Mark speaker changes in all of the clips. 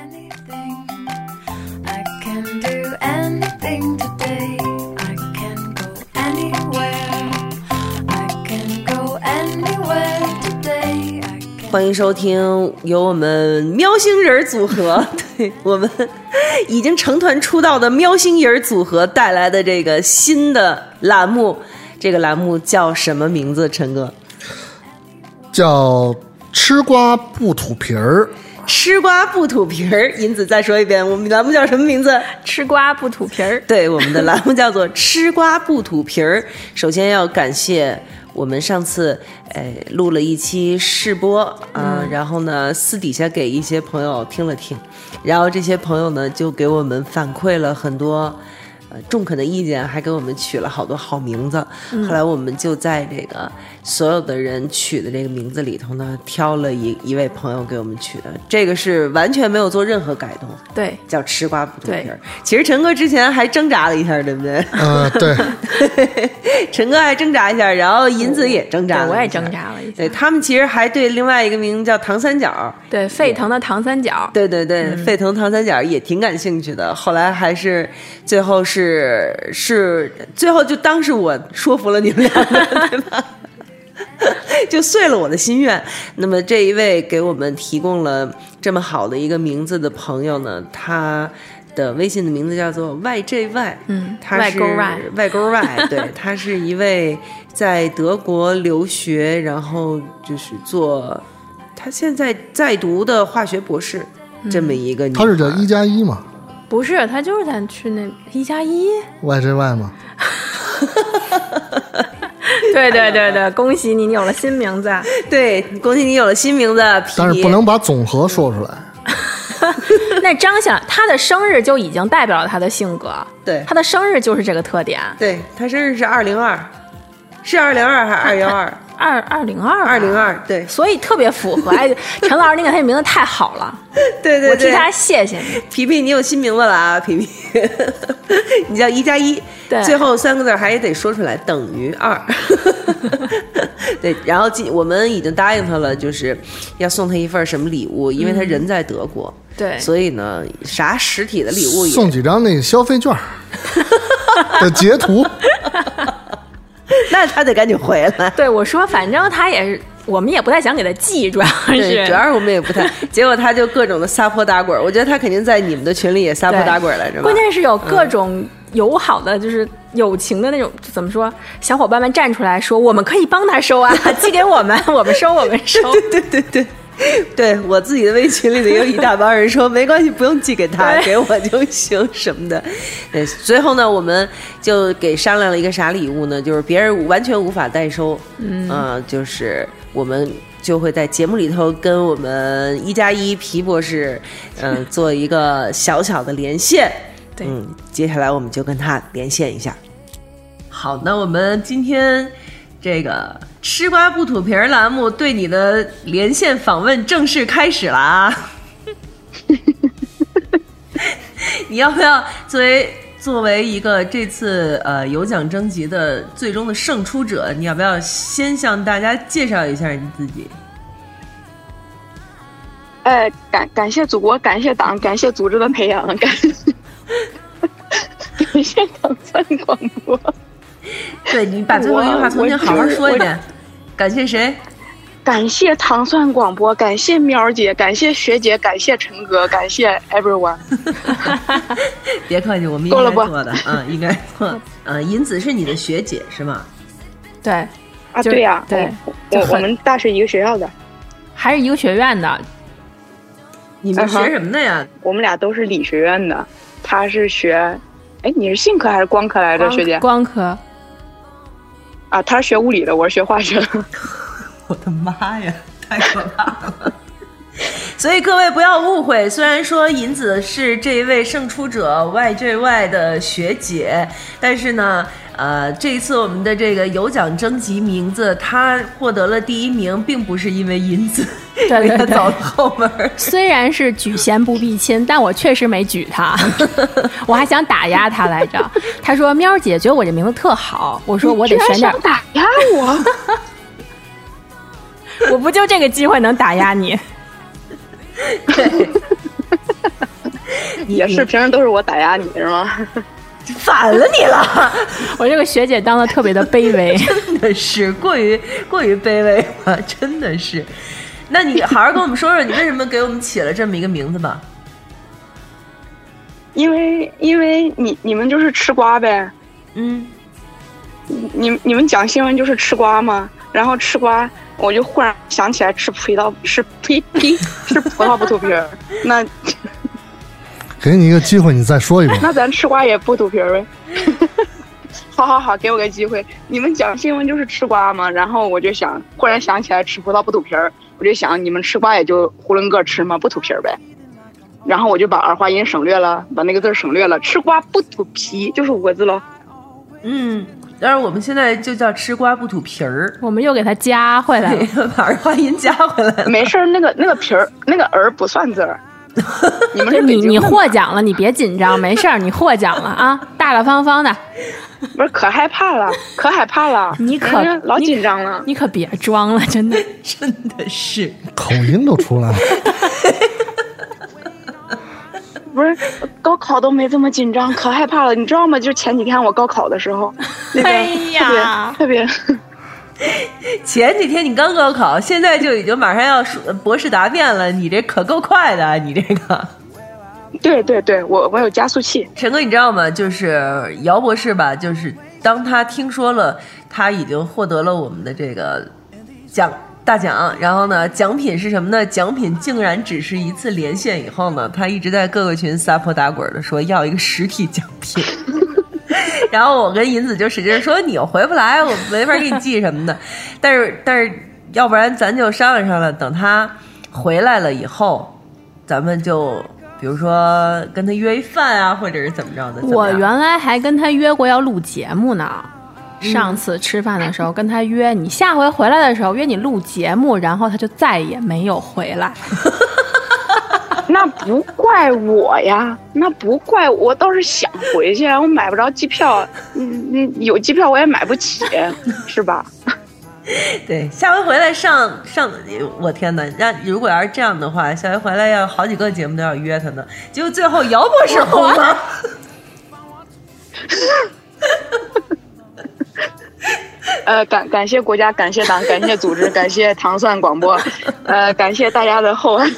Speaker 1: anything. I can do anything today. I can go anywhere. I can go anywhere today. I can
Speaker 2: 欢迎收听由我们喵星人组合， 对我们已经成团出道的喵星人组合带来的这个新的栏目。这个栏目叫什么名字？陈哥，
Speaker 3: 叫吃瓜不吐皮儿。
Speaker 2: 吃瓜不吐皮儿。银子再说一遍，我们栏目叫什么名字？
Speaker 4: 吃瓜不吐皮儿。
Speaker 2: 对，我们的栏目叫做“吃瓜不吐皮儿”。首先要感谢我们上次呃录了一期试播啊、然后呢私底下给一些朋友听了听，然后这些朋友呢就给我们反馈了很多。呃，中肯的意见还给我们取了好多好名字，后来我们就在这个所有的人取的这个名字里头呢，挑了一一位朋友给我们取的，这个是完全没有做任何改动，
Speaker 4: 对，
Speaker 2: 叫吃瓜不吐皮儿。其实陈哥之前还挣扎了一下，对不对？
Speaker 3: 呃，对，
Speaker 2: 陈哥还挣扎一下，然后银子也挣扎了
Speaker 4: 对
Speaker 2: 一下
Speaker 4: 我也挣扎了一下
Speaker 2: 对他们其实还对另外一个名字叫唐三角，
Speaker 4: 对，沸腾的唐三角。
Speaker 2: 对对对，
Speaker 4: 嗯
Speaker 2: 沸腾唐三角也挺感兴趣的。后来还是最后是是最后就当是我说服了你们两 个，对吧？就碎了我的心愿。那么这一位给我们提供了这么好的一个名字的朋友呢，他的微信的名字叫做 YJY，
Speaker 4: 嗯
Speaker 2: 他是
Speaker 4: 外勾外
Speaker 2: 外勾 外，对，他是一位在德国留学，然后就是做他现在在读的化学博士。
Speaker 4: 嗯
Speaker 2: 这么一个女孩，
Speaker 3: 它是叫一加一嘛
Speaker 4: 不是，他就是咱去那一加一。
Speaker 3: ，YJY 嘛。
Speaker 4: 对对对对，恭喜你，你有了新名 字。啊
Speaker 2: 对，恭喜你有了新名字，皮
Speaker 3: 但是不能把总和说出来。
Speaker 4: 那张小他的生日就已经代表了他的性格，
Speaker 2: 对
Speaker 4: 他的生日就是这个特点。
Speaker 2: 对，他生日是二零二，是二零二还是二幺二？
Speaker 4: 二二零二啊
Speaker 2: 二零，二，对
Speaker 4: 所以特别符合。哎，陈老师，你给他的名字太好了，
Speaker 2: 对 对
Speaker 4: 我替
Speaker 2: 对，
Speaker 4: 他谢谢你。
Speaker 2: 皮皮，你有新名字了啊，皮皮， 你叫一加一，
Speaker 4: 对
Speaker 2: 最后三个字儿还得说出来，等于 二。对，然后今我们已经答应他了，就是要送他一份什么礼物，因为他人在德国，
Speaker 4: 嗯对
Speaker 2: 所以呢，啥实体的礼物也
Speaker 3: 送几张那个消费券儿 的截图，
Speaker 2: 那他得赶紧回来。
Speaker 4: 对，我说反正他也是，我们也不太想给他记，主要
Speaker 2: 对，
Speaker 4: 是
Speaker 2: 主要是我们也不太，结果他就各种的撒泼打滚儿，我觉得他肯定在你们的群里也撒泼
Speaker 4: 对
Speaker 2: 打滚儿来着吧。
Speaker 4: 关键是有各种友好的，就是友情的那种，怎么说？小伙伴们站出来说，我们可以帮他收啊，寄给我们， 我们收，我们收。
Speaker 2: 对对对对， 对我自己的微群里头也有一大帮人说没关系，不用寄给他，
Speaker 4: 对
Speaker 2: 给我就行什么的。对，最后呢，我们就给商量了一个啥礼物呢？就是别人完全无法代收，嗯、就是我们。就会在节目里头跟我们一加一皮博士，嗯、 做一个小小的连线。
Speaker 4: 对
Speaker 2: 嗯，接下来我们就跟他连线一下。好，那我们今天这个吃瓜不吐皮儿栏目对你的连线访问正式开始了啊！你要不要作为作为一个这次呃有奖征集的最终的胜出者，你要不要先向大家介绍一下你自己？
Speaker 5: 哎，感感谢祖国，感谢党，感谢组织的培养，感 感谢党赞广播。
Speaker 2: 对你把最后一句话重新好好说一遍，感谢谁？
Speaker 5: 感谢糖蒜广播，感谢喵儿姐，感谢学姐，感谢陈哥，感谢 everyone。
Speaker 2: 别客气，我们应
Speaker 5: 够了
Speaker 2: 该
Speaker 5: 不
Speaker 2: 做的，嗯，应该做。嗯，银子是你的学姐是吗？
Speaker 4: 对，
Speaker 5: 啊，
Speaker 4: 就
Speaker 5: 对呀、
Speaker 4: 对
Speaker 5: 我
Speaker 4: 就
Speaker 5: 我
Speaker 4: 很
Speaker 5: 我们大学一个学校的，
Speaker 4: 还是一个学院的，
Speaker 2: 你们
Speaker 5: 嗯哼
Speaker 2: 学什么的呀？
Speaker 5: 我们俩都是理学院的，他是学，哎，你是信科还是光科来着，学姐？
Speaker 4: 光科。
Speaker 5: 啊，他是学物理的，我是学化学的。
Speaker 2: 我的妈呀，太可怕了！ 所以各位不要误会，虽然说银子是这一位胜出者 YJY 的学姐，但是呢，呃，这一次我们的这个有奖征集名字，她获得了第一名，并不是因为银子，
Speaker 4: 对
Speaker 2: 因为她
Speaker 4: 对对
Speaker 2: 走了后门 儿。
Speaker 4: 虽然是举贤不避亲，但我确实没举他，我还想打压他来着。他说：“喵儿姐觉得我这名字特好。”我说：“我得选点
Speaker 5: 居然想，打压啊我。
Speaker 4: 我不就这个机会能打压你？”
Speaker 2: 对，你
Speaker 5: 也是，平时都是我打压你是吗？
Speaker 2: 你反了你了，
Speaker 4: 我这个学姐当的特别的卑微。
Speaker 2: 真的是过于过于卑微了，真的是。那你好好跟我们说说，你为什么给我们起了这么一个名字吧？
Speaker 5: 因为因为你你们就是吃瓜呗，
Speaker 2: 嗯，
Speaker 5: 你你们讲新闻就是吃瓜嘛，然后吃瓜，我就忽然想起来吃葡萄，吃呸呸，吃葡萄不吐皮儿。 那
Speaker 3: 给你一个机会，你再说一 遍。
Speaker 5: 那咱吃瓜也不吐皮儿呗。 好好好，给我个机会。你们讲新闻就是吃瓜嘛，然后我就想，忽然想起来吃葡萄不吐皮儿，我就想你们吃瓜也就囫囵个吃嘛，不吐皮儿呗。然后我就把儿化音省略了，把那个字儿省略了，吃瓜不吐皮就是五个字喽。
Speaker 2: 嗯，但是我们现在就叫吃瓜不吐皮 儿，
Speaker 4: 我们又给她加回来了，
Speaker 2: 把儿化音加回来了。
Speaker 5: 没事儿，那个那个皮儿那个儿不算字儿。你们
Speaker 4: 就是是
Speaker 5: 北
Speaker 4: 你
Speaker 5: 京
Speaker 4: 你
Speaker 5: 的吗
Speaker 4: 获奖了，你别紧张，没事儿，你获奖了啊，大大方方的，
Speaker 5: 不是可害怕了，可害怕了，
Speaker 4: 你可
Speaker 5: 人家老紧张了。
Speaker 4: 你可别装了，真的。
Speaker 2: 真的是，
Speaker 3: 口音都出来了，
Speaker 5: 不是高考都没这么紧张，可害怕了，你知道吗？就是前几天我高考的 时候，那个
Speaker 4: 哎呀
Speaker 5: 特别特别，
Speaker 2: 前几天你刚高考，现在就已经马上要硕博士答辩了，你这可够快的啊，你这个。
Speaker 5: 对对对，我我有加速器，
Speaker 2: 陈哥，你知道吗？就是姚博士吧，就是当他听说了他已经获得了我们的这个奖大奖，然后呢，奖品是什么呢？奖品竟然只是一次连线以后呢，他一直在各个群撒泼打滚的说要一个实体奖品。然后我跟银子就使劲说你又回不来，我没法给你寄什么的。但是但是，要不然咱就商量商量，等他回来了以后，咱们就比如说跟他约一饭啊，或者是怎么着的。怎么
Speaker 4: 我
Speaker 2: 样
Speaker 4: 原来还跟他约过要录节目呢，上次吃饭的时候跟他约，你下回回来的时候约你录节目，然后他就再也没有回来。
Speaker 5: 那不怪我呀，那不怪我，我倒是想回去啊，我买不着机票，嗯嗯，有机票我也买不起， 是吧？
Speaker 2: 对下回回来上上，我天哪！让如果要是这样的话，下回回来要好几个节目都要约他呢。结果最后姚博士红了。
Speaker 5: 呃，感感谢国家，感谢党，感谢组织，感谢糖蒜广播，呃，感谢大家的厚爱。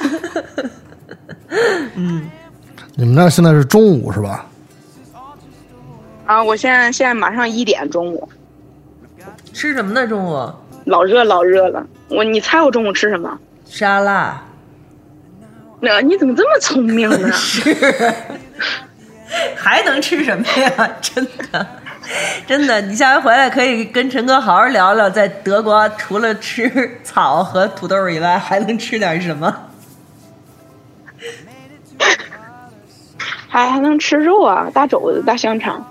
Speaker 3: 你们那儿现在是中午是吧？
Speaker 5: 啊，我现在现在马上一点中午，
Speaker 2: 吃什么呢？中午
Speaker 5: 老热老热了。我你猜我中午吃什么？
Speaker 2: 沙拉。
Speaker 5: 那你怎么这么聪 明呢？
Speaker 2: 是，还能吃什么呀？真的，真的，你下回回来可以跟陈哥好好聊聊，在德国啊除了吃草和土豆以外，还能吃点什么？
Speaker 5: 还还能吃肉啊，大肘子、大香肠。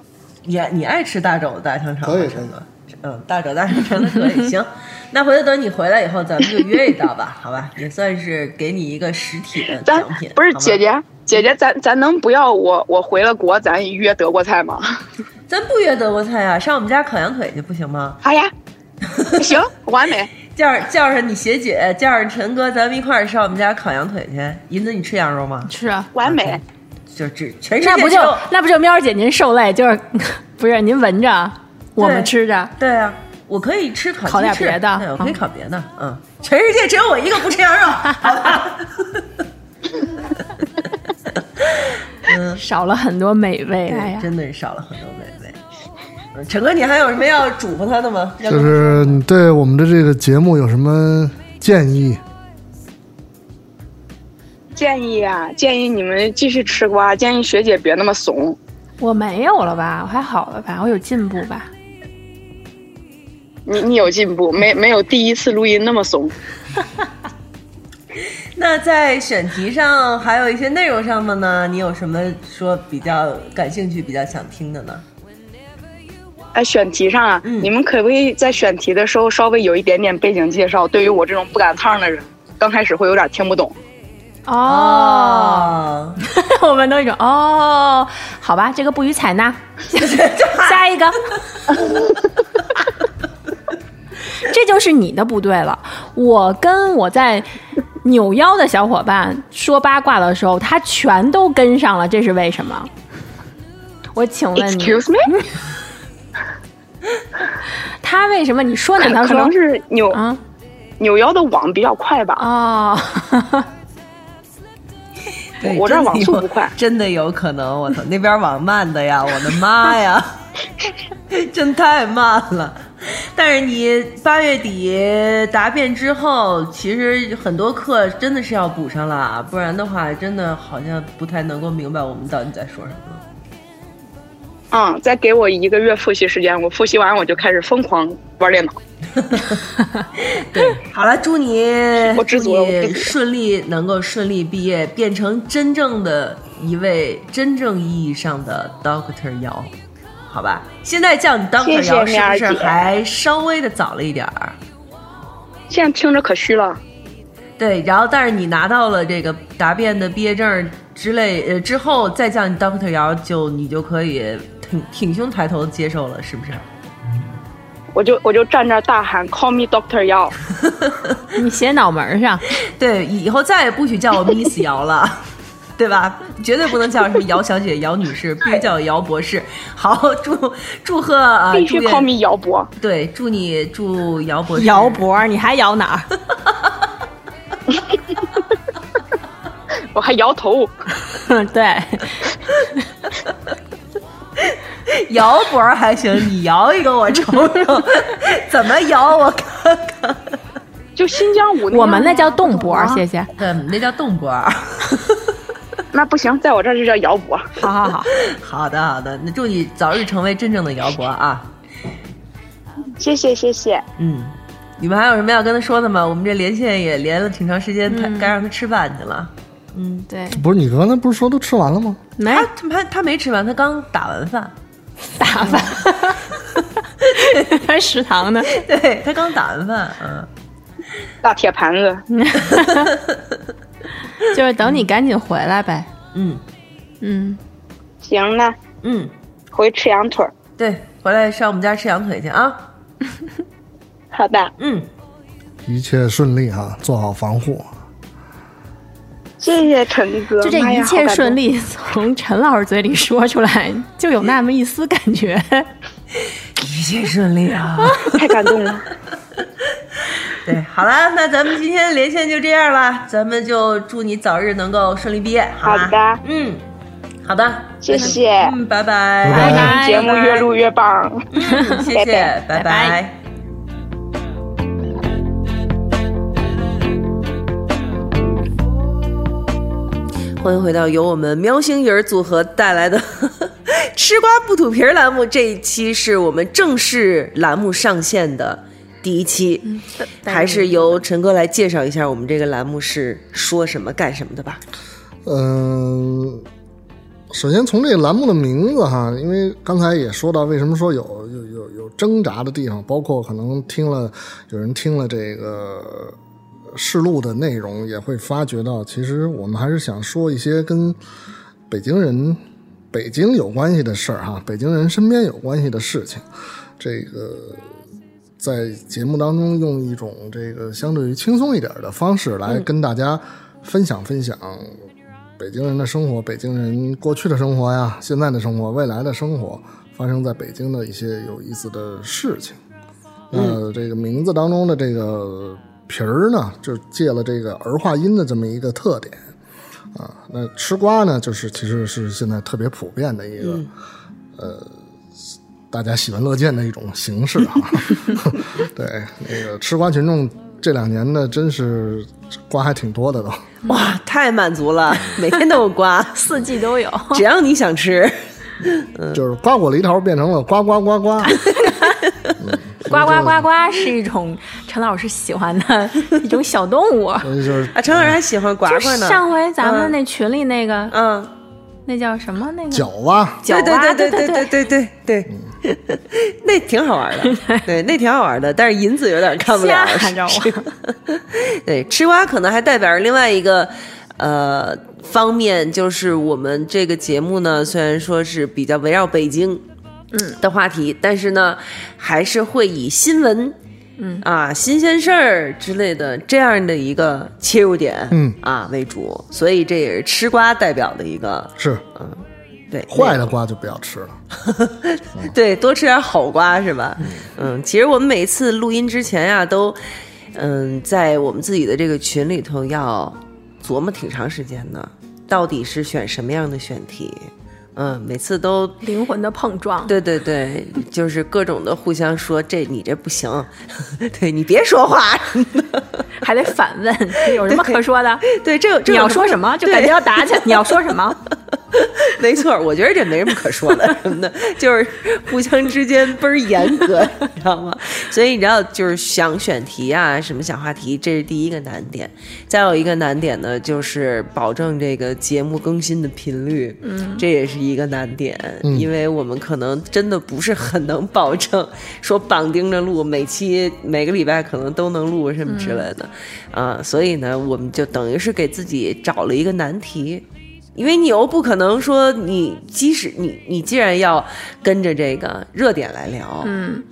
Speaker 2: 你你爱吃大肘子大香肠吗
Speaker 3: 可以
Speaker 2: 陈哥？嗯，大肘大香肠的可 以行。那回头等你回来以后，咱们就约一道吧，好吧？也算是给你一个实体的
Speaker 5: 咱
Speaker 2: 奖品。
Speaker 5: 不是
Speaker 2: 好吗
Speaker 5: 姐，姐，姐姐，咱咱能不要我我回了国，咱约德国菜 吗？
Speaker 2: 咱不约德国菜啊，上我们家烤羊腿去不行吗？
Speaker 5: 好呀，行，完美。
Speaker 2: 叫上叫上你学姐，叫上陈哥，咱们一块儿上我们家烤羊腿去。银子，你吃羊肉吗？
Speaker 4: 是啊，
Speaker 5: 完美，
Speaker 2: 就只全世
Speaker 4: 那不
Speaker 2: 界
Speaker 4: 就
Speaker 2: 只有
Speaker 4: 那不就喵儿姐您受累，就是 不是您闻着，我们吃着。
Speaker 2: 对啊，我可以吃烤鸡翅
Speaker 4: 烤点别的
Speaker 2: 对，我可以烤别的，嗯，全世界只有我一个不吃羊肉，好吧？
Speaker 4: 少了很多美味，哎呀，
Speaker 2: 真的是少了很多美味。嗯陈哥，你还有什么要嘱咐他的吗？要
Speaker 3: 就
Speaker 2: 跟
Speaker 3: 是你对我们的这个节目有什么建议？
Speaker 5: 建议啊，建议你们继续吃瓜，建议学姐别那么怂。
Speaker 4: 我没有了吧，我还好了吧，我有进步吧？
Speaker 5: 你你有进步，没没有第一次录音那么怂。
Speaker 2: 那在选题上还有一些内容上的呢，你有什么说比较感兴趣、比较想听的呢？
Speaker 5: 哎，选题上啊，
Speaker 2: 嗯
Speaker 5: 你们可不可以在选题的时候稍微有一点点背景介绍？对于我这种不赶趟儿的人，刚开始会有点听不懂。
Speaker 4: 哦，
Speaker 2: 啊
Speaker 4: 我们都一种哦，好吧，这个不予采纳，下一个。这就是你的不对了。我跟我在扭腰的小伙伴说八卦的时候，他全都跟上了，这是为什么？我请问你，
Speaker 5: Excuse me，
Speaker 4: 他为什么？你说哪条
Speaker 5: 可可
Speaker 4: 说
Speaker 5: 能是扭
Speaker 4: 啊
Speaker 5: 扭腰的网比较快吧，
Speaker 4: 哦，
Speaker 2: 对
Speaker 5: 我这儿
Speaker 2: 真的
Speaker 5: 网速
Speaker 2: 有
Speaker 5: 不快
Speaker 2: 真的有可能。我操，那边网慢的呀，我的妈呀， 真太慢了。但是你八月底答辩之后，其实很多课真的是要补上了啊，不然的话，真的好像不太能够明白我们到底在说什么。
Speaker 4: 啊
Speaker 5: 嗯，再给我一个月复习时间，我复习完我就开始疯狂玩电脑。
Speaker 2: 对，好了，祝你
Speaker 5: 我知足了
Speaker 2: 祝
Speaker 5: 我
Speaker 2: 你
Speaker 5: 知足了
Speaker 2: 顺利能够顺利毕业，变成真正的一位真正意义上的 Doctor 姚，好吧？现在叫你 Doctor
Speaker 5: 谢谢
Speaker 2: 姚是
Speaker 5: 喵儿
Speaker 2: 不
Speaker 5: 姐
Speaker 2: 是还稍微的早了一点儿？
Speaker 5: 现在听着可虚了，
Speaker 2: 对，然后但是你拿到了这个答辩的毕业证之类，呃，之后再叫你 Doctor 姚，就你就可以挺挺胸抬头接受了，是不是？
Speaker 5: 我就我就站这儿大喊 “Call me Doctor 姚
Speaker 4: 你写脑门上，
Speaker 2: 对，以后再也不许叫 我 Miss 姚了，对吧？绝对不能叫什么姚小姐、姚女士，必须叫姚博士。好，祝祝贺啊，”，
Speaker 5: 必须
Speaker 2: 祝愿
Speaker 5: “Call me 姚博
Speaker 2: 对，祝你祝姚博士
Speaker 4: 摇脖，你还摇哪儿？”，
Speaker 5: 我还摇 头。
Speaker 4: 对，
Speaker 2: 姚博儿还行，你摇一个我瞅瞅， 怎么摇我看看。
Speaker 5: 就新疆舞样，
Speaker 4: 我们那叫动脖，谢谢。
Speaker 2: 对，嗯那叫动博儿。
Speaker 5: 那不行，在我这儿就叫姚博。
Speaker 4: 好好好，
Speaker 2: 好的，好的，那祝你早日成为真正的姚博啊！
Speaker 5: 谢谢谢谢，
Speaker 2: 嗯，你们还有什么要跟他说的吗？我们这连线也连了挺长时间，
Speaker 5: 嗯
Speaker 2: 他该让他吃饭去了。
Speaker 4: 嗯对，
Speaker 3: 不是你刚才不是说都吃完了吗？
Speaker 4: 没
Speaker 5: 哎
Speaker 2: 他他他没吃完，他刚打完饭，
Speaker 4: 打扮， 还食堂呢。
Speaker 2: 对他刚打完饭，嗯，
Speaker 5: 大铁盘子，
Speaker 4: 就是等你赶紧回来呗。
Speaker 2: 嗯
Speaker 4: 嗯，
Speaker 5: 行那
Speaker 2: 嗯，
Speaker 5: 回去吃羊腿儿。
Speaker 2: 对，回来上我们家吃羊腿去啊，
Speaker 5: 好的，
Speaker 2: 嗯，
Speaker 3: 一切顺利啊，做好防护。
Speaker 5: 谢谢陈哥，
Speaker 4: 就这
Speaker 5: 妈
Speaker 4: 一
Speaker 5: 呀
Speaker 4: 切顺。利，从陈老师嘴里说出来，就有那么一丝感觉。
Speaker 2: 一切顺利 啊。
Speaker 5: 好 感动太感动了，
Speaker 2: 对，好了，那咱们今天的连线就这样了，咱们就祝你早日能够顺利毕业，好
Speaker 5: 好
Speaker 2: 吧？
Speaker 5: 的，
Speaker 2: 嗯，好的，
Speaker 5: 谢谢，
Speaker 2: 嗯，拜拜，
Speaker 3: 拜拜
Speaker 4: 拜
Speaker 5: 节目越录越棒。
Speaker 2: 嗯谢谢，拜
Speaker 4: 拜拜
Speaker 2: 拜欢迎回到由我们喵星人组合带来的 吃瓜不吐皮儿栏目，这一期是我们正式栏目上线的第一期，
Speaker 4: 嗯
Speaker 2: 还是由陈哥来介绍一下我们这个栏目是说什么干什么的吧。
Speaker 3: 嗯，首先从这个栏目的名字哈，因为刚才也说到，为什么说有有有有挣扎的地方，包括可能听了有人听了这个呃试录的内容，也会发觉到，其实我们还是想说一些跟北京人、北京有关系的事儿哈，北京人身边有关系的事情，这个。在节目当中，用一种这个相对于轻松一点的方式来跟大家分享分享北京人的生活，北京人过去的生活呀，现在的生活，未来的生活，发生在北京的一些有意思的事情。那这个名字当中的这个皮儿呢，就借了这个儿化音的这么一个特点啊。那吃瓜呢，就是其实是现在特别普遍的一个、呃。大家喜闻乐见的一种形式啊， 对那个吃瓜群众这两年呢，真是瓜还挺多的都。
Speaker 4: 嗯
Speaker 2: 哇，太满足了，每天都有瓜，
Speaker 4: 四季都有，
Speaker 2: 只要你想吃。
Speaker 3: 就是瓜果梨桃变成了呱呱呱呱。 嗯
Speaker 4: 呱呱呱呱是一种陈老师喜欢的一种小动物。
Speaker 3: 所以就是
Speaker 4: 哎
Speaker 2: 啊，陈老师还喜欢呱
Speaker 4: 就
Speaker 2: 呱
Speaker 4: 是
Speaker 2: 呢。
Speaker 4: 上回咱们那群里那个，
Speaker 2: 嗯，
Speaker 4: 那叫什么？那个
Speaker 3: 饺蛙，
Speaker 4: 角蛙，
Speaker 2: 对
Speaker 4: 对
Speaker 2: 对对对对对对， 那挺好玩的， 对，那挺好玩的，但是银子有点看不了，
Speaker 4: 吓着
Speaker 2: 是是对，吃瓜可能还代表着另外一个呃方面，就是我们这个节目呢，虽然说是比较围绕北京嗯的话题，但是呢，还是会以新闻。
Speaker 4: 嗯
Speaker 2: 啊，新鲜事儿之类的这样的一个切入点，
Speaker 3: 嗯
Speaker 2: 啊为主，所以这也是吃瓜代表的一个
Speaker 3: 是
Speaker 4: 嗯
Speaker 2: 对
Speaker 3: 坏的瓜就不要吃了。
Speaker 2: 对，多吃点好瓜是吧？嗯，其实我们每一次录音之前呀、都嗯在我们自己的这个群里头要琢磨挺长时间的，到底是选什么样的选题？嗯，每次都
Speaker 4: 灵魂的碰撞，
Speaker 2: 对对对，就是各种的互相说这你这不行， 对你别说话，
Speaker 4: 还得反问，有什么可说的？
Speaker 2: 对这有这
Speaker 4: 你
Speaker 2: 有
Speaker 4: 要说什么，就感觉要打起来。你要说什么？
Speaker 2: 没错，我觉得这没什么可说的什么的，就是互相之间倍儿严格，你知道吗？所以你知道，就是想选题啊，什么想话题，这是第一个难点。再有一个难点呢，就是保证这个节目更新的频率，嗯，这也是一个难点，
Speaker 3: 嗯
Speaker 2: 因为我们可能真的不是很能保证说绑定着录，每期每个礼拜可能都能录什么之类的，啊，所以呢，我们就等于是给自己找了一个难题。因为你又不可能说你，即使你你既然要跟着这个热点来聊，
Speaker 4: 嗯，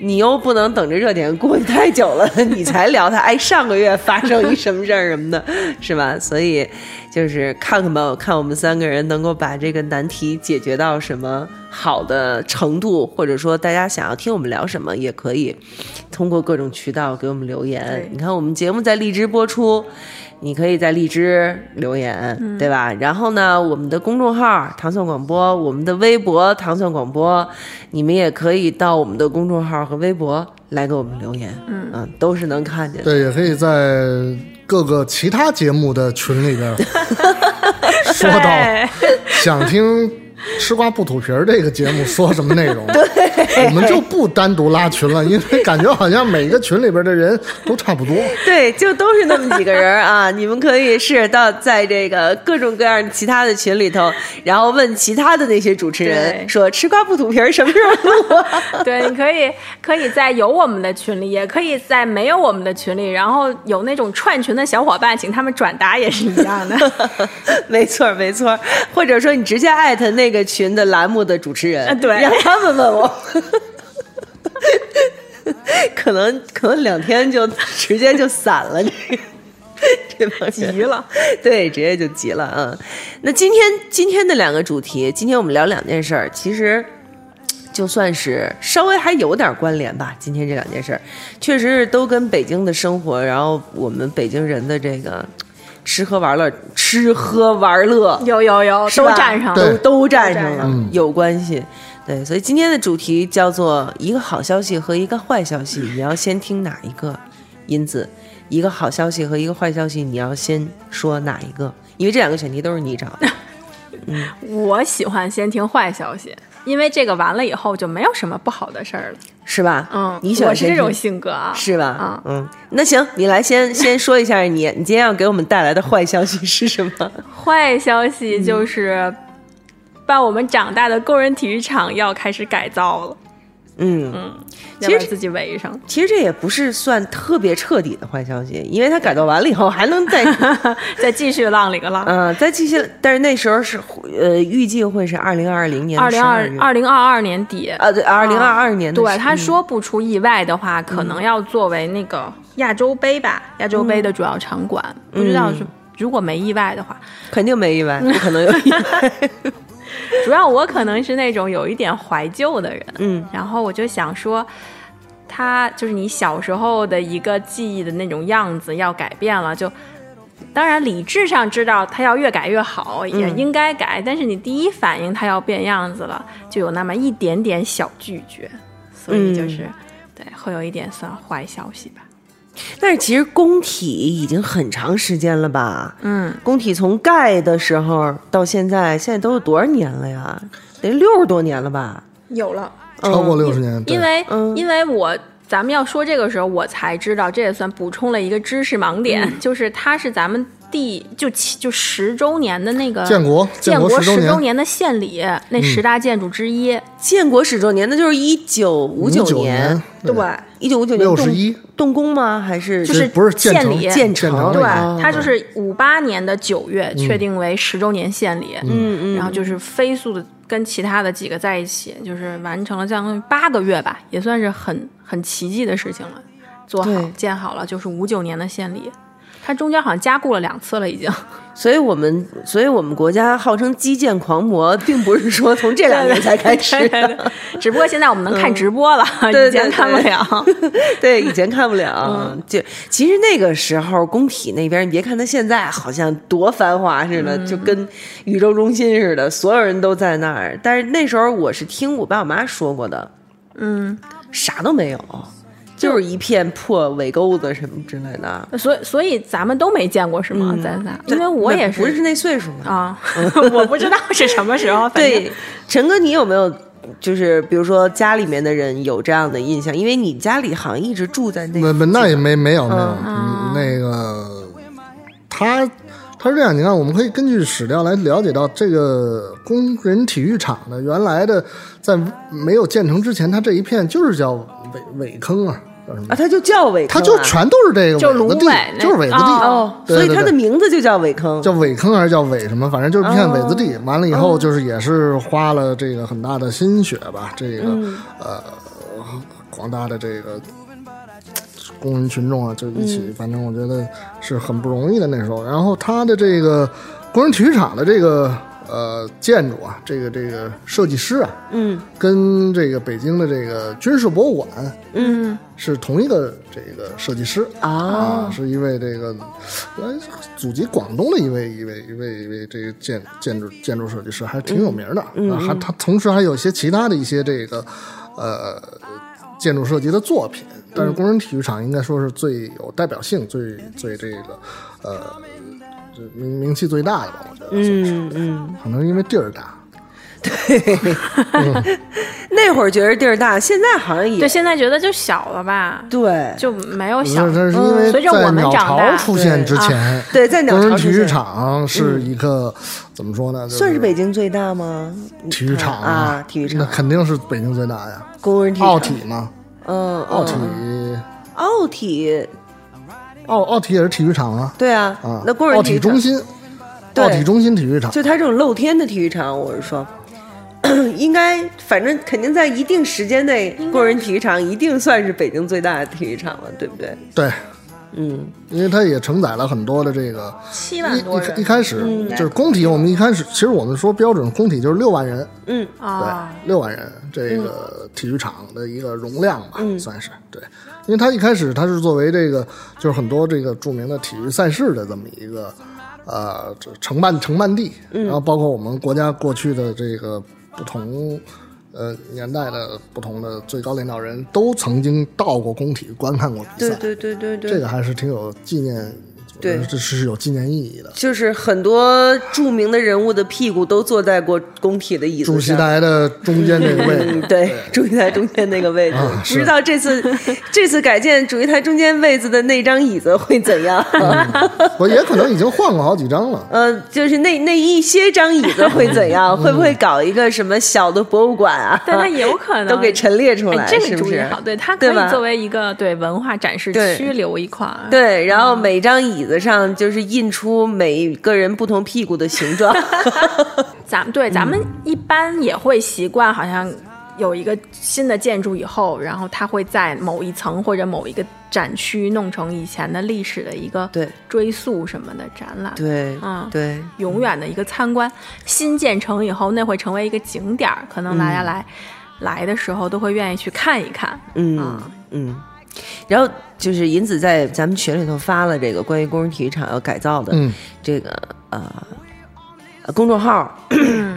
Speaker 2: 你又不能等着热点过去太久了，你才聊它。哎，上个月发生一什么事儿什么的，是吧？ 所以就是看看吧，我看我们三个人能够把这个难题解决到什么好的程度，或者说大家想要听我们聊什么，也可以通过各种渠道给我们留言
Speaker 4: 对。
Speaker 2: 你看，我们节目在荔枝播出，你可以在荔枝留言，对吧？然后呢，我们的公众号“糖蒜广播”，我们的微博“糖蒜广播”，你们也可以到我们的公众号和微博来给我们留言，嗯都是能看见的。
Speaker 3: 对，也可以在各个其他节目的群里边儿 说到
Speaker 4: 对，
Speaker 3: 想听。吃瓜不吐皮儿这个节目说什么内 容？我们就不单独拉群了，因为感觉好像每个群里边的人都差不多。
Speaker 2: 对，就都是那么几个人儿啊！ 你们可以是到在这个各种各样其他的群里头，然后问其他的那些主持人
Speaker 4: 对
Speaker 2: 说：“吃瓜不吐皮儿，什么时候录啊？”
Speaker 4: 对，你可以可以在有我们的群里，也可以在没有我们的群里，然后有那种串群的小伙伴，请他们转达也是一样的。
Speaker 2: 没错儿，没错儿，或者说你直接艾特那个群的栏目的主持
Speaker 4: 啊
Speaker 2: 人，
Speaker 4: 对
Speaker 2: 让他们问我。 可能可能两天就直接就散了，这这 帮人
Speaker 4: 急了，
Speaker 2: 对，直接就急了啊。那今天今天的两个主题，今天我们聊两件事儿，其实就算是稍微还有点关联吧。今天这两件事儿，确实是都跟北京的生活，然后我们北京人的这个吃喝玩乐，吃喝玩乐
Speaker 4: 有有有，
Speaker 2: 是
Speaker 4: 都
Speaker 2: 吧
Speaker 4: 站上
Speaker 2: 都
Speaker 4: 了。
Speaker 3: 对
Speaker 2: 都站上
Speaker 4: 都
Speaker 2: 了，
Speaker 4: 占
Speaker 3: 上了
Speaker 2: 有关系。对，所以今天的主题叫做一个好消息和一个坏消息，你要先听哪一个？因此，一个好消息和一个坏消息，你要先说哪一个？因为这两个选题都是你找的。
Speaker 4: 我喜欢先听坏消息，因为这个完了以后就没有什么不好的事儿了。
Speaker 2: 是吧？
Speaker 4: 嗯，
Speaker 2: 你喜欢
Speaker 4: 我是
Speaker 2: 谁
Speaker 4: 这种
Speaker 2: 听
Speaker 4: 性格啊，
Speaker 2: 是吧
Speaker 4: 啊？
Speaker 2: 嗯，那行，你来先先说一下你你今天要给我们带来的坏消息是什么？
Speaker 4: 坏消息就是，把我们长大的工人体育场要开始改造了，
Speaker 2: 嗯，
Speaker 4: 要
Speaker 2: 其实
Speaker 4: 把自己围 上。
Speaker 2: 其实这也不是算特别彻底的坏消息，因为它改造完了以后还能再
Speaker 4: 再继续浪里个浪。
Speaker 2: 嗯，再继续，但是那时候是呃，预计会是二零二零年
Speaker 4: 二零二
Speaker 2: 二
Speaker 4: 二零二二年底，
Speaker 2: 啊，对，二零二二年的嗯
Speaker 4: 对
Speaker 2: 12
Speaker 4: 他说不出意外的话，可能要作为那个亚洲杯吧，亚洲杯的主要场馆，不知道是如果没意外的话，
Speaker 2: 肯定没意 外，不可能有意外。
Speaker 4: 主要我可能是那种有一点怀旧的人，
Speaker 2: 嗯，
Speaker 4: 然后我就想说。他就是你小时候的一个记忆的那种样子要改变了，就当然理智上知道它要越改越好，也应该改，但是你第一反应它要变样子了，就有那么一点点小拒绝，所以就是、对会有一点算坏消息吧。
Speaker 2: 但是其实工体已经很长时间了吧？
Speaker 4: 嗯，
Speaker 2: 工体从盖的时候到现在，现在都有多少年了呀？得六十多年了吧？
Speaker 4: 有了，
Speaker 3: 超过六十年，对
Speaker 4: 嗯因为、
Speaker 2: 嗯
Speaker 4: 因为我咱们要说这个时候，我才知道，这也算补充了一个知识盲点，就是它是咱们第就七就十周年的那个
Speaker 3: 建国
Speaker 4: 建
Speaker 3: 国
Speaker 4: 十
Speaker 3: 周
Speaker 4: 年的献礼，那十大建筑之一。
Speaker 2: 建国十周年，那就是一九五
Speaker 3: 九
Speaker 2: 年，
Speaker 3: 对，
Speaker 2: 一九五九年
Speaker 3: 六
Speaker 2: 动
Speaker 3: 十一
Speaker 2: 动工吗？还是
Speaker 4: 就是
Speaker 3: 不是建
Speaker 4: 献
Speaker 3: 成
Speaker 4: 礼
Speaker 2: 建
Speaker 3: 建
Speaker 2: 成
Speaker 3: 成
Speaker 4: 对
Speaker 3: 那
Speaker 2: 哦，
Speaker 4: 它就是五八年的九月确定为十周年献礼，嗯嗯，然后就是飞速的跟其他的几个在一起，就是完成了将近八个月吧，也算是很很奇迹的事情了。做好
Speaker 2: 对
Speaker 4: 建好了，就是五九年的献礼。它中间好像加固了两次了，已经。
Speaker 2: 所以我们，所以我们国家号称基建狂魔，并不是说从这两年才开始
Speaker 4: 对对
Speaker 2: 的，
Speaker 4: 对只不过现在我们能看直播了，
Speaker 2: 对
Speaker 4: 啊以前看不了。 嗯
Speaker 2: 对，以前看不了。 就其实那个时候，工体那边，你别看它现在好像多繁华似的，
Speaker 4: 嗯
Speaker 2: 就跟宇宙中心似的，所有人都在那儿。但是那时候我是听我爸我妈说过的，
Speaker 4: 嗯，
Speaker 2: 啥都没有，就是一片破尾沟子什么之类的。
Speaker 4: 所以所以咱们都没见过是吗？咱仨，因为我也
Speaker 2: 那不是那岁数嘛。
Speaker 4: 啊， 我 不知道是什么时候。反正
Speaker 2: 对，陈哥，你有没有就是比如说家里面的人有这样的印象？因为你家里好像一直住在那
Speaker 3: 那
Speaker 2: 个
Speaker 3: 那那也没没有没有，嗯那个他他是这样，你看，我们可以根据史料来了解到这个工人体育场的原来的，在没有建成之前，它这一片就是叫苇苇坑啊，叫什么？
Speaker 2: 啊，它就叫尾坑、
Speaker 3: 它
Speaker 2: 啊，
Speaker 3: 就全都是这个
Speaker 4: 就芦
Speaker 3: 苇子地
Speaker 4: 苇，那
Speaker 3: 就是苇子地，
Speaker 4: 哦
Speaker 3: 对
Speaker 2: 所以它
Speaker 3: 对
Speaker 2: 的
Speaker 3: 对
Speaker 2: 名字就叫尾坑。
Speaker 3: 叫苇坑还是叫苇什么，反正就是一片苇子地。完了以后，就是也是花了这个很大的心血吧，这个呃广大的这个工人群众啊，就一起，反正我觉得是很不容易的那时候。然后它的这个工人体育场的这个呃建筑啊，这个这个设计师啊，
Speaker 2: 嗯
Speaker 3: 跟这个北京的这个军事博物馆
Speaker 4: 嗯，
Speaker 3: 是同一个这个设计师
Speaker 2: 啊，
Speaker 3: 啊，是一位这个原来祖籍广东的一位一位一位一位这个建建筑建筑设计师，还挺有名的。
Speaker 2: 嗯
Speaker 3: 啊、还他同时还有一些其他的一些这个呃建筑设计的作品。
Speaker 2: 嗯
Speaker 3: 但是工人体育场应该说是最有代表性、最最这个呃这名名气最大的吧，我觉得。
Speaker 2: 嗯嗯，
Speaker 3: 可能因为地儿大，
Speaker 2: 那会儿觉得地儿大，现在好像也
Speaker 4: 对，现在觉得就小了吧，
Speaker 2: 对
Speaker 4: 就没有
Speaker 2: 嗯
Speaker 3: 不是
Speaker 4: 小。嗯
Speaker 3: 这是因为
Speaker 4: 随着
Speaker 3: 在
Speaker 4: 我们
Speaker 3: 鸟
Speaker 4: 长大
Speaker 3: 巢出现之前，
Speaker 2: 对，在鸟
Speaker 3: 工
Speaker 2: 巢
Speaker 3: 人
Speaker 2: 出
Speaker 3: 体育
Speaker 2: 现嗯
Speaker 3: 场是一个、怎么说呢？就
Speaker 2: 算是北京最大吗？
Speaker 3: 体育场
Speaker 2: 啊，体育
Speaker 3: 那
Speaker 2: 场，
Speaker 3: 肯定是北京最大呀。
Speaker 2: 工人体育场
Speaker 3: 奥体，嘛，
Speaker 2: 嗯，
Speaker 3: 奥体，
Speaker 2: 奥体，
Speaker 3: 奥奥体也是体育场啊，
Speaker 2: 对啊
Speaker 3: 啊，，
Speaker 2: 那工人
Speaker 3: 奥
Speaker 2: 体育
Speaker 3: 体
Speaker 2: 场
Speaker 3: 中心，
Speaker 2: 对
Speaker 3: 奥体中心体育场，
Speaker 2: 就它这种露天的体育场，我是说， 应该反正肯定在一定时间内，工人体育场一定算是北京最大的体育场了，对不对？
Speaker 3: 对，
Speaker 2: 嗯，
Speaker 3: 因为它也承载了很多的这个
Speaker 4: 七
Speaker 3: 一
Speaker 4: 万多
Speaker 3: 一一
Speaker 4: 人
Speaker 3: 开始
Speaker 2: 嗯
Speaker 3: 就是工体，我们一开始其实我们说标准工体就是六万人，
Speaker 4: 啊，
Speaker 3: 对，六万人这
Speaker 2: 嗯
Speaker 3: 个体育场的一个容量吧，算是对，因为它一开始它是作为这个就是很多这个著名的体育赛事的这么一个呃这承办承办地，
Speaker 2: 嗯
Speaker 3: 然后包括我们国家过去的这个不同。呃，年代的不同的最高领导人都曾经到过工体观看过比赛，
Speaker 2: 对对对对对，
Speaker 3: 这个还是挺有纪念，
Speaker 2: 对
Speaker 3: 这是有纪念意义的。
Speaker 2: 就是很多著名的人物的屁股都坐在过工体的椅子
Speaker 3: 主席
Speaker 2: 上。
Speaker 3: 台的中间这个位置
Speaker 2: 嗯，， 对，主席台中间那个位置，
Speaker 3: 啊
Speaker 2: 不
Speaker 3: 是
Speaker 2: 知道这次这次改建主席台中间位子的那张椅子会怎样？
Speaker 3: 嗯我也可能已经换过好几张了。
Speaker 2: 呃，就是那那一些张椅子会怎
Speaker 3: 嗯
Speaker 2: 样？会不会搞一个什么小的博物馆啊？
Speaker 4: 但它有可能
Speaker 2: 都给陈列出
Speaker 4: 哎
Speaker 2: 来，，
Speaker 4: 这
Speaker 2: 是
Speaker 4: 个
Speaker 2: 不
Speaker 4: 主意
Speaker 2: 是？
Speaker 4: 好，对，它可
Speaker 2: 对吧
Speaker 4: 以作为一个对文化展示
Speaker 2: 对
Speaker 4: 区留一块。，
Speaker 2: 对，然后每张椅子上就是印出每个人不同屁股的形 状。
Speaker 4: 咱们对咱们
Speaker 2: 嗯
Speaker 4: 一般也会习惯，好像有一个新的建筑以后，然后它会在某一层或者某一个展区弄成以前的历史的一个
Speaker 2: 对
Speaker 4: 追溯什么的展览。
Speaker 2: 对，
Speaker 4: 嗯
Speaker 2: 对，
Speaker 4: 永远的一个参观。新建成以后，那会成为一个景点儿，可能大家来、来的时候都会愿意去看一看。
Speaker 2: 嗯
Speaker 4: 啊
Speaker 2: 嗯。然后就是银子在咱们群里头发了这个关于工人体育场要改造的
Speaker 3: 嗯
Speaker 2: 这个、呃呃公众号。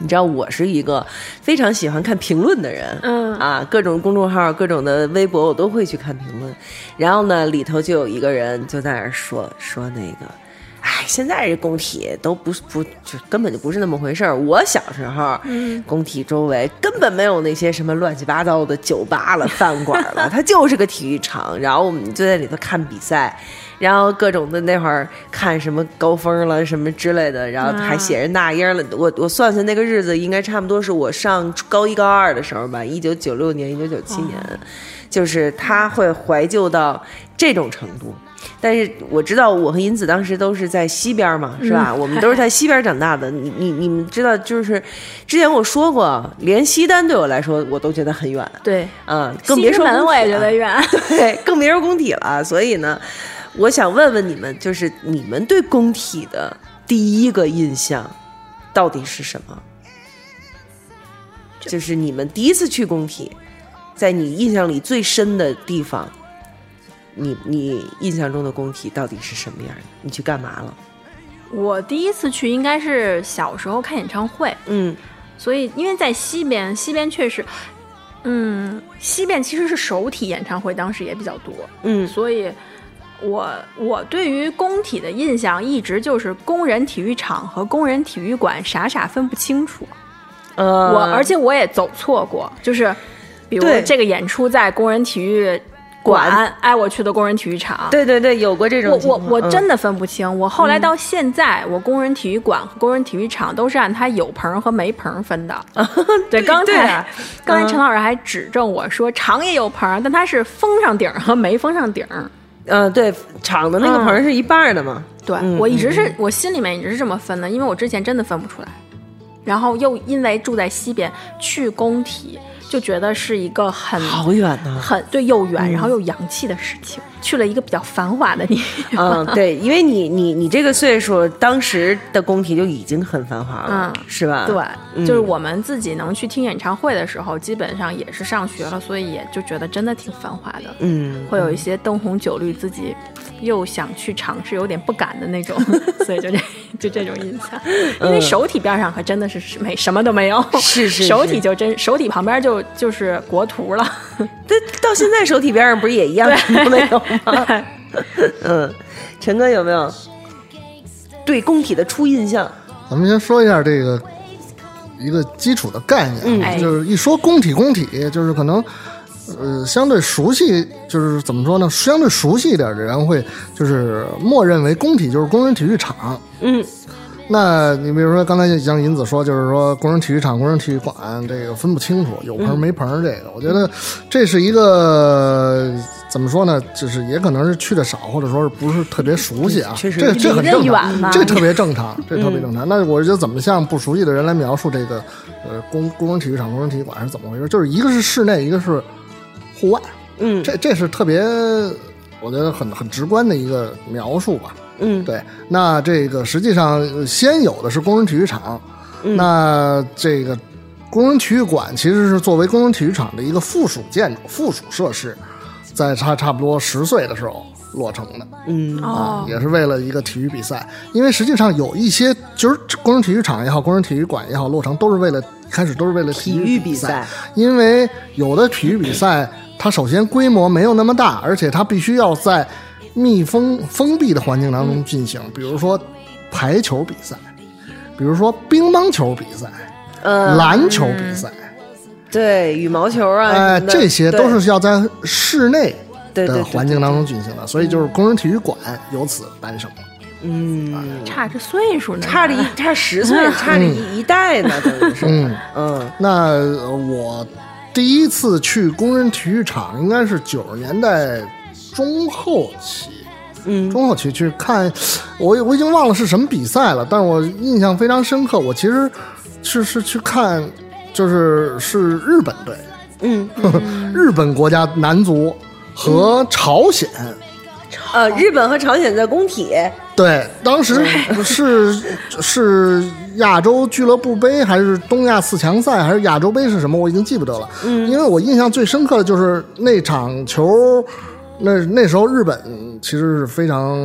Speaker 2: 你知道我是一个非常喜欢看评论的人，
Speaker 4: 嗯
Speaker 2: 啊，各种公众号、各种的微博我都会去看评论。然后呢，里头就有一个人就在那儿说说那个，哎，现在这工体都不是不就根本就不是那么回事儿。我小时候，嗯，工体周围根本没有那些什么乱七八糟的酒吧了、 饭馆了，它就是个体育场。然后我们就在里头看比赛。然后各种的那会儿看什么高峰了什么之类的，然后还写着那英儿了。我我算算那个日子，应该差不多是我上高一高二的时候吧，一九九六年、一九九七年，就是他会怀旧到这种程度。但是我知道我和银子当时都是在西边嘛，是
Speaker 4: 嗯
Speaker 2: 吧？我们都是在西边长大的。你你你们知道，就是之前我说过，连西单对我来说我都觉得很远，
Speaker 4: 对，
Speaker 2: 嗯，更别
Speaker 4: 西直
Speaker 2: 说
Speaker 4: 门，
Speaker 2: 工
Speaker 4: 我也
Speaker 2: 体
Speaker 4: 觉
Speaker 2: 了
Speaker 4: 得远。
Speaker 2: 对，更别说工体了。所以呢，我想问问你们，就是你们对工体的第一个印象到底是什么？就是你们第一次去工体，在你印象里最深的地方，你你印象中的工体到底是什么样的？你去干嘛了？
Speaker 4: 我第一次去应该是小时候看演唱会，
Speaker 2: 嗯
Speaker 4: 所以因为在西边，西边确实，嗯，西边其实是首体演唱会，当时也比较多，
Speaker 2: 嗯
Speaker 4: 所以我我对于工体的印象一直就是工人体育场和工人体育馆傻傻分不清楚，
Speaker 2: 呃，
Speaker 4: 我而且我也走错过，就是比如
Speaker 2: 对
Speaker 4: 这个演出在工人体育馆
Speaker 2: 馆，
Speaker 4: 哎，我去的工人体育场，
Speaker 2: 对对对，有过这种
Speaker 4: 我
Speaker 2: 情
Speaker 4: 我
Speaker 2: 况
Speaker 4: 我
Speaker 2: 嗯
Speaker 4: 真的分不清，我后来到现在，我工人体育馆和工人体育场都是按它有棚和没棚分的。对，刚
Speaker 2: 对嗯
Speaker 4: 才 刚才陈老师还指正我说，场也有棚，但它是封上顶儿和没封上顶儿。
Speaker 2: 嗯对，厂的那个
Speaker 4: 嗯
Speaker 2: 棚儿是一半儿的嘛。
Speaker 4: 对、我一
Speaker 2: 嗯
Speaker 4: 直是我心里面一直是这么分的，因为我之前真的分不出来，然后又因为住在西边，去工体就觉得是一个很
Speaker 2: 好远啊嗯呐、
Speaker 4: 很对又远，然后又洋气的事情，去了一个比较繁华的地 方。
Speaker 2: 嗯，对，因为你你你这个岁数，当时的工体就已经很繁华了，
Speaker 4: 嗯
Speaker 2: 是吧？
Speaker 4: 对，就是我们自己能去听演唱会的时候，基本上也是上学了，所以也就觉得真的挺繁华的。
Speaker 2: 嗯，
Speaker 4: 会有一些灯红酒绿，自己又想去尝试，有点不敢的那 种，所以就这就这种印象。因为首体边上可真的是没什么都没有，
Speaker 2: 嗯是是是
Speaker 4: 首体就真首体旁边就就是国图了。
Speaker 2: 这到现在手体边上不是也一样没 有吗？嗯，陈哥有没有对工体的初印象？
Speaker 3: 咱们先说一下这个一个基础的概念
Speaker 2: 哎
Speaker 3: 啊，
Speaker 4: 嗯
Speaker 3: 就是一说工体，工体就是可能。呃，相对熟悉就是怎么说呢？相对熟悉一点的人会就是默认为工体就是工人体育场。
Speaker 2: 嗯，
Speaker 3: 那你比如说刚才像银子说，就是说工人体育场、工人体育馆这个分不清楚，有棚没棚这个，我觉得这是一个怎么说呢？就是也可能是去的少，或者说是不是特别熟悉啊？
Speaker 2: 嗯确实
Speaker 3: 这这很
Speaker 4: 离得
Speaker 3: 正常
Speaker 4: 远嘛
Speaker 3: 这特别正常，这特别正常。那我就怎么向不熟悉的人来描述这个呃工工人体育场、工人体育馆是怎么回事？就是一个是室内，一个是户外，
Speaker 2: 嗯
Speaker 3: 这这是特别我觉得很很直观的一个描述吧。
Speaker 2: 嗯
Speaker 3: 对，那这个实际上呃先有的是工人体育场，那这个工人体育馆其实是作为工人体育场的一个附属建筑、附属设施，在他差不多十岁的时候落成的。
Speaker 2: 嗯
Speaker 3: 啊，
Speaker 4: 哦
Speaker 3: 也是为了一个体育比赛，因为实际上有一些就是工人体育场也好，工人体育馆也好，落成都是为了一开始都是为了体
Speaker 2: 体育
Speaker 3: 育
Speaker 2: 比
Speaker 3: 比
Speaker 2: 赛
Speaker 3: 赛，因为有的体育比赛它首先规模没有那么大，而且它必须要在密封封闭的环境当中进行，比如说排球比赛，比如说乒乓球比赛、
Speaker 2: 呃，嗯
Speaker 3: 篮球比赛，
Speaker 2: 对，羽毛球啊什么的，
Speaker 3: 哎，这些
Speaker 2: 对
Speaker 3: 都是要在室内
Speaker 2: 对对对
Speaker 3: 的环境当中进行的，所以就是工人体育馆由此诞生。
Speaker 2: 嗯，
Speaker 4: 差着岁数呢，
Speaker 2: 差着一差十岁，差着一一代 呢，等于是，
Speaker 3: 嗯
Speaker 2: 嗯
Speaker 3: 那呃我第一次去工人体育场应该是九十年代中后期，
Speaker 2: 嗯
Speaker 3: 中后期去看，我我已经忘了是什么比赛了，但是我印象非常深刻。我其实是是去看，就是是日本队，
Speaker 2: 嗯，
Speaker 3: 日本国家男足和朝鲜。
Speaker 2: 呃，日本和朝鲜在工体，
Speaker 3: 对，当时是是亚洲俱乐部杯还是东亚四强赛还是亚洲杯是什么？我已经记不得了。嗯，因为我印象最深刻的就是那场球，那那时候日本其实是非常，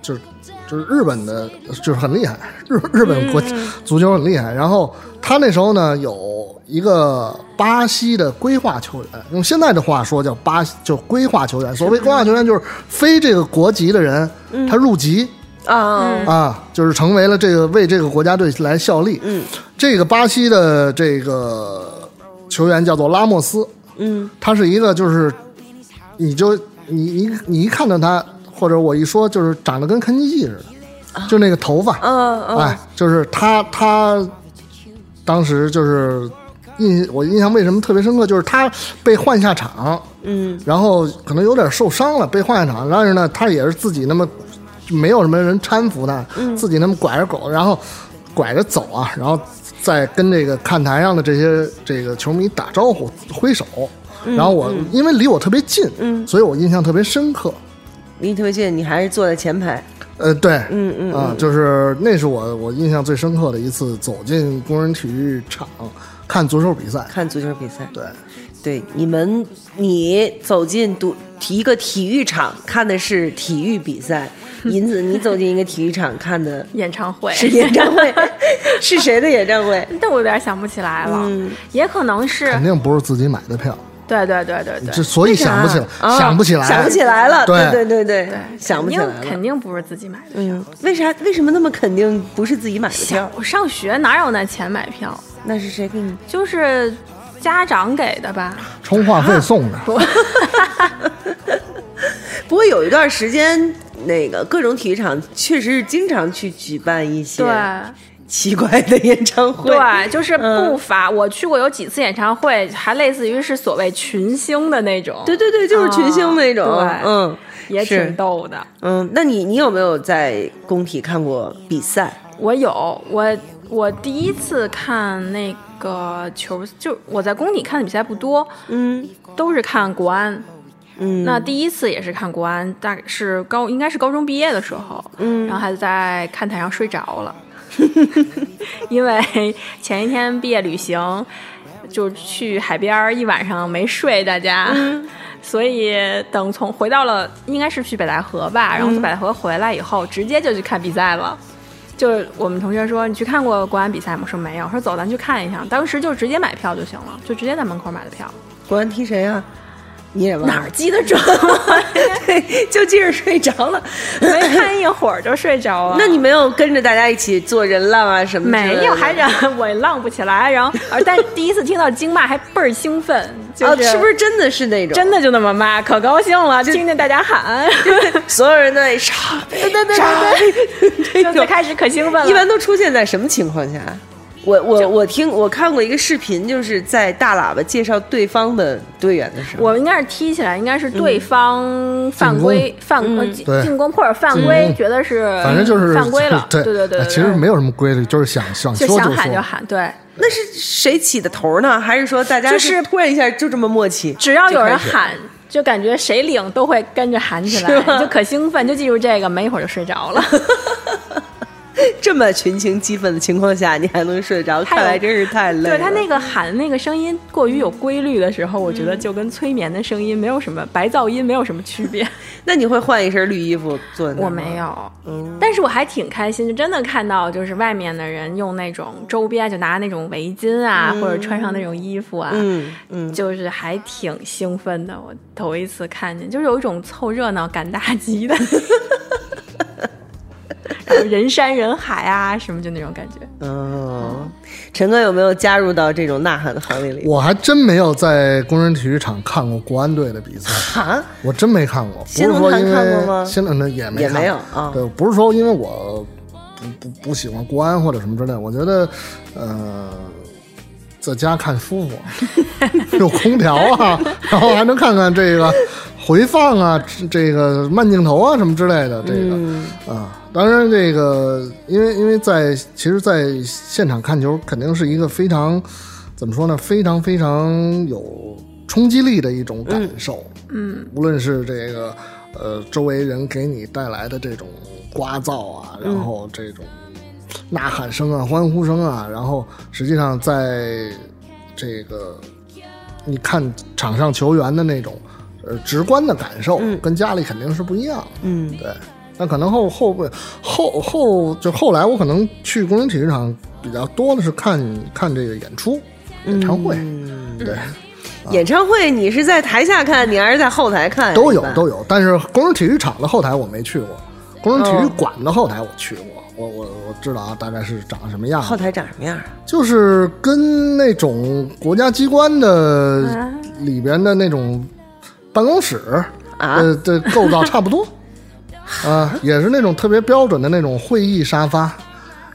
Speaker 3: 就是就是日本的，就是很厉害，日日本国足球很厉害。然后他那时候呢有一个巴西的规划球员，用现在的话说叫巴西，就规划球员。所谓规划球员就是非这个国籍的人，他入籍。
Speaker 2: 啊，
Speaker 3: 啊，就是成为了这个为这个国家队来效力。嗯，这个巴西的这个球员叫做拉莫斯，
Speaker 2: 嗯
Speaker 3: 他是一个就是，你就你你你一看到他，或者我一说就是长得跟肯尼基似的，就那个头发，
Speaker 2: 嗯嗯
Speaker 3: 哎，就是他他当时就是印我印象为什么特别深刻，就是他被换下场，
Speaker 2: 嗯，
Speaker 3: 然后可能有点受伤了，被换下场，但是呢，他也是自己那么没有什么人搀扶他，
Speaker 2: 嗯
Speaker 3: 自己那么拐着狗，然后拐着走啊，然后再跟这个看台上的这些这个球迷打招呼挥手，
Speaker 2: 嗯
Speaker 3: 然后我、因为离我特别近，嗯，所以我印象特别深刻。
Speaker 2: 离你特别近，你还是坐在前排。
Speaker 3: 呃，对，
Speaker 2: 嗯嗯
Speaker 3: 啊，就是那是我我印象最深刻的一次走进工人体育场看足球比赛。
Speaker 2: 看足球比赛。
Speaker 3: 对，
Speaker 2: 对，你们你走进读一个体育场看的是体育比赛，银子你走进一个体育场看 的
Speaker 4: 演唱会
Speaker 2: 是演唱会，是谁的演唱会？
Speaker 4: 但我有点想不起来了，
Speaker 2: 嗯
Speaker 4: 也可能是
Speaker 3: 肯定不是自己买的票，
Speaker 4: 对对对对对
Speaker 3: 这所以想不起来，
Speaker 2: 啊
Speaker 3: 想不起来，
Speaker 2: 想不起来了。
Speaker 3: 对
Speaker 2: 对对对
Speaker 4: 对，
Speaker 2: 想不起来
Speaker 4: 肯定
Speaker 2: 了。
Speaker 4: 肯定不是自己买的。
Speaker 2: 嗯，为啥？为什么那么肯定不是自己买的票？
Speaker 4: 我上学哪有那钱买票？
Speaker 2: 那是谁给你？
Speaker 4: 就是家长给的吧？
Speaker 3: 充话费送 的。
Speaker 2: 不过有一段时间，那个各种体育场确实是经常去举办一些
Speaker 4: 对
Speaker 2: 奇怪的演唱会。
Speaker 4: 对，就是
Speaker 2: 嗯
Speaker 4: 不乏。我去过有几次演唱会，还类似于是所谓群星的那种，
Speaker 2: 对对对，就是群星那种。
Speaker 4: 啊对
Speaker 2: 嗯，
Speaker 4: 也
Speaker 2: 是
Speaker 4: 挺逗的。
Speaker 2: 嗯，那你你有没有在工体看过比赛？
Speaker 4: 我有，我我第一次看那个球，就我在工体看的比赛不多，
Speaker 2: 嗯
Speaker 4: 都是看国安。
Speaker 2: 嗯，
Speaker 4: 那第一次也是看国安，大概是高应该是高中毕业的时候，
Speaker 2: 嗯
Speaker 4: 然后还在看台上睡 着了，因为前一天毕业旅行就去海边儿一晚上没睡，大家，
Speaker 2: 嗯
Speaker 4: 所以等从回到了应该是去北戴河吧，
Speaker 2: 嗯
Speaker 4: 然后从北戴河回来以后，直接就去看比赛了。就是我们同学说你去看过国安比赛吗？我说没有，说走，咱去看一下。当时就直接买票就行了，就直接在门口买的票，
Speaker 2: 国安踢谁啊？你也忘了
Speaker 4: 哪儿？记得住？
Speaker 2: 对，就记着睡着了。
Speaker 4: 没看一会儿就睡着了。啊
Speaker 2: 那你没有跟着大家一起做人浪啊什么之类的？
Speaker 4: 没有，还是我浪不起来。然后，而但是第一次听到京骂还倍儿兴奋，就
Speaker 2: 哦，
Speaker 4: 是、
Speaker 2: 是不是真的是那种？
Speaker 4: 真的就那么骂？可高兴了，听见大家喊，
Speaker 2: 所有人都在傻逼，对对对对
Speaker 4: 就最开始可兴奋了。
Speaker 2: 一般都出现在什么情况下？我我我听我看过一个视频，就是在大喇叭介绍对方的队员的时候，
Speaker 4: 我应该是踢起来，应该是对方犯规、犯呃进
Speaker 3: 对
Speaker 4: 进攻或者犯
Speaker 3: 进
Speaker 4: 规，
Speaker 3: 攻
Speaker 4: 觉得是
Speaker 3: 反正就是
Speaker 4: 犯规了。
Speaker 3: 对
Speaker 4: 对对对，
Speaker 3: 哎
Speaker 4: 对
Speaker 3: 其实没有什么规律，就是想想
Speaker 4: 就
Speaker 3: 说
Speaker 4: 想
Speaker 3: 说。
Speaker 4: 喊就喊，对。
Speaker 2: 那是谁起的头呢？还是说大家
Speaker 4: 就是
Speaker 2: 突然一下就这么默契？
Speaker 4: 只要有人
Speaker 2: 就开始
Speaker 4: 喊，就感觉谁领都会跟着喊起
Speaker 2: 是吗
Speaker 4: 来，就可兴奋，就记住这个，没一会儿就睡着 了。
Speaker 2: 这么群情激愤的情况下，你还能睡着，
Speaker 4: 太有
Speaker 2: 看来真是太累了。
Speaker 4: 对他那个喊那个声音过于有规律的时候，我觉
Speaker 2: 嗯
Speaker 4: 得就跟催眠的声音没有什么白噪音没有什么 区别。
Speaker 2: 那你会换一身绿衣服坐在那儿吗
Speaker 4: 我没，有，
Speaker 2: 嗯
Speaker 4: 但是我还挺开心，就真的看到就是外面的人用那种周边，就拿那种围巾啊，或者穿上那种衣服啊。
Speaker 2: 嗯嗯，
Speaker 4: 就是还挺兴奋的，我头一次看见，就是有一种凑热闹赶大集的， 然后人山人海啊，什么就那种感觉。
Speaker 2: 哦，陈哥有没有加入到这种呐喊的行列里？
Speaker 3: 我还真没有在工人体育场看过国安队的比赛，
Speaker 2: 哈，
Speaker 3: 我真没看过。不
Speaker 2: 新
Speaker 3: 是
Speaker 2: 龙
Speaker 3: 说
Speaker 2: 潭
Speaker 3: 因
Speaker 2: 看过
Speaker 3: 为
Speaker 2: 吗
Speaker 3: 新龙潭也没
Speaker 2: 也
Speaker 3: 看过
Speaker 2: 没有啊
Speaker 3: 对，不是说因为我不不不喜欢国安或者什么之类的，我觉得呃，在家看舒服， 有空调啊，然后还能看看这个回放啊，这个慢镜头啊什么之类的，这个。
Speaker 2: 嗯
Speaker 3: 啊，当然，这个因为因为在其实，在现场看球肯定是一个非常怎么说呢，非常非常有冲击力的一种感受。嗯，无论是这个呃周围人给你带来的这种聒噪啊，然后这种呐喊声啊、欢呼声啊，然后实际上在这个你看场上球员的那种呃直观的感受，跟家里肯定是不一样的。
Speaker 2: 嗯，
Speaker 3: 对，那可能后后辈后后就后来我可能去工人体育场比较多的是看看这个演出、演唱会，对，
Speaker 2: 演唱会你是在台下看，你还是在后台看呀？
Speaker 3: 都有
Speaker 2: 一般
Speaker 3: 都有。但是工人体育场的后台我没去过，工人体育馆的后台我去过。我我我知道啊，大概是长什么样
Speaker 2: 后
Speaker 3: 子，
Speaker 2: 台长什么样？
Speaker 3: 就是跟那种国家机关的里边的那种办公室
Speaker 2: 啊
Speaker 3: 呃的构造差不多，啊，也是那种特别标准的那种会议沙发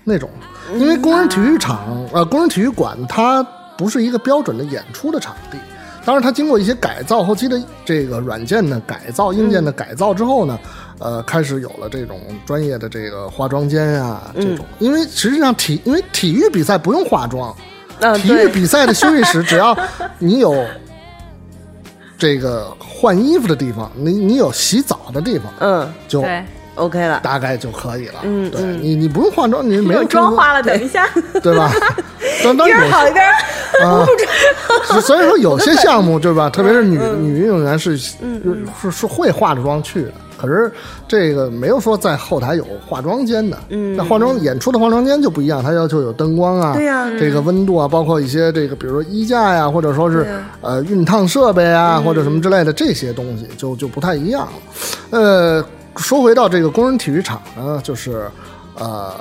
Speaker 3: 那种，因为工人体育场呃工人体育馆它不是一个标准的演出的场地。当然，它经过一些改造，后期的这个软件的改造、硬件的改造之后呢，呃，开始有了这种专业的这个化妆间啊，
Speaker 2: 嗯
Speaker 3: 这种。因为实际上体，因为体育比赛不用化妆，
Speaker 2: 嗯，
Speaker 3: 体育
Speaker 2: 对，
Speaker 3: 比赛的休 息室，只要你有这个换衣服的地方，你你有洗澡的地方，
Speaker 2: 嗯
Speaker 3: 就
Speaker 4: 对，
Speaker 2: ，OK 了，
Speaker 3: 大概就可以了。
Speaker 2: 嗯
Speaker 3: 对
Speaker 2: 嗯
Speaker 3: 你你不用化妆，你没
Speaker 4: 有
Speaker 3: 有
Speaker 4: 妆
Speaker 3: 化，
Speaker 4: 化了，等一下，
Speaker 3: 对吧？但当
Speaker 2: 一
Speaker 3: 然
Speaker 2: 边好一
Speaker 3: 有
Speaker 2: 边
Speaker 3: 啊， 所以说有些项目对吧？特别是女女运动员是是是会化着妆去的。可是这个没有说在后台有化妆间的，嗯，那化妆演出的化妆间就不一样，它要求有灯光啊，
Speaker 2: 对呀
Speaker 3: 这个温度啊，包括一些这个，比如说衣架呀、或者说是呃熨烫设备啊，或者什么之类的这些东西，就就不太一样了。呃，说回到这个工人体育场呢，就是呃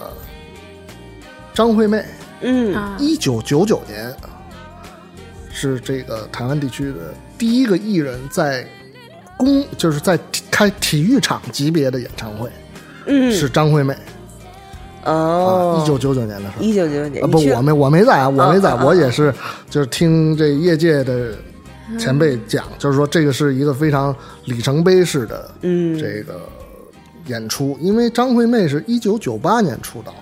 Speaker 3: 张惠妹，
Speaker 2: 嗯，
Speaker 4: 啊
Speaker 3: 一九九九年呃是这个台湾地区的第一个艺人在公，就是在体开体育场级别的演唱会，
Speaker 2: 嗯
Speaker 3: 是张惠妹
Speaker 2: 哦
Speaker 3: 啊，，一九九九年的事儿。
Speaker 2: 一九九九年，
Speaker 3: 啊，
Speaker 2: 你
Speaker 3: 不，
Speaker 2: 去
Speaker 3: 我没我没在啊，我没在，
Speaker 2: 啊啊
Speaker 3: 我也是就是听这业界的前辈讲，就是说这个是一个非常里程碑式的
Speaker 2: 嗯
Speaker 3: 这个演出，因为张惠妹是一九九八年出道，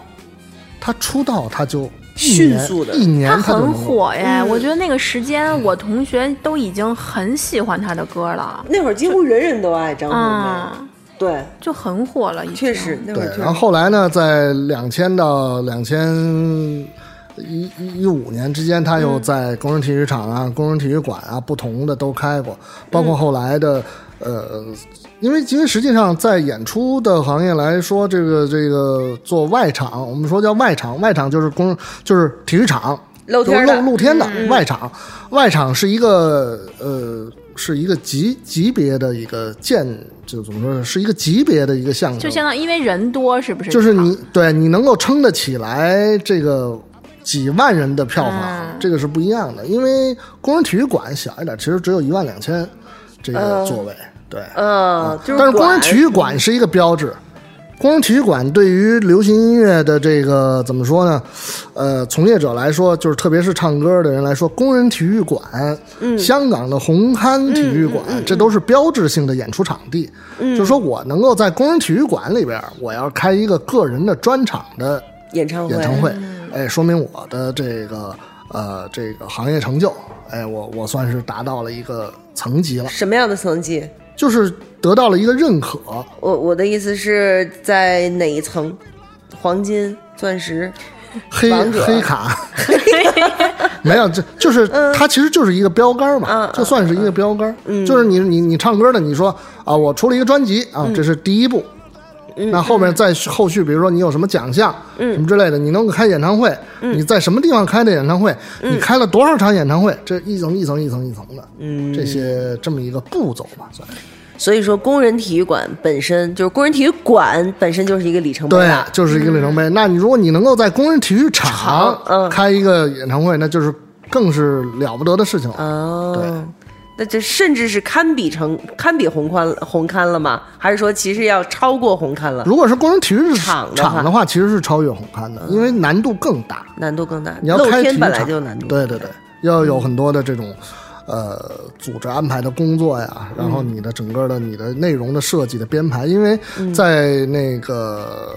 Speaker 3: 她出道她就一
Speaker 2: 迅
Speaker 3: 年
Speaker 2: 速地
Speaker 3: 一年
Speaker 4: 他
Speaker 3: 她就
Speaker 4: 很
Speaker 3: 能够
Speaker 4: 火呀！
Speaker 2: 嗯
Speaker 4: 我觉得那个时间，我同学都已经很喜欢他的歌了，
Speaker 2: 那会儿几乎人人都爱张惠
Speaker 4: 嗯，
Speaker 2: 妹，对，
Speaker 4: 就很火了，已经
Speaker 2: 确实，那会
Speaker 3: 对
Speaker 2: 儿，确
Speaker 3: 然后
Speaker 2: 实，
Speaker 3: 后来呢，在两千到两千一一五年之间，他又
Speaker 2: 嗯
Speaker 3: 在工人体育场啊、工人体育馆啊不同的都开过，包
Speaker 2: 嗯
Speaker 3: 括后来的、呃，因为因为实际上在演出的行业来说，这个这个做外场，我们说叫外场，外场就是工就是体育场。
Speaker 2: 露天
Speaker 3: 就
Speaker 2: 的嗯
Speaker 3: 是露露天的、外场，外场是一个呃，是一个级级别的一个建，就怎么说，是一个级别的一个项目，
Speaker 4: 就相当因为人多，是不是？
Speaker 3: 就是你对你能够撑得起来这个几万人的票房，
Speaker 4: 嗯
Speaker 3: 这个是不一样的。因为工人体育馆小一点，其实只有一万两千这
Speaker 4: 呃
Speaker 3: 个座位，对。
Speaker 2: 嗯，就
Speaker 3: 啊但是工人
Speaker 2: 管
Speaker 3: 体育馆是一个标志，工人体育馆对于流行音乐的这个怎么说呢？呃，从业者来说，就是特别是唱歌的人来说，工人体育馆，
Speaker 2: 嗯
Speaker 3: 香港的红磡体育馆，这都是标志性的演出场地。
Speaker 2: 嗯
Speaker 3: 就说我能够在工人体育馆里边儿，我要开一个个人的专场的
Speaker 2: 演唱会，
Speaker 3: 演唱会，哎，说明我的这个呃这个行业成就，哎，我我算是达到了一个层级了，
Speaker 2: 什么样的层级？
Speaker 3: 就是得到了一个认可。
Speaker 2: 我我的意思是在哪一层？黄金、钻石，
Speaker 3: 黑
Speaker 2: 王者
Speaker 3: 黑 卡，没有，这就是
Speaker 2: 嗯
Speaker 3: 它其实就是一个标杆嘛，就算是一个标杆，就是你你你唱歌的，你说啊，我出了一个专辑
Speaker 2: 嗯
Speaker 3: 啊，这是第一步。那后面再后续，比如说你有什么奖项，
Speaker 2: 嗯
Speaker 3: 什么之类的，你能够开演唱会，你在什么地方开的演唱会，
Speaker 2: 嗯
Speaker 3: 你开了多少场演唱会，这一层一层一层一层的，
Speaker 2: 嗯
Speaker 3: 这些这么一个步骤吧，算是。
Speaker 2: 所以说工人体育馆本身就是工人体育馆本身就是一个里程碑
Speaker 3: 对啊
Speaker 2: 了，。
Speaker 3: 就是一个里程碑。那你如果你能够在工人体育场
Speaker 2: 场嗯
Speaker 3: 开一个演唱会，那就是更是了不得的事情了。
Speaker 2: 哦，那这甚至是堪比成堪比红宽红勘了吗？还是说其实要超过红勘了？
Speaker 3: 如果是工人体育
Speaker 2: 场的话嗯
Speaker 3: 场的话，其实是超越红磡的，因为难度更大。
Speaker 2: 难度更大，
Speaker 3: 你要
Speaker 2: 露
Speaker 3: 开体
Speaker 2: 天
Speaker 3: 育
Speaker 2: 本来
Speaker 3: 场，
Speaker 2: 就有难度。
Speaker 3: 对对对，要有很多的这种。呃，组织安排的工作呀，然
Speaker 2: 嗯
Speaker 3: 后你的整个的你的内容的设计的编排，因为在那个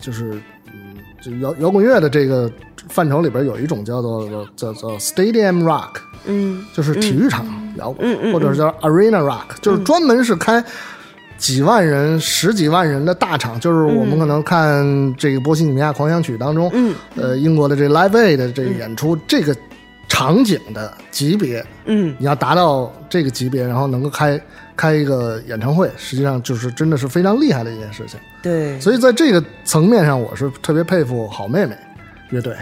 Speaker 3: 就是嗯，就摇摇滚乐的这个范畴里边，有一种叫做叫做 stadium rock，
Speaker 2: 嗯，
Speaker 3: 就是体育场摇滚，或者叫 arena rock，、就是
Speaker 2: 嗯
Speaker 3: 专门是开几万人、十几万人的大场，就是我们可能看这个《波西米亚狂想曲》当中，嗯，呃，英国的这 Live Aid 的这个演出，这个场景的级别，
Speaker 2: 嗯，
Speaker 3: 你要达到这个级别，然后能够开开一个演唱会，实际上就是真的是非常厉害的一件事情。
Speaker 2: 对，嗯
Speaker 3: 所以在这个层面上，我是特别佩服好妹妹乐队，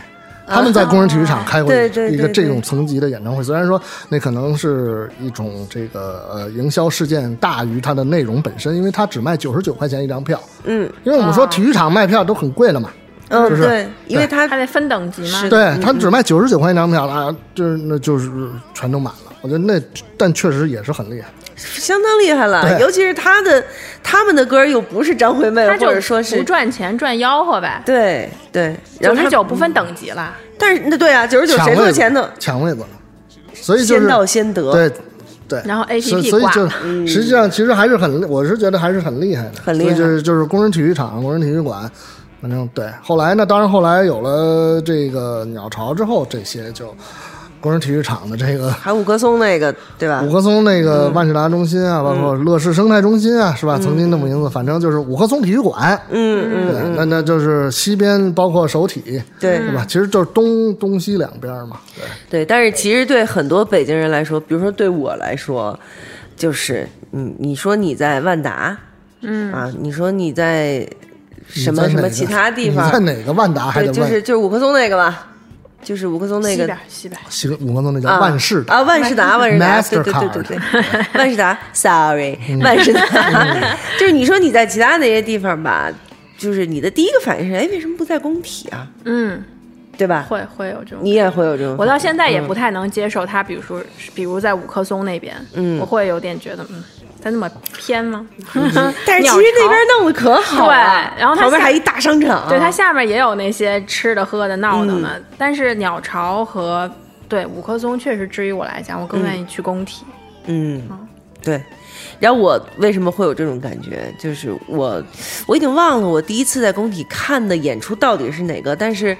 Speaker 3: 他们在工人体育场开过
Speaker 2: 对啊对对
Speaker 3: 一个这
Speaker 2: 对
Speaker 3: 种层级的演唱会。虽然说那可能是一种这个呃营销事件大于它的内容本身，因为它只卖九十九块钱一张票。
Speaker 2: 嗯
Speaker 3: 因为我们说体育场卖票都很贵了嘛，
Speaker 2: 嗯，
Speaker 3: 就是
Speaker 2: 对，因为它
Speaker 4: 还得分等级嘛。
Speaker 3: 对，它只卖九十九块钱一张票，啊，就是那就是全都满了。我觉得那但确实也是很厉害。
Speaker 2: 相当厉害了。
Speaker 3: 对
Speaker 2: 尤其是他的他们的歌又不是张惠妹，
Speaker 4: 他
Speaker 2: 或
Speaker 4: 就
Speaker 2: 者说是
Speaker 4: 不赚钱赚吆喝呗。
Speaker 2: 对对，
Speaker 4: 九
Speaker 2: 然后
Speaker 4: 十
Speaker 2: 他
Speaker 4: 九不分等级了，
Speaker 2: 但是那对啊，九十九
Speaker 3: 抢
Speaker 2: 谁
Speaker 3: 位
Speaker 2: 说
Speaker 3: 子
Speaker 2: 钱呢？
Speaker 3: 抢位子了，所以就是
Speaker 2: 先到先得，
Speaker 3: 对对，
Speaker 4: 然后 APP
Speaker 3: 所所以
Speaker 4: 挂嗯
Speaker 3: 就
Speaker 4: 了
Speaker 3: 实际上其实还是很，我是觉得还是很厉害的，
Speaker 2: 很厉害
Speaker 3: 所以就是就是工人体育场、工人体育馆，反正对。后来呢，当然后来有了这个鸟巢之后，这些就工人体育场的这个。
Speaker 2: 还有五棵松那个对吧
Speaker 3: 五？棵松那个万事达中心
Speaker 2: 嗯
Speaker 3: 啊，包括乐视生态中心啊，是吧？曾经那么名字，反正就是五棵松体育馆。
Speaker 2: 嗯嗯，
Speaker 3: 对，那那就是西边包括首体，
Speaker 2: 对
Speaker 3: 是吧？其实就是东东西两边嘛。对，
Speaker 2: 对，但是其实对很多北京人来说，比如说对我来说，就是你你说你在万达，嗯啊，你说你在什么什
Speaker 3: 你在
Speaker 2: 么
Speaker 3: 哪个
Speaker 2: 其他地方
Speaker 3: 你在，哪个万达还
Speaker 2: 对，
Speaker 3: 得
Speaker 2: 就
Speaker 3: 问？
Speaker 2: 是就是五棵松那个吧，就是五棵松那
Speaker 4: 西
Speaker 2: 个
Speaker 4: 边西边，
Speaker 3: 西五棵松那
Speaker 2: 啊
Speaker 3: 叫万事达，
Speaker 2: 啊，万事 达，万事达，对对对对对， 万事达，sorry，万
Speaker 3: 嗯
Speaker 2: 事达， 就是你说你在其他那些地方吧，就是你的第一个反应是，哎，为什么不在工体啊？
Speaker 4: 嗯，
Speaker 2: 对吧？
Speaker 4: 会会有这种。
Speaker 2: 你也会有这种
Speaker 4: 我
Speaker 2: 反应，
Speaker 4: 到现在也
Speaker 2: 嗯
Speaker 4: 不太能接受他，比如说，比如在五棵松那边，嗯，我会有点觉得，嗯，他那么偏吗？
Speaker 2: 嗯 但是其
Speaker 4: 鸟
Speaker 2: 实那
Speaker 4: 巢
Speaker 2: 边嗯弄得可好了，
Speaker 4: 对然后它
Speaker 2: 旁边
Speaker 4: 下
Speaker 2: 还一大商场，啊
Speaker 4: 对，它下面也有那些吃的、喝的、闹的呢。
Speaker 2: 嗯
Speaker 4: 但是鸟巢和对五棵松确实，至于我来讲，我更愿意去工体。
Speaker 2: 嗯，对。然后我为什么会有这种感觉？就是我我已经忘了我第一次在工体看的演出到底是哪个，但是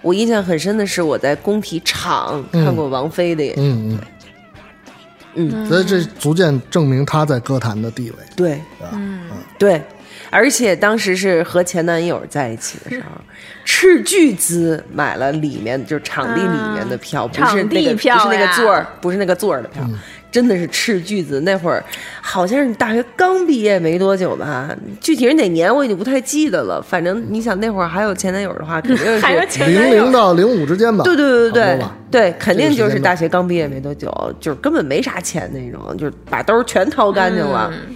Speaker 2: 我印象很深的是我在工体场看过王菲的演出。
Speaker 3: 嗯嗯。
Speaker 2: 嗯
Speaker 3: 所以这逐渐证明他在歌坛的地位。
Speaker 2: 对，
Speaker 4: 啊
Speaker 2: 嗯，对，而且当时是和前男友在一起的时 候，斥巨资买了里面就是场地里面的票，不是
Speaker 4: 啊场
Speaker 2: 那
Speaker 4: 地
Speaker 2: 个
Speaker 4: 票
Speaker 2: 不是那个
Speaker 4: 呀嗯
Speaker 2: 座儿，不是那个座儿的票，真的是斥巨资。那会儿好像是你大学刚毕业没多久吧，具体是哪年我已经不太记得了。反正你想那会儿还有前男友的话，肯定是
Speaker 4: 还有前
Speaker 3: 零
Speaker 4: 男
Speaker 3: 零
Speaker 4: 友，
Speaker 3: 到零五之间吧，
Speaker 2: 对对对
Speaker 3: 啊差
Speaker 2: 对
Speaker 3: 不多吧
Speaker 2: 对，肯定
Speaker 3: 这
Speaker 2: 就
Speaker 3: 个
Speaker 2: 是
Speaker 3: 时间
Speaker 2: 大
Speaker 3: 段
Speaker 2: 学刚毕业没多久，就是根本没啥钱那种，就是把兜儿全掏干净了，
Speaker 4: 嗯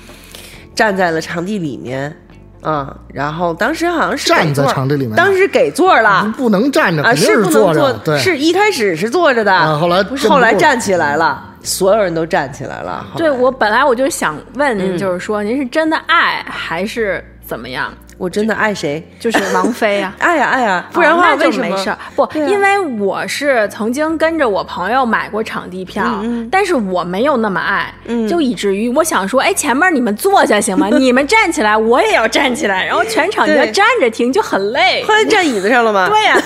Speaker 2: 站在了场地里面，啊，然后当时好像是
Speaker 3: 站
Speaker 2: 给座
Speaker 3: 在
Speaker 2: 儿
Speaker 3: 场地里面
Speaker 2: 当时给座儿了
Speaker 3: 不能站着，
Speaker 2: 啊，
Speaker 3: 肯定
Speaker 2: 是不能
Speaker 3: 坐着
Speaker 2: 坐
Speaker 3: 的，，对，
Speaker 2: 是一开始是坐着的，
Speaker 3: 啊后来
Speaker 2: 后来
Speaker 3: 这么坐着
Speaker 2: 站起来了，所有人都站起来了，后
Speaker 4: 对
Speaker 2: 来
Speaker 4: 我本来我就想问
Speaker 2: 嗯
Speaker 4: 您，就是说、您是真的爱还是怎么样？
Speaker 2: 我真的爱谁，。
Speaker 4: 就是王菲啊
Speaker 2: 爱呀爱呀，不然的话
Speaker 4: 哦那
Speaker 2: 为
Speaker 4: 就
Speaker 2: 什么
Speaker 4: 没事儿？不，
Speaker 2: 对啊
Speaker 4: 因为我是曾经跟着我朋友买过场地票，
Speaker 2: 嗯
Speaker 4: 但是我没有那么爱，就以至于我想说，哎，前面你们坐下行吗？你们站起来，我也要站起来，然后全场你要
Speaker 2: 对
Speaker 4: 站着听就很累
Speaker 2: 后。来站椅子上了吗？
Speaker 4: 对呀、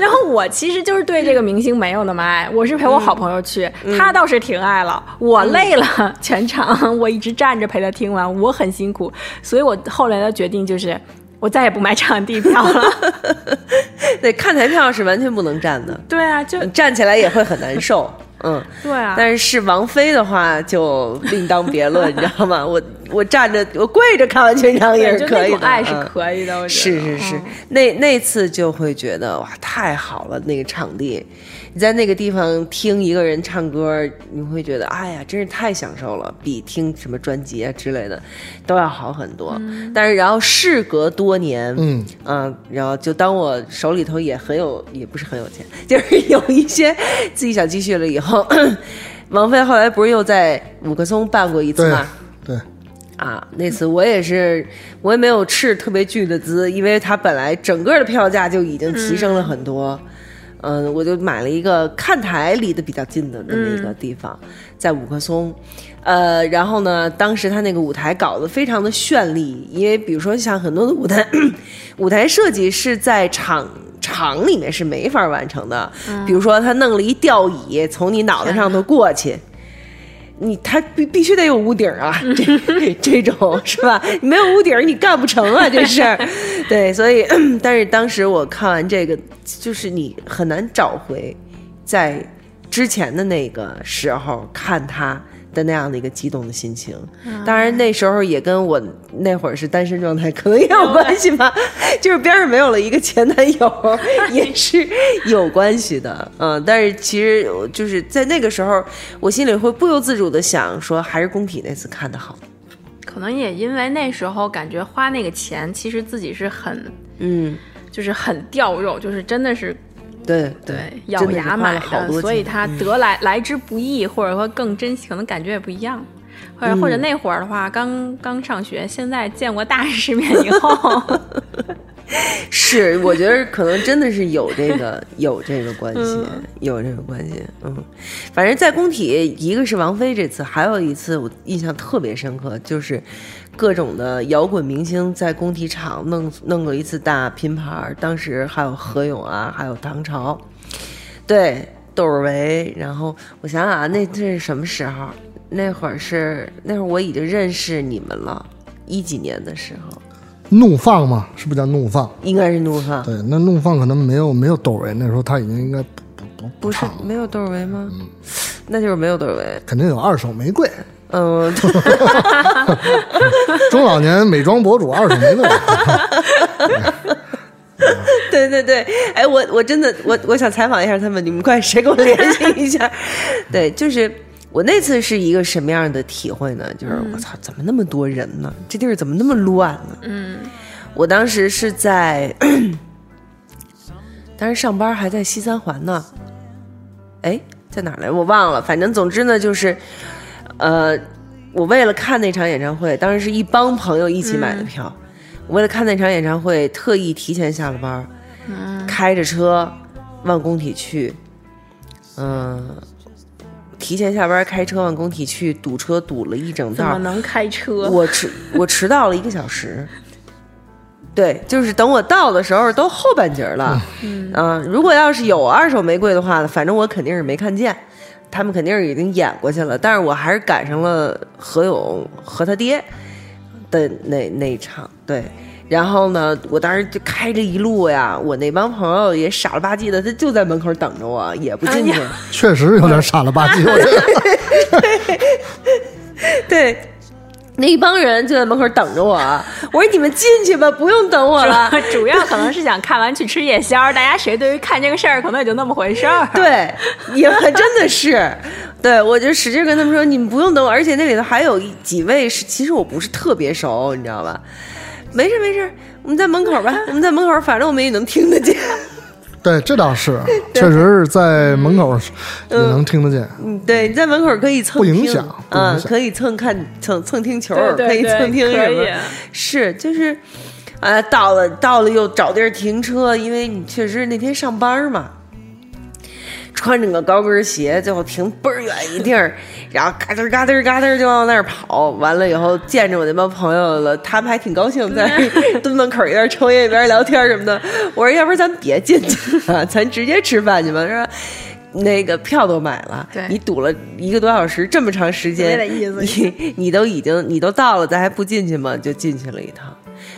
Speaker 4: 然后我其实就是对这个明星没有那么爱，我是陪我
Speaker 2: 嗯
Speaker 4: 好朋友去，他倒是挺爱了。我累了，全场我一直站着陪他听完，我很辛苦，所以我后来的决定就是，我再也不买场地 票了。
Speaker 2: 对，看台票是完全不能站的，
Speaker 4: 对啊， 就
Speaker 2: 站起来也会很难受， 嗯。
Speaker 4: 对啊，
Speaker 2: 但是是王菲的话就另当别 论，你知道吗？我我站着，我跪着看完全场也
Speaker 4: 对
Speaker 2: 是
Speaker 4: 就
Speaker 2: 可
Speaker 4: 那
Speaker 2: 以
Speaker 4: 种
Speaker 2: 的，
Speaker 4: 爱是
Speaker 2: 嗯
Speaker 4: 可以的，我觉
Speaker 2: 是
Speaker 4: 得
Speaker 2: 是是
Speaker 4: 嗯，
Speaker 2: 那那次就会觉得哇，太好了，那个场地，你在那个地方听一个人唱歌，你会觉得哎呀，真是太享受了，比听什么专辑啊之类的都要好很多。但是然后事隔多年，
Speaker 3: 嗯
Speaker 2: 嗯，然后就当我手里头也很有，也不是很有钱， 就是有一些自己想积蓄了以后， 王菲后来不是又在五棵松办过一次
Speaker 3: 对
Speaker 2: 吗？
Speaker 3: 对，
Speaker 2: 啊，那次我也是，我也没有斥特别巨的资，因为它本来整个的票价就已经提升了很多。嗯、我就买了一个看台离得比较近的那么一个地方，在五棵松。呃，然后呢，当时他那个舞台搞得非常的绚丽，因为比如说像很多的舞台， 舞台设计是在场。场里面是没法完成的，比如说他弄了一吊椅从你脑袋上头过去，你他必必须得有屋顶儿啊，这这种是吧？你没有屋顶儿你干不成啊这事儿。对，所以但是当时我看完这个，就是你很难找回在之前的那个时候看他。的那样的一个激动的心情，
Speaker 4: 嗯
Speaker 2: 当然那时候也跟我那会儿是单身状态可能也有关系 吧，就是边上没有了一个前男友也是有关系的，嗯，但是其实我就是在那个时候，我心里会不由自主的想说，还是工体那次看的好，
Speaker 4: 可能也因为那时候感觉花那个钱，其实自己是很
Speaker 2: 嗯，
Speaker 4: 就是很掉肉，就是真的是
Speaker 2: 对
Speaker 4: 对咬
Speaker 2: 真的是
Speaker 4: 牙
Speaker 2: 花
Speaker 4: 买
Speaker 2: 了好多钱，嗯
Speaker 4: 所以他得来来之不易，或者说更珍惜，可能感觉也不一样。或者或
Speaker 2: 嗯
Speaker 4: 者那会儿的话，刚刚上学，现在见过大世面以 后，
Speaker 2: 是，我觉得可能真的是有这个 有这个关系，有这个关系。嗯，反正，在工体，一个是王菲这次，还有一次我印象特别深刻，就是各种的摇滚明星在工体场弄弄过一次大拼盘儿，当时还有何勇啊，还有唐朝，对，窦尔维。然后我想想啊，那这是什么时候？那会儿是那会儿我已经认识你们了，一几年的时候，
Speaker 3: 怒放嘛，是不是叫怒放？
Speaker 2: 应该是怒放。
Speaker 3: 对，那怒放可能没有没有窦唯，那时候他已经应该不不不
Speaker 2: 不是
Speaker 3: 唱了
Speaker 2: 没有窦唯吗？那就是没有窦唯。
Speaker 3: 肯定有二手玫瑰，
Speaker 2: 嗯，
Speaker 3: 中老年美妆博主二手玫瑰。
Speaker 2: 对对对，哎，我我真的我我想采访一下他们，你们快谁给我联系一下？对，就是我那次是一个什么样的体会呢？就是我操，怎么那么多人呢？这地儿怎么那么乱呢？嗯，我当时是在，当时上班还在西三环呢，哎，在哪儿来？我忘了，反正总之呢，就是，呃，我为了看那场演唱会，当时是一帮朋友一起买
Speaker 4: 嗯
Speaker 2: 的票。我为了看那场演唱会，特意提前下了班儿，
Speaker 4: 嗯
Speaker 2: 开着车往工体去，嗯、提前下班儿开车往工体去，堵车堵了一整
Speaker 4: 怎
Speaker 2: 道
Speaker 4: 么
Speaker 2: 儿，
Speaker 4: 能开车？
Speaker 2: 我迟我迟到了一个小时。对，就是等我到的时候都后半截儿了。嗯、如果要是有二手玫瑰的话，反正我肯定是没看见，他们肯定是已经演过去了。但是我还是赶上了何勇和他爹的那那一场。对，然后呢，我当时就开着一路呀，我那帮朋友也傻了吧唧的，他就在门口等着我，也不进去。
Speaker 3: 确实有点傻了吧唧，我觉得
Speaker 2: 对，那一帮人就在门口等着我。啊我说你们进去吧，不用等我了。
Speaker 4: 主要可能是想看完去吃夜宵，大家谁对于看这个事儿可能也就那么回事儿。
Speaker 2: 对，也真的是，对我就使劲跟他们说，你们不用等我，而且那里头还有一几位是，其实我不是特别熟，你知道吧？没事没事，我们在门口吧，我们在门口，反正我们也能听得见。
Speaker 3: 对，这倒是，确实是在门口也能听得见。
Speaker 2: 嗯，对，你在门口可以蹭
Speaker 3: 不影
Speaker 2: 听
Speaker 3: 响不影
Speaker 2: 嗯，
Speaker 3: 响
Speaker 2: 可以蹭看蹭蹭听球，
Speaker 4: 对对
Speaker 2: 可以
Speaker 4: 对
Speaker 2: 蹭听
Speaker 4: 可
Speaker 2: 什么
Speaker 4: 以？
Speaker 2: 是就是，啊，到了到了又找地儿停车，因为你确实那天上班嘛。穿着个高跟鞋，最后停倍儿远一地儿， 然后嘎噔儿嘎噔儿嘎噔儿就往那儿跑。完了以后见着我那帮朋友了，他们还挺高兴，在 蹲门口一边抽烟一边聊天什么的。我说，要不然咱别进去了，咱直接吃饭去吧。说那个票都买了，
Speaker 4: 对
Speaker 2: 你堵了一个多小时，这么长时间，
Speaker 4: 没点意
Speaker 2: 你你都已经你都到了，咱还不进去吗？就进去了一趟。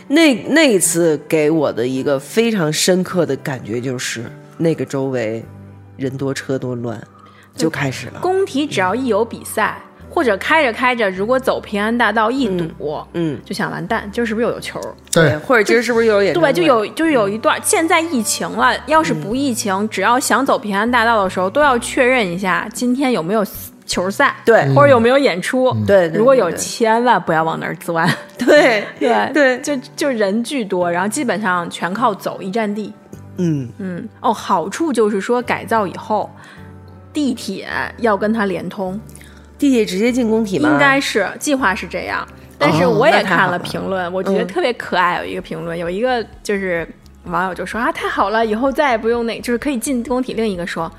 Speaker 2: 那那一次给我的一个非常深刻的感觉就是，那个周围人多车多乱，就开始了。
Speaker 4: 工体只要一有比赛，或者开着开着，如果走平安大道一堵，
Speaker 2: 嗯，哎
Speaker 4: 就想完蛋，今儿是不是又有球？
Speaker 3: 对，
Speaker 2: 或者今儿是不是又有演唱
Speaker 4: 对，
Speaker 2: 会？
Speaker 4: 就有就是有一段，现在疫情了，要是不疫情，只要想走平安大道的时候，都要确认一下今天有没有球赛，
Speaker 2: 对嗯
Speaker 4: 或者有没有演出。
Speaker 2: 对对对
Speaker 4: 如果有，
Speaker 2: 对
Speaker 4: 千万不要往那儿钻。
Speaker 2: 对
Speaker 4: 对
Speaker 2: 对，
Speaker 4: 就就人巨多，然后基本上全靠走一站地。
Speaker 2: 嗯，
Speaker 4: 嗯，哦，好处就是说改造以后，地铁要跟它连通，
Speaker 2: 地铁直接进工体吗？
Speaker 4: 应该是计划是这样。但是
Speaker 2: 哦
Speaker 4: 我
Speaker 2: 那太
Speaker 4: 也看
Speaker 2: 好
Speaker 4: 了
Speaker 2: 了嗯
Speaker 4: 评论，我觉得特别可爱。有一个评论，有一个就是网友就说啊，太好了，以后再也不用那，就是可以进工体。另一个说。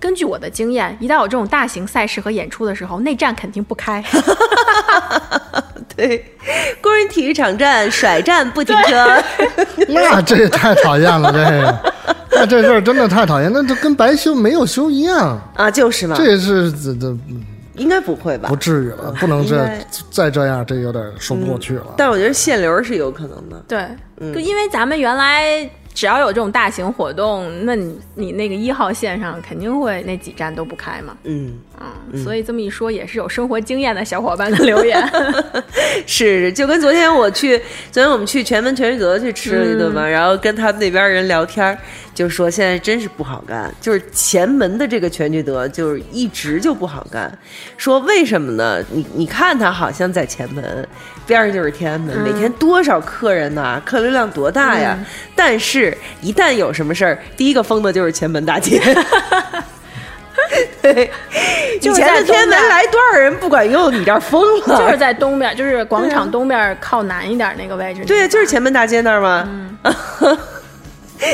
Speaker 4: 根据我的经验，一到有这种大型赛事和演出的时候，内站肯定 不开。
Speaker 2: 对， 工人体育场站甩站不停车，
Speaker 3: 那这也太讨厌了，这个，那这事儿真的太讨厌，那这跟白修没有修一样，
Speaker 2: 啊，就是嘛，
Speaker 3: 这也是这这
Speaker 2: 应该不会吧
Speaker 3: 不？至于了，不能
Speaker 2: 应
Speaker 3: 这
Speaker 2: 该嗯
Speaker 3: 再这样，这有点说不过去了。
Speaker 2: 但我觉得限流是有可能的。
Speaker 4: 对，
Speaker 2: 嗯
Speaker 4: 就因为咱们原来只要有这种大型活动，那你你那个一号线上肯定会那几站都不开嘛。
Speaker 2: 嗯，
Speaker 4: 嗯，所以这么一说，也是有生活经验的小伙伴的留言。
Speaker 2: 是是，就跟昨天我去，昨天我们去全门全聚德去吃了一顿嘛，
Speaker 4: 嗯
Speaker 2: 然后跟他们那边人聊天儿，就说现在真是不好干，就是前门的这个全聚德就是一直就不好干，说为什么呢？你你看它好像在前门，边上就是天安门，
Speaker 4: 嗯
Speaker 2: 每天多少客人呐、客流量多大呀？但是，一旦 有什么事儿，第一个封的就是前门大街。对，
Speaker 4: 就
Speaker 2: 以
Speaker 4: 是
Speaker 2: 前
Speaker 4: 在
Speaker 2: 的天
Speaker 4: 东
Speaker 2: 南
Speaker 4: 边
Speaker 2: 来多少人不管用，你这儿疯 了。
Speaker 4: 就是在东边，就是广场东边靠南一点那个位置。
Speaker 2: 对呀，就是前门大街那儿嘛。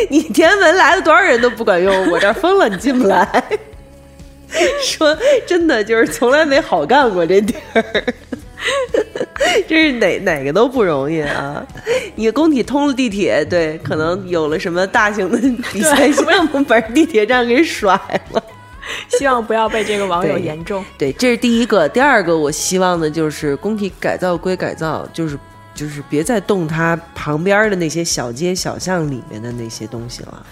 Speaker 2: 你天安门来了多少人都不管用，我这儿疯了，你进不来。 说真的，就是从来没好干过这地儿， 真是哪哪个都不容易啊！你工体通了地铁，对，可能有了什么大型的比赛项目，把地铁站给甩了。
Speaker 4: 希望不要被这个网友言中。
Speaker 2: 对，这是第一个。第二个，我希望的就是工体改造归改造，就是就是别再动它旁边的那些小街小巷里面的那些东西了。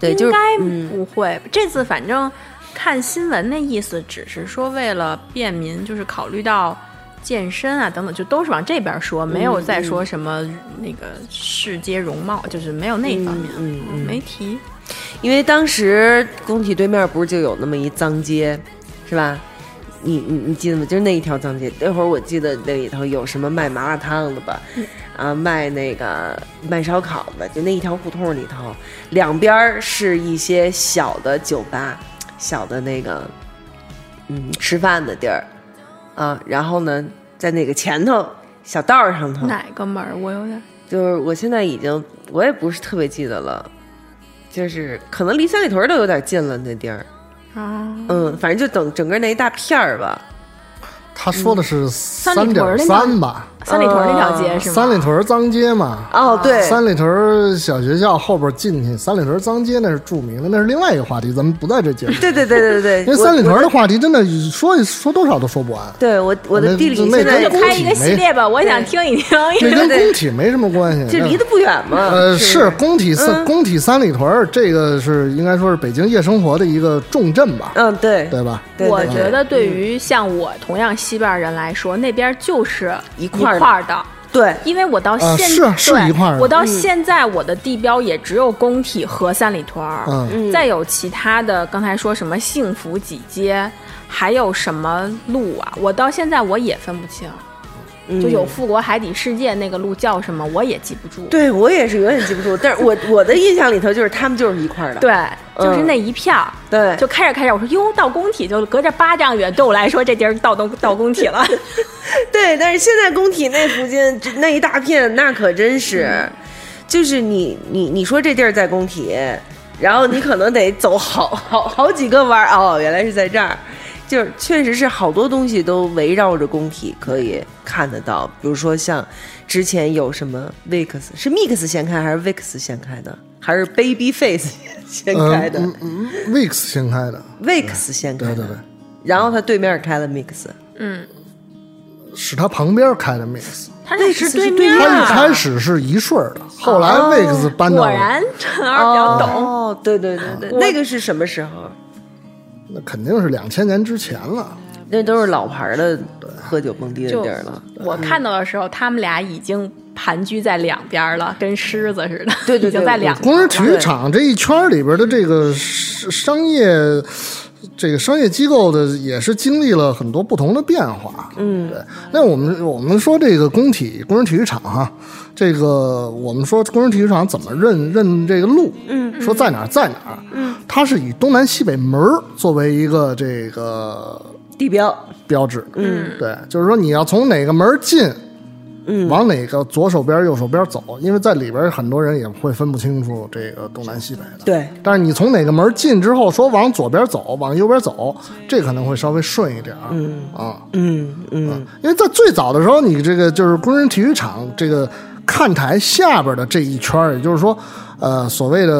Speaker 2: 对，就是
Speaker 4: 应该
Speaker 2: 嗯，
Speaker 4: 不会。这次反正看新闻的意思，只是说为了便民，就是考虑到健身啊等等，就都是往这边说，没有再说什么那个世街容貌，就是没有那一方面，
Speaker 2: 嗯嗯
Speaker 4: 没提。
Speaker 2: 因为当时工体对面不是就有那么一脏街，是吧？你你你记得吗？就是那一条脏街，那会儿我记得那里头有什么卖麻辣烫的吧，啊，卖那个卖烧烤的，就那一条胡同里头，两边儿是一些小的酒吧，小的那个嗯吃饭的地儿啊，然后呢，在那个前头小道儿上头，
Speaker 4: 哪个门儿？我有点
Speaker 2: 就是我现在已经我也不是特别记得了，就是可能离三里屯都有点近了那地儿，
Speaker 4: 啊，
Speaker 2: 嗯，反正就整整个那一大片儿吧。
Speaker 3: 他说的是三
Speaker 4: 里屯儿
Speaker 3: 点
Speaker 4: 那
Speaker 3: 三吧？
Speaker 4: 三里屯那条街是吗？
Speaker 3: 三里屯儿脏街嘛，
Speaker 2: 哦，对，
Speaker 3: 三里屯儿小学校后边进去，三里屯儿脏街那是著名的，那是另外一个话题，咱们不在这节目。
Speaker 2: 对对对对对，
Speaker 3: 因为
Speaker 2: 我
Speaker 3: 三里屯儿
Speaker 2: 我
Speaker 3: 的话题真的说说多少都说不完，
Speaker 2: 对我我的
Speaker 3: 那
Speaker 2: 地理
Speaker 3: 那
Speaker 2: 现在
Speaker 3: 那
Speaker 4: 就
Speaker 2: 就
Speaker 4: 开一个系列吧，我想听一听。
Speaker 3: 这
Speaker 2: 对
Speaker 3: 跟
Speaker 2: 对
Speaker 3: 工体没什么关系。
Speaker 2: 就离得不远嗯嘛。
Speaker 3: 呃，是
Speaker 2: 不
Speaker 3: 工体三工体三里屯儿，这个是应该说是北京夜生活的一个重镇吧，
Speaker 2: 嗯，对，
Speaker 3: 对吧？
Speaker 2: 对
Speaker 4: 我
Speaker 2: 对嗯
Speaker 4: 觉得对于像我同样西边人来说，那边就是
Speaker 2: 一块儿
Speaker 4: 块
Speaker 2: 的
Speaker 4: 儿的，
Speaker 2: 对，
Speaker 4: 因为我到
Speaker 3: 啊
Speaker 4: 现
Speaker 3: 是是
Speaker 4: 对
Speaker 3: 一块儿的
Speaker 2: 嗯
Speaker 4: 我到现在我的地标也只有工体和三里屯儿，
Speaker 3: 嗯
Speaker 4: 再有其他的，刚才说什么幸福几街，还有什么路啊？我到现在我也分不清，
Speaker 2: 嗯
Speaker 4: 就有富国海底世界那个路叫什么，我也记不住。
Speaker 2: 对我也是永远记不住，但是我我的印象里头就是他们就是一块儿的。
Speaker 4: 对就是
Speaker 2: 嗯
Speaker 4: 那一片儿。
Speaker 2: 对，
Speaker 4: 就开着开着，我说哟，到工体就隔着八丈远，对我来说这地儿到东到工体了。
Speaker 2: 对，但是现在工体那附近这那一大片，那可真是，就是你你你说这地儿在工体，然后你可能得走好好好几个弯儿哦，原来是在这儿，就是确实是好多东西都围绕着工体可以看得到，比如说像之前有什么 Vix 是 Mix 先开还是 Vix 先开的，还是 Baby Face 先
Speaker 3: 呃
Speaker 2: 开的、
Speaker 3: 嗯嗯，Wix 先开的，
Speaker 2: Vix 先开的，
Speaker 3: 对对对
Speaker 2: 然后他对面开了 Mix，
Speaker 3: 是他旁边开的 Mix。
Speaker 2: 啊
Speaker 4: 他那是对面
Speaker 3: 他一
Speaker 4: 儿，
Speaker 3: 开始是一顺儿的，后来 Wix 搬到
Speaker 4: 果
Speaker 3: 了，
Speaker 4: 然陈二比较懂。
Speaker 2: 哦，对对对对，那个是什么时候？
Speaker 3: 那肯定是两千年之前了。
Speaker 2: 那都是老牌儿的喝酒蹦迪的地儿了。
Speaker 4: 我看到的时候，他们俩已经盘踞在两边了，跟狮子似的，
Speaker 2: 对对对
Speaker 4: 已经在两
Speaker 3: 工人体育场这一圈儿里边的这个商商业，这个商业机构的也是经历了很多不同的变化。嗯，对。那我们我们说这个工体工人体育场哈、这个我们说工人体育场怎么认认这个路？嗯，说在哪儿在哪儿？嗯，它是以东南西北门儿作为一个这个
Speaker 2: 地标，
Speaker 3: 标志。嗯，对，就是说你要从哪个门儿进，嗯，往哪个左手边儿、右手边儿走，因为在里边儿很多人也会分不清楚这个东南西北的。
Speaker 2: 对，
Speaker 3: 但是你从哪个门儿进之后，说往左边走，往右边走，这可能会稍微顺一点儿。嗯啊，
Speaker 2: 嗯嗯，
Speaker 3: 因为在最早的时候，你这个就是工人体育场这个看台下边的这一圈儿，也就是说，呃，所谓的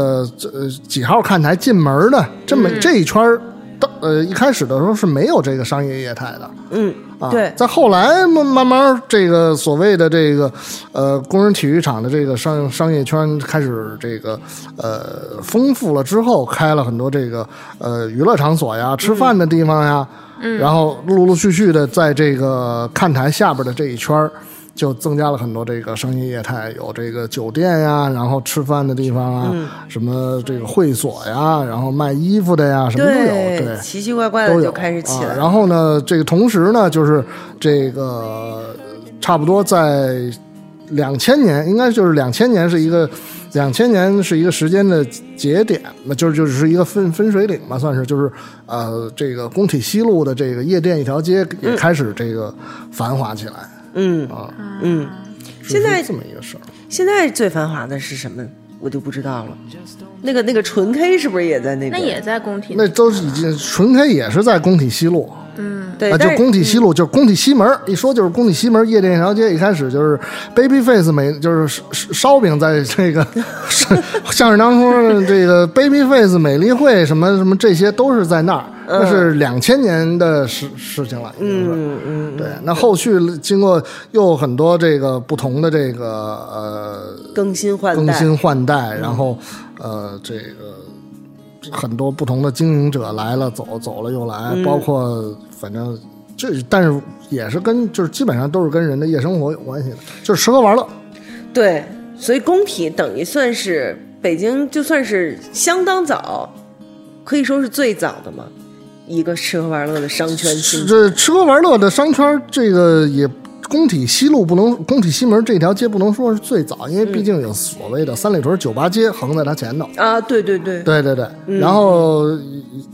Speaker 3: 呃几号看台进门的这
Speaker 2: 嗯
Speaker 3: 么、这一圈儿，到呃一开始的时候是没有这个商业业态的。嗯，啊，
Speaker 2: 对
Speaker 3: 在后来慢慢慢这个所谓的这个呃工人体育场的这个商商业圈开始这个呃丰富了之后，开了很多这个呃娱乐场所呀、吃饭的地方呀，然后陆陆续续的在这个看台下边的这一圈儿。就增加了很多这个商业业态，有这个酒店呀，然后吃饭的地方啊，什么这个会所呀，然后卖衣服的呀，什么都有。对，
Speaker 2: 奇奇怪怪
Speaker 3: 都
Speaker 2: 的呃
Speaker 3: 有
Speaker 2: 就开始起
Speaker 3: 啊
Speaker 2: 来。了。
Speaker 3: 然后呢，这个同时呢，就是这个呃差不多在两千年，应该就是两千年是一个两千年是一个时间的节点，那就是就是一个分分水岭吧，算是就是呃，这个工体西路的这个夜店一条街也开始这个繁华起来
Speaker 2: 嗯，
Speaker 3: 啊。
Speaker 2: 嗯，
Speaker 3: 是
Speaker 2: 现在
Speaker 3: 这么一个事儿，
Speaker 2: 现在最繁华的是什么？我就不知道了。那个那个纯 K 是不是也在那边？
Speaker 4: 那也在工体
Speaker 3: 那都是已经纯 K 也是在工体西路，
Speaker 2: 对，
Speaker 3: 啊，就
Speaker 2: 但是嗯
Speaker 3: 工体西路，就是工体西门儿一说就是工体西门儿夜店一条街，一开始就是 Babyface 每就是烧烧烧饼在 这个 是相声当中的这个 Babyface 美丽会什么什么这些都是在那儿，那是两千年的事事情了，已经是。
Speaker 2: 嗯嗯，
Speaker 3: 对，那后续经过又很多这个不同的这个呃
Speaker 2: 更新换代，嗯
Speaker 3: 更新换代，然后呃，这个很多不同的经营者来了走，走了又来，
Speaker 2: 嗯
Speaker 3: 包括反正这，但是也是跟就是基本上都是跟人的夜生活有关系的，就是吃喝玩乐。
Speaker 2: 对，所以工体等于算是北京，就算是相当早，可以说是最早的嘛，一个吃喝玩乐的商圈
Speaker 3: 吃
Speaker 2: 兴起。
Speaker 3: 这吃喝玩乐的商圈，这个也。工体西路不能，工体西门这条街不能说是最早，因为
Speaker 2: 嗯
Speaker 3: 毕竟有所谓的三里屯酒吧街横在它前头。
Speaker 2: 啊，对对对，
Speaker 3: 对对对，然后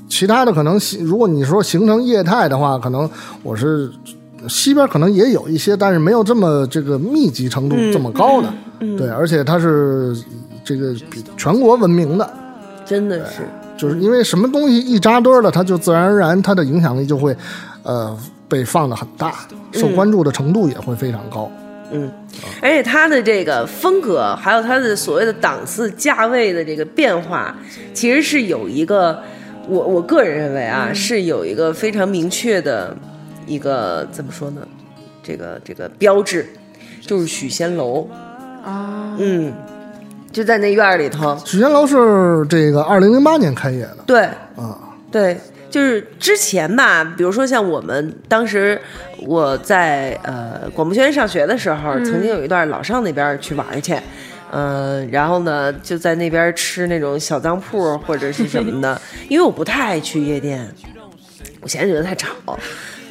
Speaker 3: 其他的可能形，如果你说形成业态的话，可能我是呃西边可能也有一些，但是没有这么这个密集程度这么高的。对，而且它是这个比全国闻名的，
Speaker 2: 真的是，
Speaker 3: 就是因为什么东西一扎堆儿了，它就自然而然它的影响力就会呃被放得很大，受关注的程度也会非常高。
Speaker 2: 嗯，而且它的这个风格，还有它的所谓的档次、价位的这个变化，其实是有一个，我我个人认为啊，是有一个非常明确的一个怎么说呢？这个这个标志，就是许仙楼。
Speaker 4: 啊，
Speaker 2: 嗯，就在那院儿里头。
Speaker 3: 许仙楼是这个二零零八年开业的
Speaker 2: 对
Speaker 3: 啊。
Speaker 2: 对，就是之前吧，比如说像我们当时我在呃广播学院上学的时候，
Speaker 4: 嗯
Speaker 2: 曾经有一段老上那边儿去玩去。嗯、然后呢，就在那边儿吃那种小脏铺儿或者是什么 的，因为我不太爱去夜店，我嫌觉得太吵。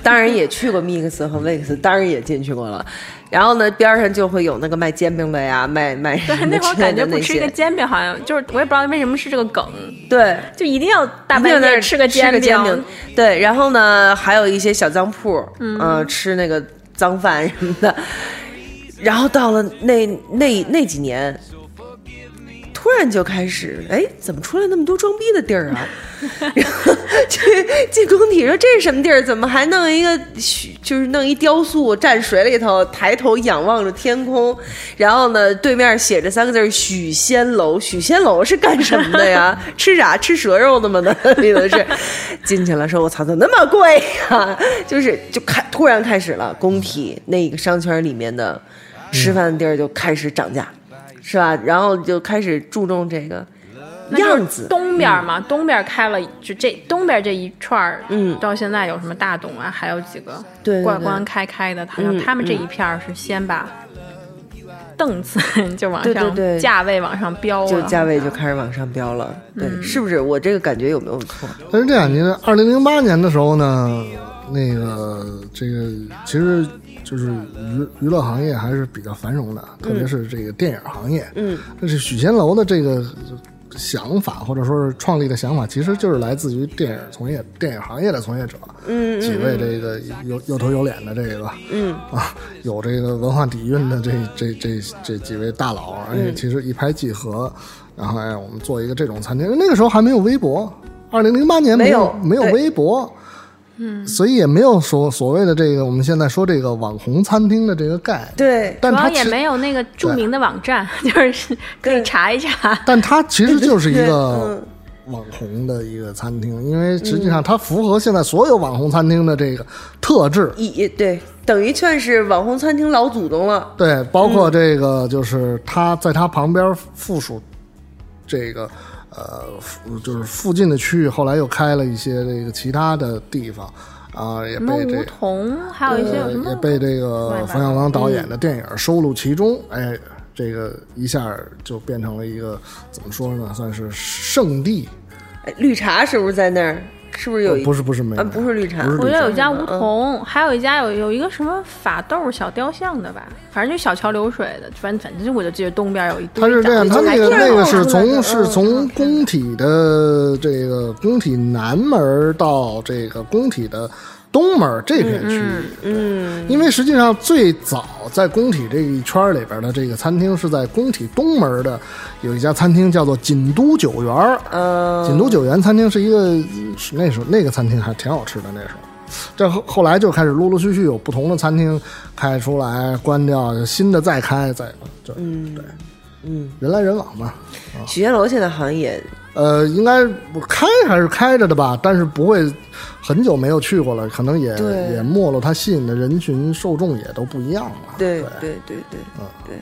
Speaker 2: 当然也去过 Mix 和 Wix，当然也进去过了。然后呢，边儿上就会有那个卖煎饼的呀，卖卖什 么
Speaker 4: 对，那会儿
Speaker 2: 之类
Speaker 4: 感
Speaker 2: 的
Speaker 4: 觉不
Speaker 2: 那
Speaker 4: 吃一个
Speaker 2: 些，
Speaker 4: 煎饼，好像就是我也不知道为什么是这个梗，
Speaker 2: 对，
Speaker 4: 就一定要大
Speaker 2: 一定
Speaker 4: 半
Speaker 2: 在那
Speaker 4: 夜
Speaker 2: 儿
Speaker 4: 吃个煎
Speaker 2: 煎对，然后呢，还有一些小脏铺，嗯、吃那个脏饭什么的。然后到了那那那几年，突然就开始，哎，怎么出来那么多装逼的地儿啊？然后 去进工体说这是什么地儿？怎么还弄一个许就是弄一雕塑站水里头，抬头仰望着天空，然后呢对面写着三个字儿“许仙楼”。许仙楼是干什么的 呀？吃啥？吃蛇肉的吗？那里头是进去了，说我操，怎么那么贵呀、就是就开突然开始了，工体那个商圈里面的
Speaker 4: 嗯
Speaker 2: 吃饭的地儿就开始涨价。是吧？然后就开始注重这个
Speaker 4: 那就是
Speaker 2: 样子，
Speaker 4: 东边嘛，东边开了，就这东边这一串儿，
Speaker 2: 嗯
Speaker 4: 到现在有什么大董啊，还有几个
Speaker 2: 对对对
Speaker 4: 关关开开的，好
Speaker 2: 嗯
Speaker 4: 像他们这一片儿是先把档次 就往
Speaker 2: 对对
Speaker 4: 上，
Speaker 2: 对
Speaker 4: 价位往上标了，
Speaker 2: 就价位就开始往上飙了，对，是不是？我这个感觉有没有错？
Speaker 3: 但是这两年，二零零八年的时候呢，那个这个其实就是娱娱乐行业还是比较繁荣的，特别是这个电影行业。
Speaker 2: 嗯，
Speaker 3: 但是许仙楼的这个想法或者说是创立的想法，其实就是来自于电影从业、电影行业的从业者，
Speaker 2: 嗯
Speaker 3: 几位这个有有头有脸的这个
Speaker 2: 嗯
Speaker 3: 啊，有这个文化底蕴的这这这这几位大佬，而
Speaker 2: 嗯
Speaker 3: 且其实一拍即合，然后哎，我们做一个这种餐厅，那个时候还没有微博，二零零八年
Speaker 2: 没有
Speaker 3: 有没有
Speaker 2: 对
Speaker 3: 微博。嗯，所以也没有所所谓的这个我们现在说这个网红餐厅的这个概念，
Speaker 2: 对，
Speaker 3: 但
Speaker 4: 主要
Speaker 3: 它
Speaker 4: 也
Speaker 3: 其
Speaker 4: 没有那个著名的网站， 就是可以查一查。
Speaker 3: 但它其实就是一
Speaker 2: 对
Speaker 3: 个
Speaker 2: 嗯
Speaker 3: 网红的一个餐厅，因为实
Speaker 4: 嗯
Speaker 3: 际上它符合现在所有网红餐厅的这个特质，
Speaker 2: 一对等于算是网红餐厅老祖宗了，
Speaker 3: 对，包
Speaker 4: 嗯
Speaker 3: 括这个就是它在它旁边附属这个呃附就是附近的区域，后来又开了一些这个其他的地方啊、也
Speaker 4: 什么
Speaker 3: 被
Speaker 4: 梧
Speaker 3: 这。
Speaker 4: 桐，还有一些有
Speaker 3: 呃
Speaker 4: 什么
Speaker 3: 也被这个冯小刚
Speaker 2: 嗯
Speaker 3: 导演的电影收录其中，哎，这个一下就变成了一个怎么说呢，算是圣地，
Speaker 2: 哎绿茶是不是在那儿？是不是有一
Speaker 3: 哦不是不是没有
Speaker 2: 啊？不是绿茶，
Speaker 3: 不是
Speaker 4: 我觉得有一家
Speaker 2: 嗯
Speaker 4: 梧桐，还有一家有有一个什么法斗小雕像的吧，反正就小桥流水的，反正反正我就记得东边有一堆
Speaker 3: 它是
Speaker 4: 长得就
Speaker 3: 这
Speaker 4: 跟。
Speaker 3: 样，它那个
Speaker 2: 还
Speaker 3: 那个
Speaker 2: 挺
Speaker 3: 是
Speaker 2: 好看的
Speaker 3: 从
Speaker 2: 嗯
Speaker 3: 是从工体的这个工体南门儿到这个工体的东门儿这片区域，
Speaker 2: 嗯
Speaker 3: 因为实际上最早在工体这一圈儿里边儿的这个餐厅是在工体东门儿的有一家餐厅叫做锦都酒园儿，
Speaker 2: 嗯，
Speaker 3: 锦都酒园餐厅是一个是那时候那个餐厅还挺好吃的那时候。这后后来就开始陆陆续续有不同的餐厅开出来，关掉，新的再开，再就嗯对，
Speaker 2: 嗯，
Speaker 3: 人来人往嘛。
Speaker 2: 许仙楼现在好像也
Speaker 3: 呃，应该我开还是开着的吧，但是不会很久没有去过了，可能也
Speaker 2: 对
Speaker 3: 也没落它吸引的人群受众也都不一样了。
Speaker 2: 对对对对对，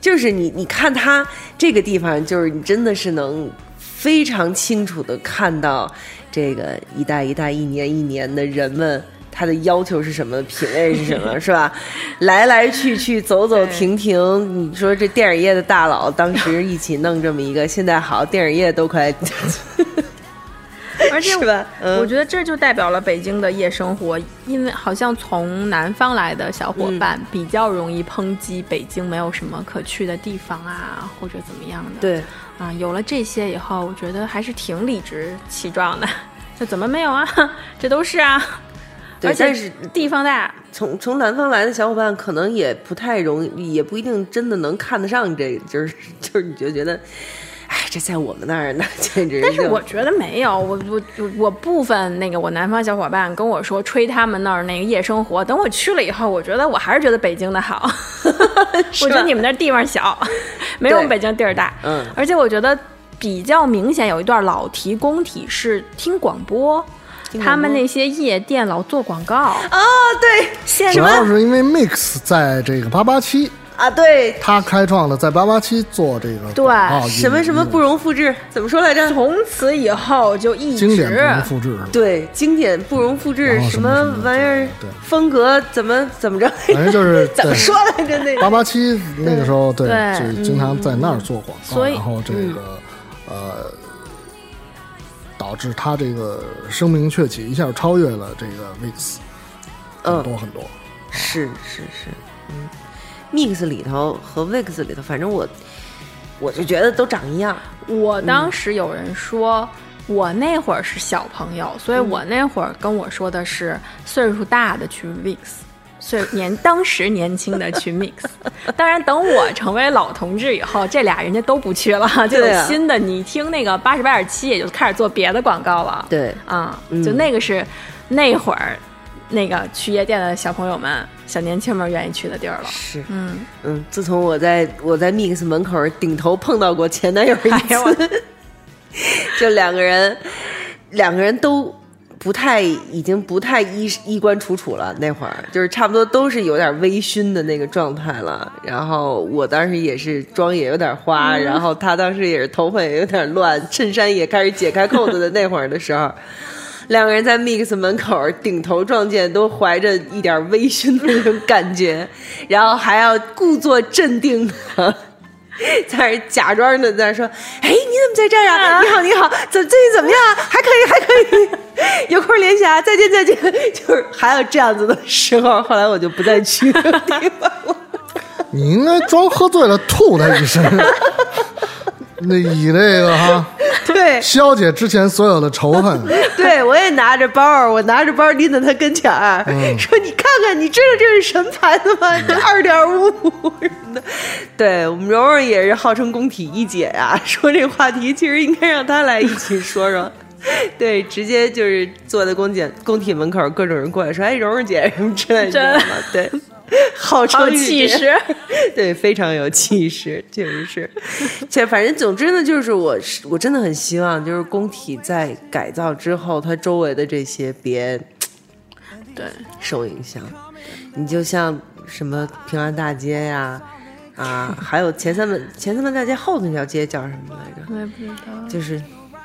Speaker 2: 就是你你看它这个地方，就是你真的是能非常清楚的看到这个一代一代、一年一年的人们。他的要求是什么？品味是什么？是吧？来来去去，走走停停。你说这电影业的大佬当时一起弄这么一个，现在好，电影业都快
Speaker 4: 而且
Speaker 2: 是吧嗯
Speaker 4: 我觉得这就代表了北京的夜生活，因为好像从南方来的小伙
Speaker 2: 嗯
Speaker 4: 伴比较容易抨击北京没有什么可去的地方啊，或者怎么样的。
Speaker 2: 对
Speaker 4: 啊，有了这些以后，我觉得还是挺理直气壮的。 这怎么没有啊？ 这都是啊。
Speaker 2: 对
Speaker 4: 而且
Speaker 2: 但是
Speaker 4: 地方大，
Speaker 2: 从从南方来的小伙伴，可能也不太容易，也不一定真的能看得上这个，就是 就是你就觉得，哎，这在我们那儿那 简直就。哦
Speaker 4: 但是我觉得没有，我我我部分那个我南方小伙伴跟我说吹他们那儿那个夜生活，等我去了以后，我觉得我还是觉得北京的好，我觉得你们那儿地方小， 没有我们
Speaker 2: 对
Speaker 4: 北京地儿大，
Speaker 2: 嗯
Speaker 4: 而且我觉得比较明显有一段老提工体是听广播。他们那些夜店老做广告，
Speaker 2: 哦，对，现
Speaker 3: 主要是因为 Mix 在这个八八七，
Speaker 2: 啊，对，
Speaker 3: 他开创了在八八七做这个
Speaker 4: 对
Speaker 3: 广告业
Speaker 2: 什么什么不容复制，怎么说来着？
Speaker 4: 从此以后就一直
Speaker 3: 经典不能复制。
Speaker 2: 对，经典不容复制
Speaker 3: 然，后什么
Speaker 2: 么玩意儿
Speaker 3: 对，
Speaker 2: 风格怎么怎么着，
Speaker 3: 反正就是
Speaker 2: 怎么
Speaker 3: 对
Speaker 2: 说来着那
Speaker 3: 八
Speaker 2: 个？
Speaker 3: 八七那个时候，对，
Speaker 4: 对
Speaker 3: 就经常在那儿做广告，
Speaker 4: 所以
Speaker 3: 然后这个呃，导致他这个声名鹊起，一下超越了这个 Mix 很
Speaker 2: 嗯，
Speaker 3: 多很多。
Speaker 2: 是是是，嗯，mix 里头和 mix 里头，反正我我就觉得都长一样。
Speaker 4: 我当时有人说，我那会儿是小朋友，所以我那会儿跟我说的是岁数大的去 mix，岁年当时年轻的去 mix。当 然，等我成为老同志以后，这俩人家都不去了，就
Speaker 2: 对
Speaker 4: 有
Speaker 2: 啊
Speaker 4: 新的。你听那个八十八点七，也就开始做别的广告了。
Speaker 2: 对
Speaker 4: 啊，就那个是那会儿那个去夜店的小朋友们、小年轻们愿意去的地儿了。
Speaker 2: 是，
Speaker 4: 嗯，
Speaker 2: 嗯，自从我在我在 Mix 门口顶头碰到过前男友一
Speaker 4: 哎呦我
Speaker 2: 次，就两个人，两个人都不太，已经不太衣衣冠楚楚了。那会儿就是差不多都是有点微醺的那个状态了。然后我当时也是妆也有点花，
Speaker 4: 嗯
Speaker 2: 然后他当时也是头发也有点乱，衬衫也开始解开扣子的那会儿的时候。两个人在 Mix 门口顶头撞见，都怀着一点微醺的那种感觉， 然后还要故作镇定的。 在那儿假装的在那儿说：“哎，你怎么在这儿啊？你好，你好，怎最近怎么样啊？还可以，还可以，有 空联系啊，再见，再见。”就是还有这样子的时候，后来我就不再去这个地方了。
Speaker 3: 你应该装喝醉了吐他一身。 那以这个哈
Speaker 2: 对，
Speaker 3: 消解之前所有的仇恨，
Speaker 2: 对我也拿着包儿，我拿着包儿拎到他跟前儿，说：“你看看，你知道这是什么牌子吗？这 二点五五 什么的。”对我们柔柔也是号称工体一姐呀、 说这话题其实应该让她来一起说说。 对，直接就是坐在工检工体门口，各种人过来说：“哎，柔柔姐什么之类的，你知道吗？”对，号
Speaker 4: 好
Speaker 2: 称
Speaker 4: 有
Speaker 2: 是
Speaker 4: 气
Speaker 2: 这样
Speaker 4: 势。
Speaker 2: 对，非常有气势，确实是。且反正总之呢，就是我是我真的很希望，就是工体在改造之后，它周围的这些别
Speaker 4: 对，
Speaker 2: 受影响。你就像什么平安大街呀、啊，还有前三门前三门大街后那条街叫什么来着？
Speaker 4: 我也不知道。
Speaker 2: 就是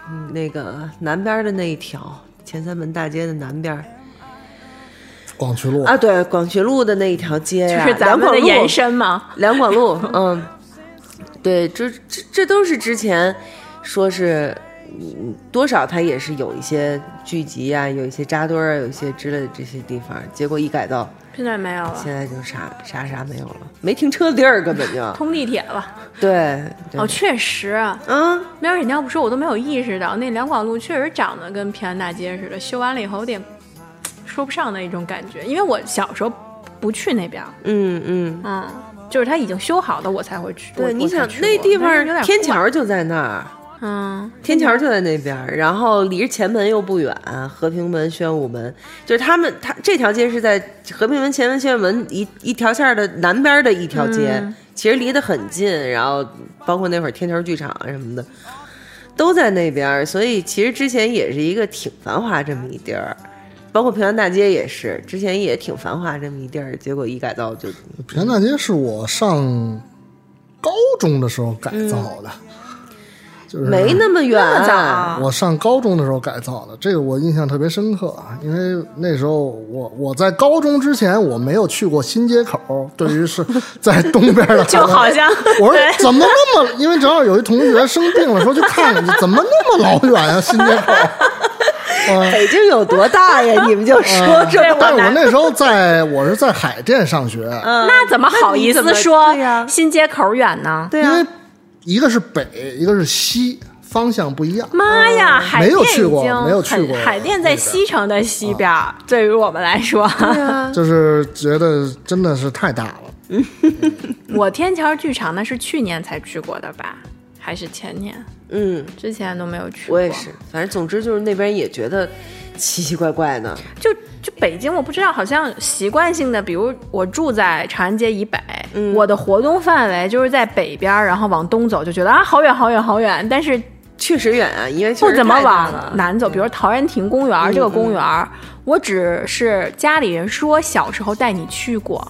Speaker 2: 嗯那个南边的那一条。前三门大街的南边
Speaker 3: 广渠路
Speaker 2: 啊，对，广学路的那一条街
Speaker 4: 哦就
Speaker 2: 呀、
Speaker 4: 是啊咱
Speaker 2: 两
Speaker 4: 们
Speaker 2: 广
Speaker 4: 的
Speaker 2: 路
Speaker 4: 延伸嘛，
Speaker 2: 两广路，嗯，对，这这这都是之前说是嗯多少它也是有一些剧集啊，有一些扎堆儿啊，有一些之类的这些地方，结果一改造，
Speaker 4: 现在没有了，
Speaker 2: 现在就啥啥啥没有了，没停车的地儿根 本就
Speaker 4: 通地铁了。
Speaker 2: 对对
Speaker 4: 哦，确实，
Speaker 2: 嗯，
Speaker 4: 没有你要不说，我都没有意识到那两广路确实长得跟平安大街似的，修完了以后有点嘖说不上的一种感觉，因为我小时候不去那边儿，
Speaker 2: 嗯嗯，
Speaker 4: 嗯，就是它已经修好的我才会去。我
Speaker 2: 对，你
Speaker 4: 我才
Speaker 2: 想
Speaker 4: 去
Speaker 2: 那
Speaker 4: 过
Speaker 2: 地
Speaker 4: 但是有
Speaker 2: 方
Speaker 4: 点
Speaker 2: 天
Speaker 4: 怪，
Speaker 2: 桥就在那儿，
Speaker 4: 嗯，
Speaker 2: 天桥就在那边儿，然后离着前门又不远，和平门、宣武门，就是他们他这条街是在和平门、前门、宣武门一一条线儿的南边儿的一条街，
Speaker 4: 嗯
Speaker 2: 其实离得很近。然后包括那会儿天桥剧场啊什么的，都在那边儿，所以其实之前也是一个挺繁华这么一地儿。包括平安大街也是，之前也挺繁华这么一地儿，结果一改造就
Speaker 3: 平安大街是我上高中的时候改造的，就是
Speaker 2: 没那么远，
Speaker 4: 那么早，
Speaker 3: 我上高中的时候改造的，这个我印象特别深刻，啊，因为那时候我我在高中之前我没有去过新街口，对于 是在东边的海湾，
Speaker 4: 就好 像
Speaker 3: 我说
Speaker 4: 对
Speaker 3: 怎么那么，因为正好有一同学生病了，说去看看去，怎么那么老远啊？新 街口。
Speaker 2: 北京有多大
Speaker 4: 嗯
Speaker 2: 呀？你们就说这
Speaker 3: 但 是我那时候在我是在海淀上学，
Speaker 4: 那怎么好意
Speaker 2: 那
Speaker 4: 思
Speaker 2: 你怎么
Speaker 4: 说
Speaker 2: 对呀
Speaker 4: 新街口远呢？
Speaker 2: 对
Speaker 3: 因
Speaker 2: 啊
Speaker 3: 为，一个是北，一个是西，方向不一样。
Speaker 4: 妈呀，海淀已
Speaker 3: 去过
Speaker 4: 经
Speaker 3: 嗯没有去
Speaker 4: 很
Speaker 3: 过
Speaker 4: 海淀
Speaker 3: 那
Speaker 4: 在
Speaker 3: 边嗯
Speaker 4: 西城的西边儿，对于我们来说，嗯
Speaker 3: 就是觉得真的是太大了。
Speaker 4: 我天桥剧场那是去年才去过的吧，还是前年？
Speaker 2: 嗯。
Speaker 4: 之前都没有去过。
Speaker 2: 我也是，反正总之就是那边也觉得奇奇怪怪的。
Speaker 4: 就就北京，我不知道，好像习惯性的，比如我住在长安街以北，
Speaker 2: 嗯
Speaker 4: 我的活动范围就是在北边儿，然后往东走，就觉得啊好远好远好远，但是
Speaker 2: 确实远啊，因为确
Speaker 4: 不
Speaker 2: 实
Speaker 4: 怎么
Speaker 2: 太大
Speaker 4: 往
Speaker 2: 了嗯
Speaker 4: 南走，比如陶然亭公园儿、这个公园儿，我只是家里人说小时候带你去过，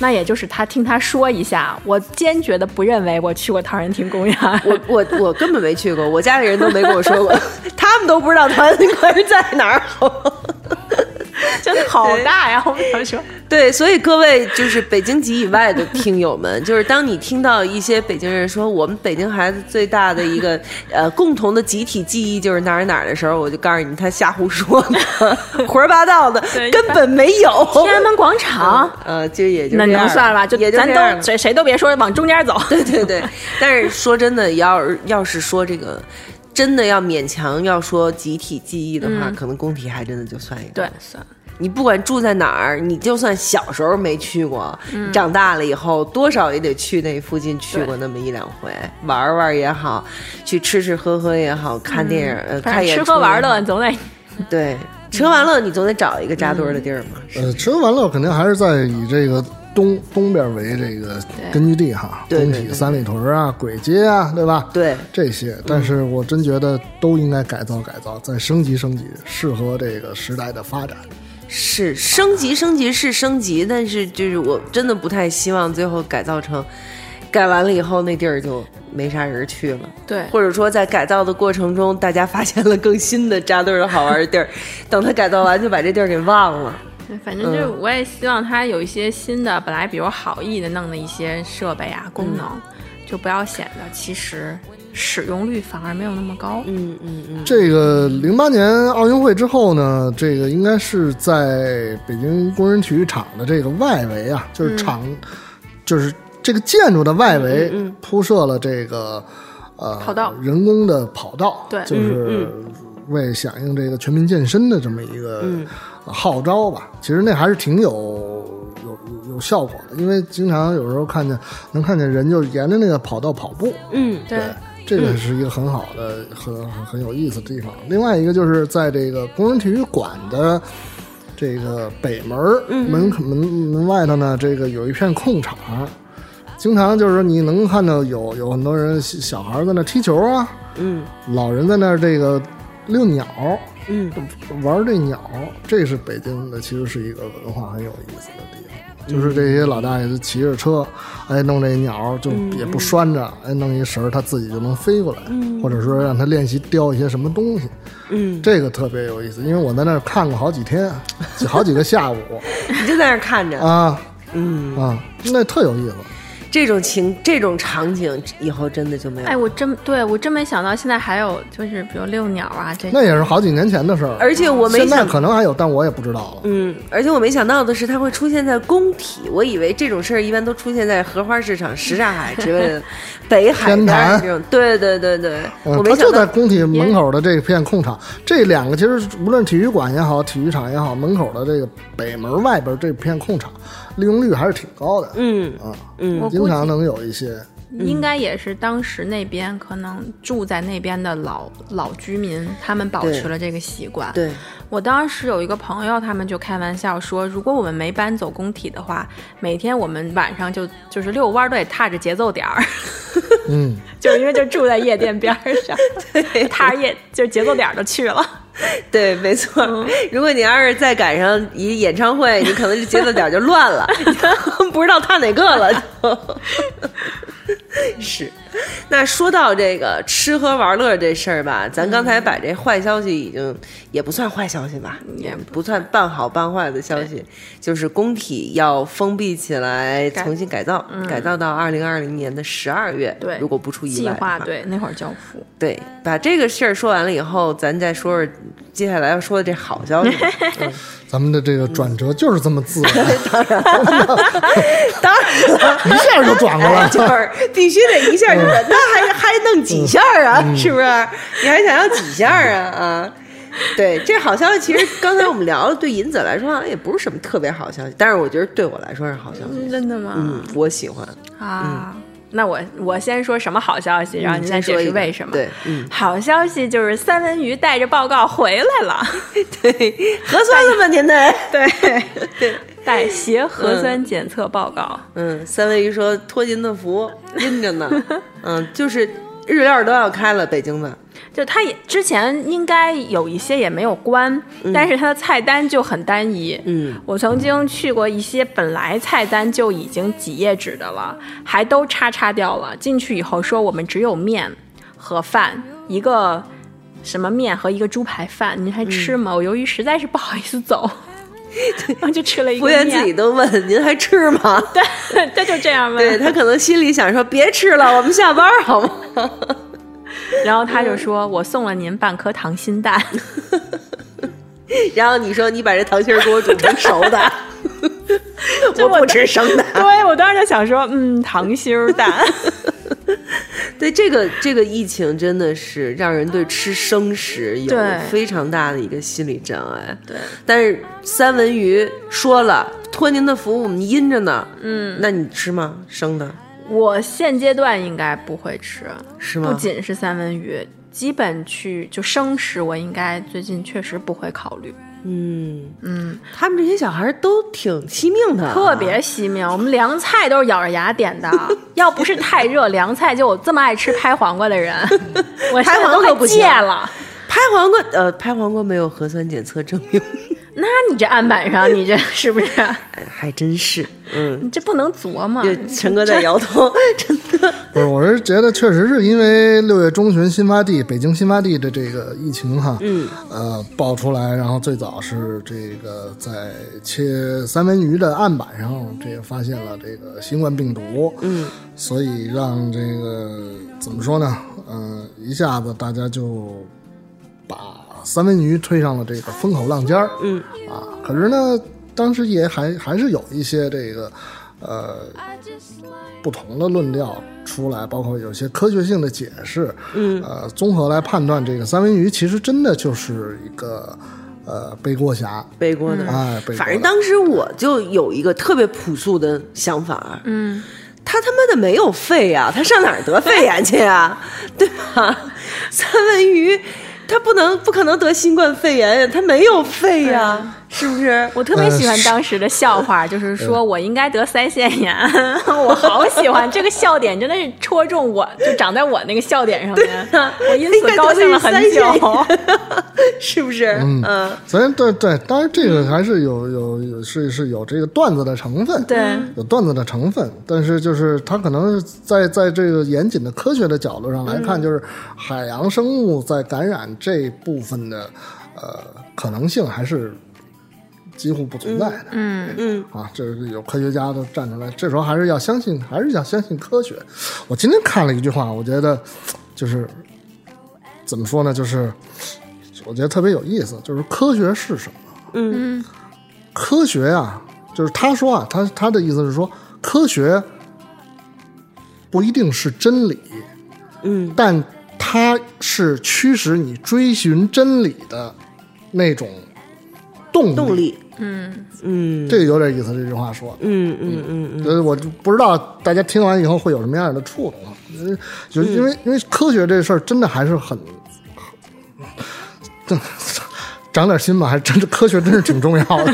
Speaker 4: 那也就是他听他说一下，我坚决的不认为我去过陶然亭公园儿。
Speaker 2: 我我我根本没去过，我家里人都没跟我说过， 他们都不知道团林公园在哪儿。
Speaker 4: 真的好大呀！我们想 说，
Speaker 2: 对，所以各位就是北京籍以外的听友们，就是当你听到一些北京人说我们北京孩子最大的一个呃共同的集体记忆就是哪儿哪儿的时候，我就告诉你他瞎胡说的，胡说八道的
Speaker 4: 对，
Speaker 2: 根本没有。
Speaker 4: 天安门广场，
Speaker 2: 呃，就哦也就
Speaker 4: 啊那
Speaker 2: 这样
Speaker 4: 能算了吧？
Speaker 2: 也就
Speaker 4: 咱
Speaker 2: 这样
Speaker 4: 都
Speaker 2: 了
Speaker 4: 谁谁都别说往中间走。
Speaker 2: 对对对，但是说真的，要是要是说这个，真的要勉强要说集体记忆的话，可能工体还真的就算一个。
Speaker 4: 嗯对，算了
Speaker 2: 你不管住在哪儿，你就算小时候没去过，
Speaker 4: 嗯
Speaker 2: 你长大了以后多少也得去那附近去过那么一两回，玩儿玩儿也好，去吃吃喝喝也好，看电影、呃
Speaker 4: 嗯反
Speaker 2: 看
Speaker 4: 正
Speaker 2: 演
Speaker 4: 吃
Speaker 2: 出
Speaker 4: 喝玩
Speaker 2: 也
Speaker 4: 乐
Speaker 2: 好，
Speaker 4: 总得
Speaker 2: 对，吃喝玩乐你总得找一个扎堆儿的地儿嘛。
Speaker 4: 嗯
Speaker 2: 是
Speaker 3: 呃，吃喝玩乐肯定还是在以这个东东边为这个根据地哈，
Speaker 2: 对
Speaker 3: 工
Speaker 2: 对
Speaker 3: 体、
Speaker 2: 对
Speaker 3: 三里屯啊、簋街啊，对吧？
Speaker 2: 对嗯
Speaker 3: 这些，但是我真觉得都应该改造改造，再升级升级，适合这个时代的发展。
Speaker 2: 是升级，升级是升级，但是就是我真的不太希望最后改造成，改完了以后那地儿就没啥人去了，
Speaker 4: 对
Speaker 2: 或者说在改造的过程中，大家发现了更新的扎堆儿的好玩的地儿，等他改造完就把这地儿给忘了。
Speaker 4: 对，反正
Speaker 2: 嗯
Speaker 4: 就是我也希望它有一些新的，本来比如好意的弄的一些设备啊、功能，
Speaker 2: 嗯
Speaker 4: 就不要显得其实使用率反而没有那么高。
Speaker 2: 嗯嗯嗯，
Speaker 3: 这个零八年奥运会之后呢，这个应该是在北京工人体育场的这个外围啊，
Speaker 2: 嗯
Speaker 3: 就是场，就是这个建筑的外围
Speaker 2: 嗯
Speaker 3: 铺设了这个呃
Speaker 4: 跑道
Speaker 3: 人工的跑道，
Speaker 4: 对嗯
Speaker 3: 就是为响应这个全民健身的这么一个
Speaker 4: 嗯
Speaker 3: 号召吧。其实那还是挺有。有有有效果的，因为经常有时候看见能看见人就沿着那个跑道跑步，
Speaker 4: 嗯对，
Speaker 3: 这个是一个很好的、很很很有意思的地方。另外一个就是在这个工人体育馆的这个北门儿
Speaker 4: 嗯
Speaker 3: 门口门门外头呢，这个有一片空场，经常就是你能看到有有很多人小小孩在那踢球啊，
Speaker 2: 嗯，
Speaker 3: 老人在那儿这个遛鸟，
Speaker 2: 嗯，
Speaker 3: 玩这鸟，这是北京的，其实是一个文化很有意思的地方。就是这些老大爷就骑着车，哎，弄这鸟就也不拴着，
Speaker 2: 嗯
Speaker 3: 哎，弄一绳儿，它自己就能飞过来，或者说让它练习叼一些什么东西，
Speaker 2: 嗯，
Speaker 3: 这个特别有意思。因为我在那儿看过好几天，好几个下午
Speaker 2: 你就在那儿看着，
Speaker 3: 啊
Speaker 2: 嗯，
Speaker 3: 啊，那特有意思。
Speaker 2: 这种情这种场景以后真的就没有。
Speaker 4: 哎，我真对我真没想到，现在还有就是比如遛鸟啊这
Speaker 3: 那也是好几年前的事儿。
Speaker 2: 而且我没
Speaker 3: 现在
Speaker 2: 想，
Speaker 3: 可能还有，但我也不知道了。
Speaker 2: 嗯，而且我没想到的是，它会出现在工体。我以为这种事儿一般都出现在荷花市场、什刹海之类的北海
Speaker 3: 天
Speaker 2: 边儿
Speaker 3: 坛
Speaker 2: 这种。对对对对，
Speaker 3: 嗯
Speaker 2: 我，没
Speaker 3: 他就
Speaker 2: 想
Speaker 3: 在
Speaker 2: 到。
Speaker 3: 工体门口的这片空场，这两个其实无论体育馆也好，体育场也好，门口的这个北门外边这片空场，利用率还是挺高的，啊
Speaker 2: 嗯，
Speaker 4: 我
Speaker 3: 经
Speaker 4: 估计
Speaker 3: 常能有一些。
Speaker 4: 应该也是当时那边可能住在那边的老老居民，他们保
Speaker 2: 对
Speaker 4: 持了这个习惯。
Speaker 2: 对，
Speaker 4: 我当时有一个朋友，他们就开玩笑说，如果我们没搬走工体的话，每天我们晚上就就是遛弯儿都得踏着节奏 点儿，
Speaker 3: 嗯，
Speaker 4: 就是因为就住在夜店边儿 上，踏着夜就是节奏点儿就去了。
Speaker 2: 对，没错。
Speaker 3: 哦
Speaker 2: 如果你要是再赶上一演唱会，你可能就节奏点儿就乱 了，不知道踏哪个了就。是，那说到这个吃喝玩乐这事儿吧，咱刚
Speaker 3: 嗯
Speaker 2: 才把这坏消息已经也不算坏消息吧，
Speaker 4: 也
Speaker 2: 不算半好半坏的消息，就是工体要封闭起来，
Speaker 4: 改
Speaker 2: 重新改嗯造，改造到二零二零年的十二月，
Speaker 4: 对
Speaker 2: 如果不出意
Speaker 4: 计
Speaker 2: 外的话，
Speaker 4: 划对那会儿交付，
Speaker 2: 对，把这个事儿说完了以后，咱再说说接下来要说的这好消 息吧。
Speaker 3: 咱们的这个转折就是这么自 然，
Speaker 2: 当然了，
Speaker 3: 一下就转过来
Speaker 2: 哎就
Speaker 3: 了。
Speaker 2: 是必须得一下就转，那还还弄几下啊？是不是？你还想要几下啊？啊？对，这好消息其实刚才我们聊了，对银子来说好像也不是什么特别好消息，但是我觉得对我来说是好消息。
Speaker 4: 真的吗？
Speaker 2: 嗯，我喜欢。
Speaker 4: 啊。那我我先说什么好消
Speaker 2: 嗯
Speaker 4: 息，然后您再解释为什么。
Speaker 2: 对， 嗯，
Speaker 4: 好消息就是三文鱼带着报告回来 了，
Speaker 2: 对，核酸了吗？您得
Speaker 4: 对，带携核酸检测报告。
Speaker 2: 嗯，三位一说托您的福，阴着 呢。嗯，就是日料都要开了，北京的。
Speaker 4: 就它也之前应该有一些也没有关，但是它的菜单就很单一。
Speaker 2: 嗯，
Speaker 4: 我曾经去过一些本来菜单就已经几页纸的了，还都叉叉掉了。进去以后说我们只有面和饭，一个什么面和一个猪排饭，您还吃
Speaker 2: 嗯
Speaker 4: 吗？我由于实在是不好意思 走，然后就吃了一
Speaker 2: 服
Speaker 4: 个
Speaker 2: 务员自己
Speaker 4: 面。
Speaker 2: 都问您还吃吗？对，
Speaker 4: 对，他就这样问。
Speaker 2: 他可能心里想说别吃 了，我们下班好吗？
Speaker 4: 然后他就说：“我送了您半颗溏心蛋。
Speaker 2: 然后你说你把这糖心儿给我煮成熟的，
Speaker 4: 就
Speaker 2: 我
Speaker 4: 我。
Speaker 2: 不吃生的
Speaker 4: 对我当时就想说，嗯，溏心儿蛋。
Speaker 2: 对，这个这个疫情真的是让人对吃生食有
Speaker 4: 对
Speaker 2: 非常大的一个心理障碍。
Speaker 4: 对，
Speaker 2: 但是三文鱼说了，托您的福，我们阴着呢。嗯，那你吃吗？生的
Speaker 4: 我现阶段应该不会吃，
Speaker 2: 是吗？
Speaker 4: 不仅是三文鱼，基本去就生食，我应该最近确实不会考虑。
Speaker 2: 嗯，
Speaker 4: 嗯，
Speaker 2: 他们这些小孩儿都挺惜命的啊，
Speaker 4: 特别惜命，我们凉菜都是咬着牙点的，要不是太热，凉菜就有这么爱吃拍黄瓜的 人，我现在都快戒了。
Speaker 2: 拍黄瓜，呃，拍黄瓜没有核酸检测证明，
Speaker 4: 那你这案板上，你这是不是？
Speaker 2: 还真是，嗯，
Speaker 4: 你这不能琢磨。
Speaker 2: 对，陈哥在摇 头， 真的，
Speaker 3: 不是，我是觉得确实是因为六月中旬新发地北京新发地的这个疫情哈，嗯，呃，爆出来，然后最早是这个在切三文鱼的案板上，这个发现了这个新冠病毒，嗯，所以让这个怎么说呢，呃，一下子大家就把三文鱼推上了这个风口浪尖儿，嗯啊，可是呢，当时也还还是有一些这个呃不同的论调出来，包括有些科学性的解释，嗯，呃，综合来判断这个三文鱼其实真的就是一个呃背锅侠，
Speaker 2: 背锅
Speaker 4: 嗯
Speaker 2: 的，
Speaker 3: 哎，背锅的
Speaker 2: 嗯反正当时我就有一个特别朴素的想法，嗯，他他妈的没有肺呀、他上哪儿得肺炎去啊？ 对吧？三文鱼，他不能不可能得新冠肺炎呀，他没有肺呀、是不呃是？嗯
Speaker 4: 我特别喜欢当时的笑话，就是说我应该得腮腺炎，我好喜欢这个笑点，真的是戳中我，就长在我那个笑点上面， 我因此高兴了很久。
Speaker 2: 是不是？嗯。
Speaker 3: 咱对对，当然这个还是有有有是是有这个段子的成分，
Speaker 4: 对，
Speaker 2: 嗯
Speaker 3: 有段子的成分，但是就是它可能是在在这个严谨的科学的角度上来
Speaker 2: 嗯
Speaker 3: 看，就是海洋生物在感染这部分的呃可能性还是几乎不存在的。
Speaker 4: 嗯，
Speaker 2: 嗯，
Speaker 3: 啊，这是有科学家都站出来，这时候还是要相信，还是要相信科学。我今天看了一句话，我觉得就是怎么说呢，就是我觉得特别有意思，就是科学是什么？
Speaker 2: 嗯，
Speaker 3: 科学啊，就是他说啊，他他的意思是说，科学不一定是真理，
Speaker 2: 嗯，
Speaker 3: 但它是驱使你追寻真理的那种动力。
Speaker 2: 动力，嗯
Speaker 3: 这个有点意思，这句话说的。
Speaker 2: 嗯嗯嗯嗯
Speaker 3: 呃，我就不知道大家听完以后会有什么样的触动啊，呃就
Speaker 2: 嗯
Speaker 3: 因为、因为科学这事儿真的还是很，这长点心吧，还真的科学真是挺重 要的。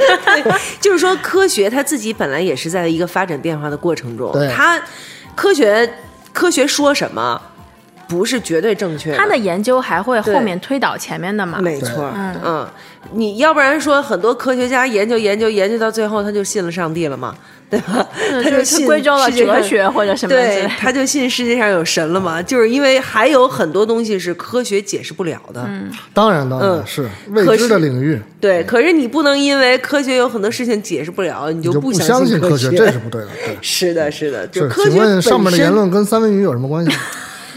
Speaker 2: 嗯，就是说科学它自己本来也是在一个发展变化的过程中
Speaker 3: 对，
Speaker 2: 它科学科学说什么不是绝对正确的，
Speaker 4: 他的研究还会
Speaker 2: 对
Speaker 4: 后面推导前面的嘛？
Speaker 2: 没错，嗯，你要不然说很多科学家研究研究研究到最后，他就信了上帝了嘛，对吧？他
Speaker 4: 嗯就
Speaker 2: 就是信
Speaker 4: 归咎了
Speaker 2: 世界上
Speaker 4: 哲学或者什么之类
Speaker 2: 对
Speaker 4: 的，
Speaker 2: 他就信世界上有神了嘛？就是因为还有很多东西是科学解释不了的，
Speaker 3: 当然，当然、
Speaker 2: 嗯
Speaker 3: 是
Speaker 2: 可
Speaker 3: 未知
Speaker 2: 是
Speaker 3: 的领域，
Speaker 2: 对。可是你不能因为科学有很多事情解释不了，你
Speaker 3: 你
Speaker 2: 就
Speaker 3: 就
Speaker 2: 不
Speaker 3: 相信
Speaker 2: 科
Speaker 3: 学， 这是不对的。对，，
Speaker 2: 是的，是的，就是科学
Speaker 3: 请问上面
Speaker 2: 本
Speaker 3: 的
Speaker 2: 身
Speaker 3: 言，论跟三文鱼有什 么关系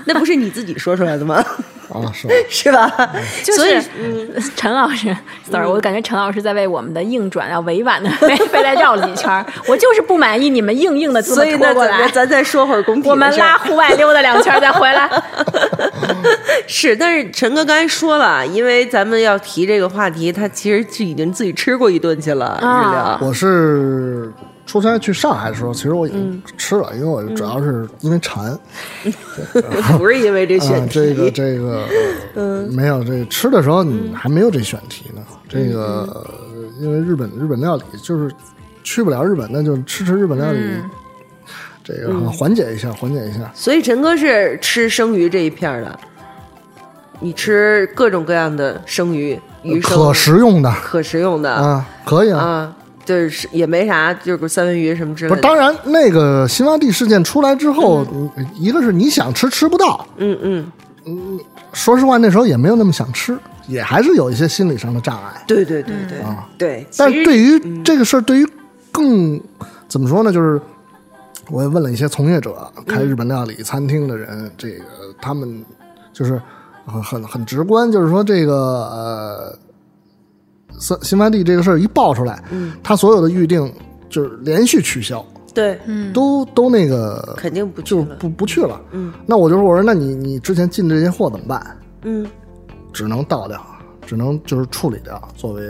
Speaker 2: 那不是你自己说出来的吗？
Speaker 3: 啊？是吧？
Speaker 2: 是吧？
Speaker 4: 就
Speaker 2: 所以
Speaker 4: 是，嗯， 陈老师，sorry，我感
Speaker 2: 嗯
Speaker 4: 觉陈老师在为我们的硬转要委 婉的非非来绕了一圈儿。我就是不满意你们硬硬的这
Speaker 2: 所以
Speaker 4: 么拖
Speaker 2: 呢，
Speaker 4: 过
Speaker 2: 咱
Speaker 4: 来
Speaker 2: 咱，咱再说会儿公平的事儿。
Speaker 4: 我们拉户外溜达两圈儿再回来。
Speaker 2: 是，但是陈哥刚才说了，因为咱们要提这个话题，他其实就已经自己吃过一顿去了，
Speaker 4: 啊
Speaker 2: 日料。
Speaker 3: 我是出差去上海的时候，其实我已
Speaker 2: 嗯
Speaker 3: 经吃了，因为我主要是因为馋。
Speaker 2: 不是因为这选
Speaker 3: 啊、
Speaker 2: 题，
Speaker 3: 这个这个，嗯，没有这吃的时候你还没有这选题呢。这个、呃因为日本日本料理就是去不了日本，那就吃吃日本料理，这个缓解一下，缓解一下。
Speaker 2: 所以陈哥是吃生鱼这一片儿的，你吃各种各样的生鱼，鱼生
Speaker 3: 可食用的
Speaker 2: 可食用的啊
Speaker 3: 啊，可以啊。
Speaker 2: 就是也没啥，就是三文鱼什么之类
Speaker 3: 不
Speaker 2: 的。
Speaker 3: 是，当然，那个辛巴蒂事件出来之后，嗯一个是你想吃吃不到，
Speaker 2: 嗯嗯，
Speaker 3: 说实话那时候也没有那么想吃，也还是有一些心理上的障碍。
Speaker 2: 对对对对、
Speaker 3: 啊
Speaker 2: 对。嗯
Speaker 3: 但
Speaker 2: 其
Speaker 3: 是
Speaker 2: 实
Speaker 3: 对于这个事儿，对于更怎么说呢，就是我也问了一些从业者，开
Speaker 2: 嗯
Speaker 3: 日本料理餐厅的人，这个他们就是很很很直观，就是说这个呃，新新发地这个事儿一爆出来，
Speaker 2: 嗯
Speaker 3: 他所有的预定就是连续取消，
Speaker 2: 对，
Speaker 3: 都都那个
Speaker 2: 嗯肯定不去
Speaker 3: 就
Speaker 2: 了
Speaker 3: 不不去了。嗯，那我就说，我说那你你之前进这些货怎么办？
Speaker 2: 嗯，
Speaker 3: 只能倒掉，只能就是处理掉，作为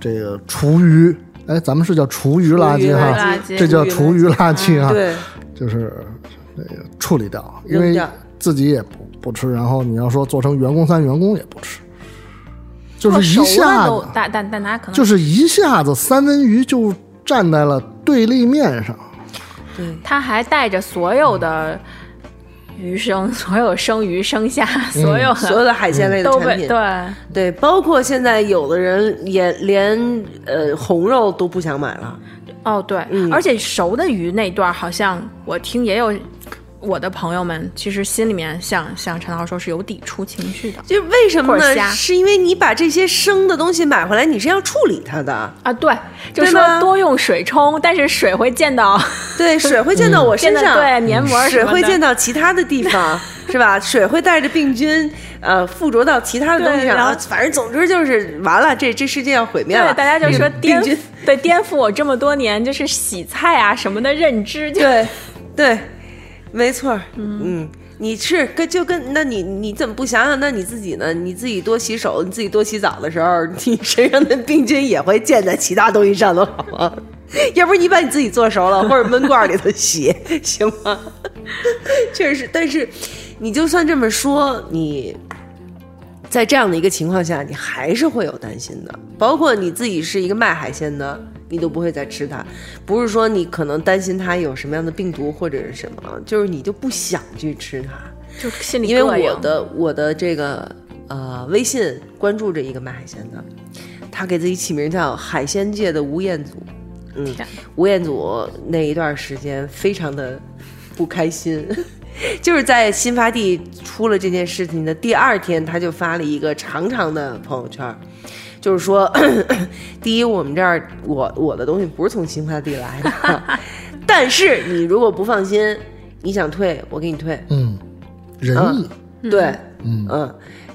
Speaker 3: 这个厨余。哎，咱们是叫厨余垃圾
Speaker 2: 厨余
Speaker 3: 哈
Speaker 4: 垃，圾
Speaker 3: 这叫厨余垃圾嗯哈，
Speaker 2: 对，
Speaker 3: 就是那个处理掉，因
Speaker 2: 扔
Speaker 3: 为
Speaker 2: 掉
Speaker 3: 自己也不不吃，然后你要说做成员工餐，员工也不吃，就
Speaker 4: 我
Speaker 3: 是
Speaker 4: 熟
Speaker 3: 一
Speaker 4: 了
Speaker 3: 下
Speaker 4: 都
Speaker 3: 子，，
Speaker 4: 但但但他可能
Speaker 3: 就是一下子三文鱼就站在了对立面上，
Speaker 4: 他还带着所有的鱼生、所有生鱼、生虾、所有
Speaker 2: 嗯所有
Speaker 4: 的
Speaker 2: 的海鲜类的
Speaker 4: 都
Speaker 2: 产
Speaker 4: 被
Speaker 2: 品，
Speaker 4: 对。
Speaker 2: 对，包括现在有的人也连呃红肉都不想买了，
Speaker 4: 哦，对，
Speaker 2: 嗯
Speaker 4: 而且熟的鱼那段儿好像我听也有我的朋友们，其实心里面像像陈老师说是有抵触情绪的
Speaker 2: 就为什么
Speaker 4: 或者
Speaker 2: 呢？
Speaker 4: 虾
Speaker 2: 是因为你把这些生的东西买回来，你是要处理它的，
Speaker 4: 啊，对，就
Speaker 2: 对吗
Speaker 4: 说多用水冲，但是水会溅到
Speaker 2: 对，水会溅到我身
Speaker 4: 真的
Speaker 2: 上，
Speaker 4: 嗯对黏膜什
Speaker 2: 水
Speaker 4: 么
Speaker 2: 会
Speaker 4: 的
Speaker 2: 溅到其他的地 方，是吧？水会带着病菌，呃，附着到其他的东西
Speaker 4: 对
Speaker 2: 上，
Speaker 4: 然后
Speaker 2: 啊反正总之就是完了，这这世界要毁灭了，
Speaker 4: 对，大家就说颠
Speaker 2: 病菌
Speaker 4: 覆，对颠覆我这么多年就是洗菜啊什么的认知，就
Speaker 2: 对，对，没错儿，嗯。你是跟就跟那你你怎么不想想那你自己呢？你自己多洗手，你自己多洗澡的时候，你身上的病菌也会溅在其他东西上的，好吗？ 要不然你把你自己做熟了，或者闷罐儿里头洗， 行吗？确实，但是你就算这么说，你在这样的一个情况下，你还是会有担心的。包括你自己是一个卖海鲜的，你都不会再吃它。不是说你可能担心它有什么样的病毒或者是什么，就是你就不想去吃它。
Speaker 4: 就心里
Speaker 2: 因为
Speaker 4: 膈应
Speaker 2: 我的我的这个呃微信关注着一个卖海鲜的，他给自己起名叫“海鲜界的吴彦祖”。嗯
Speaker 4: 天，
Speaker 2: 吴彦祖那一段时间非常的不开心， 就是在新发地出了这件事情的第二天，他就发了一个长长的朋友圈儿，就是说， 第一，我们这儿我我的东西不是从新发地来的， 但是你如果不放心，你想退，我给你退。
Speaker 3: 嗯，仁义，
Speaker 2: 对，
Speaker 3: 嗯
Speaker 2: 嗯，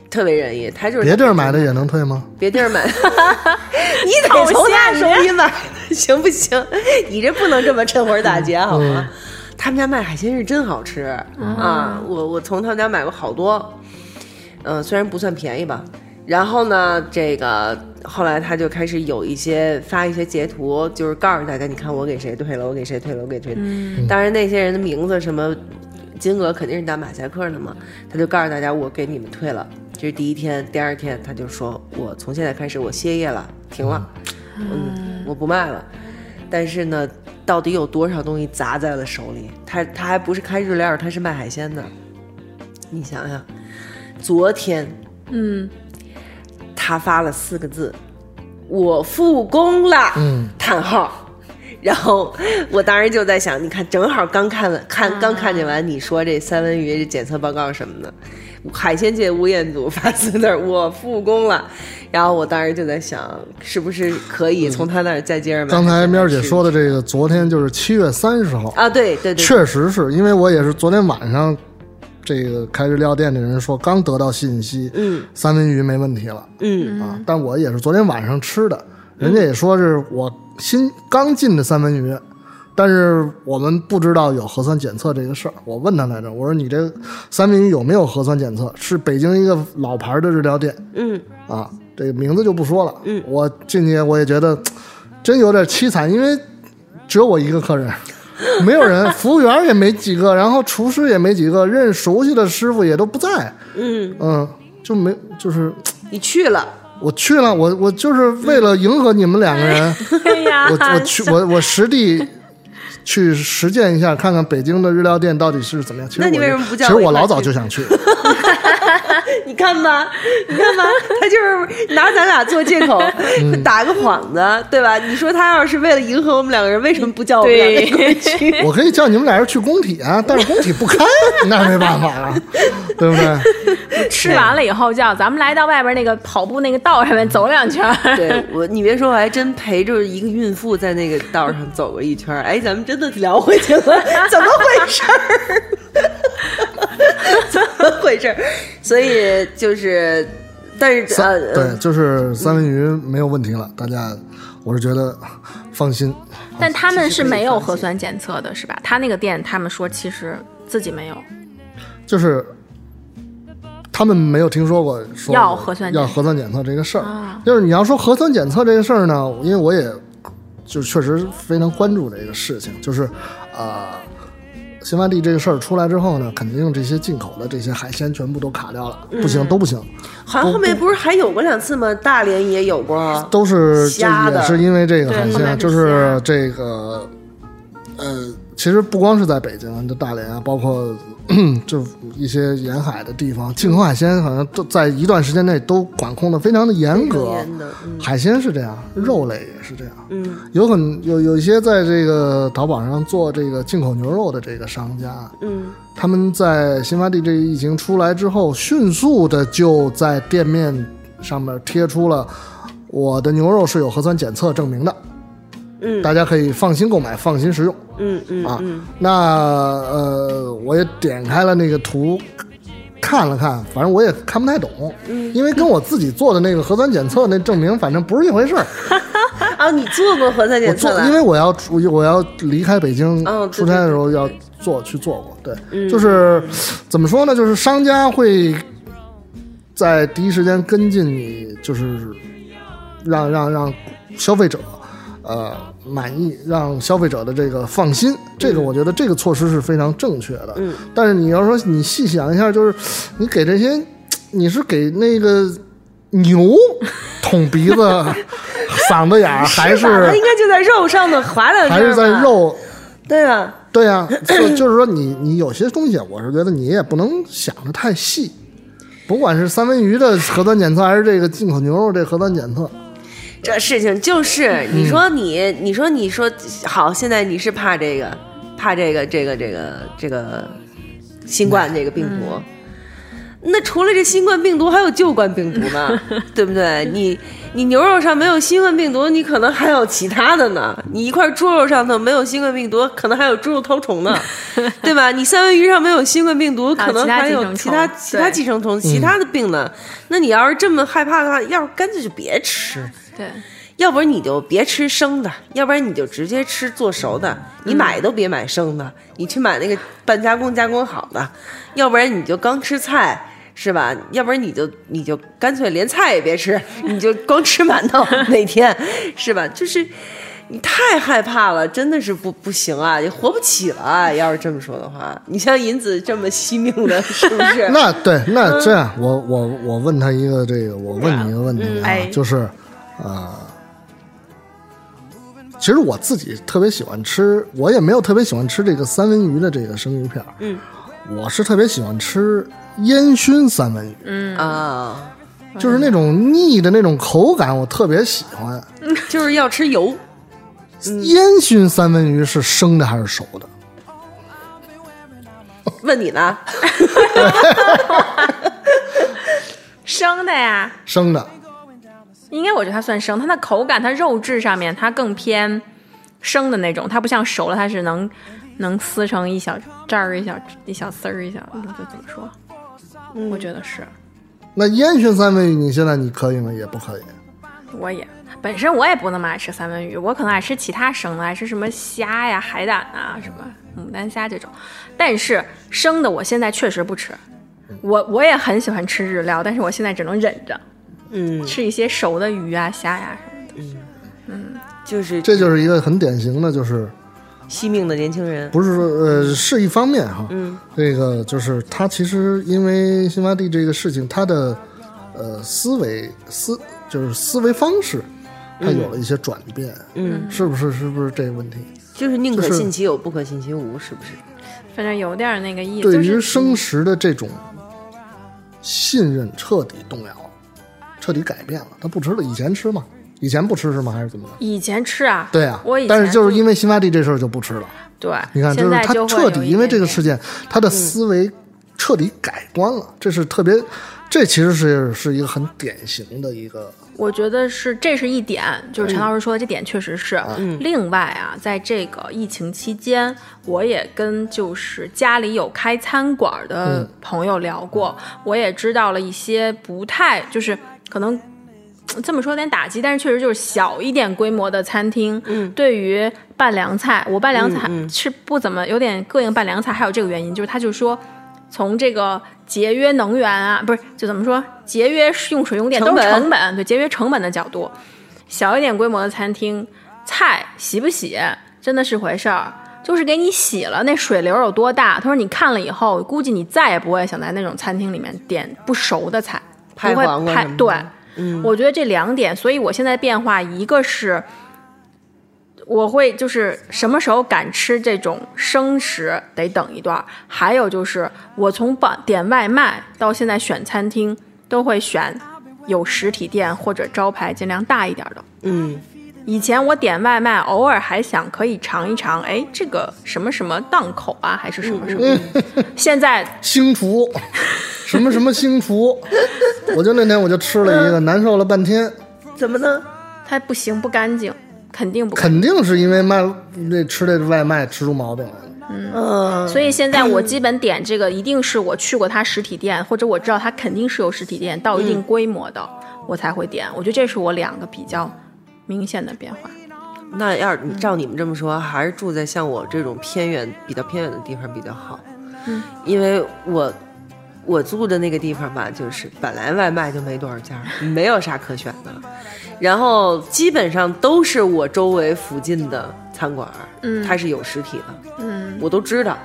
Speaker 2: 特别仁义，他就是
Speaker 3: 别地儿买的也能退吗？
Speaker 2: 别地儿买， 你得从他 手里买，哎行不行？你这不能这么趁火打劫好吗？他们家卖海鲜是真好吃、啊！我我从他们家买过好多，嗯、虽然不算便宜吧。然后呢，这个后来他就开始有一些发一些截图，就是告诉大家，你看我给谁退了，我给谁退了，我给谁退了。当然那些人的名字什么金额肯定是打马赛克的嘛，他就告诉大家我给你们退了。这是第一天，第二天他就说我从现在开始我歇业了，停了，嗯，我不卖了。但是呢，到底有多少东西砸在了手里？他他还不是开日料，他是卖海鲜的。你想想，昨天
Speaker 4: 嗯，
Speaker 2: 他发了四个字：“我复工了。”
Speaker 3: 嗯，
Speaker 2: 叹号。然后我当时就在想，你看，正好刚看完看刚看见完你说这三文鱼这检测报告什么的，海鲜界吴彦祖发自那儿我复工了。然后我当时就在想，是不是可以从他那儿再接着买？
Speaker 3: 嗯刚才喵儿姐说的这个，昨天就是七月三十号，
Speaker 2: 啊，对对对，
Speaker 3: 确实是因为我也是昨天晚上，这个开日料店的人说刚得到信息，
Speaker 2: 嗯
Speaker 3: 三文鱼没问题了
Speaker 2: 嗯
Speaker 3: 啊，但我也是昨天晚上吃的，人家也说是我新刚进的三文鱼。但是我们不知道有核酸检测这个事儿，我问他来着，我说你这三文鱼有没有核酸检测？是北京一个老牌的日料店，
Speaker 2: 嗯
Speaker 3: 啊，这个名字就不说了。嗯，我进去我也觉得真有点凄惨，因为只有我一个客人， 没有人，服务员也没几个，然后厨师也没几个，认熟悉的师傅也都不在。
Speaker 2: 嗯，
Speaker 3: 嗯，就没就是
Speaker 2: 你去了，
Speaker 3: 我去了，我我就是为了迎合你们两 个人，
Speaker 4: 对呀，
Speaker 3: 我我去我我实地。去实践一下，看看北京的日料店到底是怎么样。其实
Speaker 2: 那你
Speaker 3: 我
Speaker 2: 为
Speaker 3: 就
Speaker 2: 什么不
Speaker 3: 其
Speaker 2: 叫
Speaker 3: 实
Speaker 2: 我一
Speaker 3: 我
Speaker 2: 块
Speaker 3: 老早
Speaker 2: 去
Speaker 3: 就想去，
Speaker 2: 你看吧，你看吧，他就是拿咱俩做借口，
Speaker 3: 嗯
Speaker 2: 打个幌子，对吧？你说他要是为了迎合我们两个人，为什么不叫我们两个人
Speaker 4: 对，
Speaker 3: 我可以叫你们俩人去工体啊，但是工体不开， 那没办法啊，对不对？
Speaker 4: 吃完了以后叫咱们来到外边那个跑步那个道上面走两圈儿。
Speaker 2: 对我，你别说，我还真陪着一个孕妇在那个道上走过一圈儿。哎，咱们真的聊回去了， 怎么回事儿？怎么回事儿？所以就是，但是
Speaker 3: 三
Speaker 2: 呃，
Speaker 3: 对，就是三文鱼没有问题了，大家，我是觉得放心。
Speaker 4: 但他们是没有核酸检测的，是吧？他那个店他们说其实自己没有，
Speaker 3: 就是他们没有听说过说
Speaker 4: 要核酸检测啊
Speaker 3: 要核酸检测这个事儿。就是你要说核酸检测这个事儿呢，因为我也就确实非常关注这个事情，就是啊。新发地这个事儿出来之后呢，肯定这些进口的这些海鲜全部都卡掉了，不
Speaker 4: 嗯
Speaker 3: 行都不行，
Speaker 2: 好像后面不是还有过两次吗？大连也有过，
Speaker 3: 都是就
Speaker 2: 瞎的
Speaker 3: 也是因为这个海
Speaker 4: 对后面
Speaker 3: 鲜，
Speaker 4: 是
Speaker 3: 就是这个，呃，其实不光是在北京，这大连啊，包括 就一些沿海的地方，进口海鲜好像都在一段时间内都管控的非常的严
Speaker 2: 挺
Speaker 3: 格。
Speaker 2: 严的，嗯
Speaker 3: 海鲜是这样，肉类也是这样。
Speaker 2: 嗯，
Speaker 3: 有很有有一些在这个淘宝上做这个进口牛肉的这个商家，
Speaker 2: 嗯
Speaker 3: 他们在新发地这个疫情出来之后，迅速的就在店面上面贴出了我的牛肉是有核酸检测证明的，
Speaker 2: 嗯
Speaker 3: 大家可以放心购买，放心食用。
Speaker 2: 嗯嗯
Speaker 3: 啊
Speaker 2: 嗯，
Speaker 3: 那呃，我也点开了那个图。看了看，反正我也看不太懂，
Speaker 2: 嗯
Speaker 3: 因为跟我自己做的那个核酸检测那证明，反正不是一回事儿。
Speaker 2: 啊，你做过核酸
Speaker 3: 我
Speaker 2: 检测
Speaker 3: 做，
Speaker 2: 了？
Speaker 3: 因为我要出，我要离开北京
Speaker 2: 嗯对嗯
Speaker 3: 出差的时候要做去做过，对，就是怎么说呢？就是商家会在第一时间跟进你，就是让让让消费者呃满意，让消费者的这个放心。这个我觉得这个措施是非常正确的。
Speaker 2: 嗯，
Speaker 3: 但是你要说你细想一下，就是你给这些，你是给那个牛捅鼻子、 嗓子眼儿，还
Speaker 2: 吧它
Speaker 3: 是
Speaker 2: 应该就在肉上的划 两下，
Speaker 3: 还是在？肉？
Speaker 2: 对啊，
Speaker 3: 对呀、所以就是说你你有些东西，我是觉得你也不能想的太细。甭管是三文鱼的核酸检测，还是这个进口牛肉这核酸检测，
Speaker 2: 这事情就是，你说你，你说你说好，现在你是怕这个，怕这个，这个，这个，这个新冠这个病毒。那除了这新冠病毒，还有旧冠病毒 呢，对不对？你你牛肉上没有新冠病毒，你可能还有其他的呢。你一块猪肉上头没有新冠病毒，可能还有猪肉绦虫 呢，对吧？你三文鱼上没有新冠病毒，可能还有其他其
Speaker 4: 其
Speaker 2: 他
Speaker 4: 他
Speaker 2: 寄
Speaker 4: 寄
Speaker 2: 生虫、嗯其他的病呢。那你要是这么害怕的话，要是干脆就别吃。
Speaker 4: 对，
Speaker 2: 要不然你就别吃生的，要不然你就直接吃做熟的。你买都别买生的，你去买那个半加工加工好的。要不然你就光吃菜，是吧？要不然你就你就干脆连菜也别吃，你就光吃馒头每天，是吧？就是你太害怕了，真的是不不行啊，也活不起了啊、要是这么说的话，你像银子这么惜命的，是不是？
Speaker 3: 那对，那这样，我我我问他一个这个，我问你一个问题啊，
Speaker 4: 哎
Speaker 3: 就是，啊、其实我自己特别喜欢吃，我也没有特别喜欢吃这个三文鱼的这个生鱼片嗯，我是特别喜欢吃烟熏三文鱼，
Speaker 2: 啊，
Speaker 3: 就是那种腻的那种口感，我特别喜欢。
Speaker 2: 就是要吃油。
Speaker 3: 烟熏三文鱼是生的还是熟的？
Speaker 2: 问你呢？
Speaker 4: 生的呀，
Speaker 3: 生的，
Speaker 4: 应该我觉得它算生，它的口感，它肉质上面它更偏生的那种，它不像熟了，它是能能撕成一小这儿一小一小丝儿一小，这怎么说？
Speaker 2: 嗯
Speaker 4: 我觉得是，
Speaker 3: 那烟熏三文鱼你现在你可以吗？也不可以。
Speaker 4: 我也本身我也不那么爱吃三文鱼，我可能爱吃其他生的，爱吃什么虾呀、海胆啊、什么牡丹虾这种。但是生的我现在确实不吃，
Speaker 3: 嗯
Speaker 4: 我我也很喜欢吃日料，但是我现在只能忍着
Speaker 2: 嗯，
Speaker 4: 吃一些熟的鱼啊、虾呀什么的。
Speaker 2: 就是
Speaker 3: 这就是一个很典型的，就是
Speaker 2: 惜命的年轻人。
Speaker 3: 不是说呃是一方面哈，嗯，这个就是他其实因为辛巴蒂这个事情，他的呃思维思就是思维方式，他有了一些转变，嗯，是不是是不是这个问题？
Speaker 2: 就是宁可
Speaker 3: 就是
Speaker 2: 信其有，不可信其无，是不是？
Speaker 4: 反正有点那个意思，
Speaker 3: 对于
Speaker 4: 就是
Speaker 3: 生食的这种信任彻底动摇了，彻底改变了，他不吃了，以前吃嘛，以前不吃是吗？还是怎么着？
Speaker 4: 以前吃啊，
Speaker 3: 对啊
Speaker 4: 我以，前
Speaker 3: 但是就是因
Speaker 4: 为
Speaker 3: 为辛巴蒂这事儿就不吃了。
Speaker 4: 对，
Speaker 3: 你看，就
Speaker 4: 现
Speaker 3: 是
Speaker 4: 在
Speaker 3: 他
Speaker 4: 就会
Speaker 3: 彻底因为这个
Speaker 4: 有一点点嗯
Speaker 3: 事件，他的思维彻底改观了，这是特别，这其实是是一个很典型的一个，
Speaker 4: 我觉得是，这是一点，就是陈老师说的这点确实是。另外啊，在这个疫情期间，我也跟就是家里有开餐馆的朋友聊过，我也知道了一些不太就是可能。嘖这么说有点打击，但是确实就是小一点规模的餐厅，嗯，对于拌凉菜，我拌凉菜是不怎么有点膈应拌凉菜，还有这个原因，就是他就说从这个节约能源啊，不是就怎么说节约用水用电
Speaker 2: 成
Speaker 4: 都
Speaker 2: 本
Speaker 4: 是成本，对节约成本的角度，小一点规模的餐厅菜洗不洗真的是回事儿，就是给你洗了那水流有多大，他说你看了以后，估计你再也不会想在那种餐厅里面点不熟的菜，不
Speaker 2: 拍
Speaker 4: 会
Speaker 2: 黄瓜
Speaker 4: 拍
Speaker 2: 什么的嗯
Speaker 4: 对。我觉得这两点，所以我现在变化，一个是我会就是什么时候敢吃这种生食得等一段儿，还有就是我从把点外卖到现在选餐厅都会选有实体店或者招牌尽量大一点儿的。
Speaker 2: 嗯，
Speaker 4: 以前我点外卖，偶尔还想可以尝一尝，哎，这个什么什么档口啊，还是什么什么。现在
Speaker 3: 星厨， 什么什么星厨，我就那天我就吃了一 个，难受了半天，
Speaker 2: 怎么呢？
Speaker 4: 它不行，不干净，肯定不干净。
Speaker 3: 肯定是因为卖那吃这外卖吃出毛病来了。
Speaker 2: 嗯，
Speaker 4: 所以现在我基本点这个，一定是我去过它实体店，或者我知道它肯定是有实体店到一定规模的，我才会点。我觉得这是我两个比较明显的变化。
Speaker 2: 那要是你照你们这么说，还是住在像我这种偏远、比较偏远的地方比较好。嗯，因为我我住的那个地方吧，就是本来外卖就没多少家，没有啥可选的，然后基本上都是我周围附近的餐馆，嗯，它是有实体的，
Speaker 4: 嗯，
Speaker 2: 我都知道。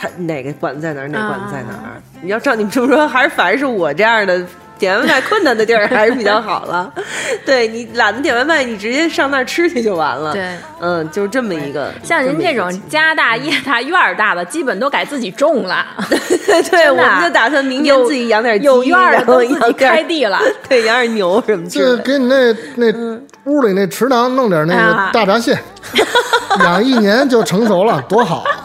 Speaker 2: 它哪个馆子在哪儿，哪个馆子在哪
Speaker 4: 啊
Speaker 2: 儿？你要照你们这么说，还是反而是我这样的点外卖困难的地儿还是比较好了。 对你懒得点外卖，你直接上那儿吃去就完了。
Speaker 4: 对，
Speaker 2: 嗯，就是这么一个。
Speaker 4: 像您
Speaker 2: 么一个
Speaker 4: 这种家大业大院儿大的，基本都改自己种了，
Speaker 2: 对，我
Speaker 4: 真的
Speaker 2: 们就打算明年
Speaker 4: 有
Speaker 2: 自己养点鸡，
Speaker 4: 有院儿
Speaker 2: 然
Speaker 4: 的
Speaker 2: 后
Speaker 4: 都自
Speaker 2: 养
Speaker 4: 己
Speaker 2: 点
Speaker 4: 开，地了。
Speaker 2: 对，养点牛什么之
Speaker 3: 就
Speaker 2: 类的。
Speaker 3: 给你那那屋里那池塘弄点那个
Speaker 4: 啊
Speaker 3: 大闸蟹，养一年就成熟了，多好啊！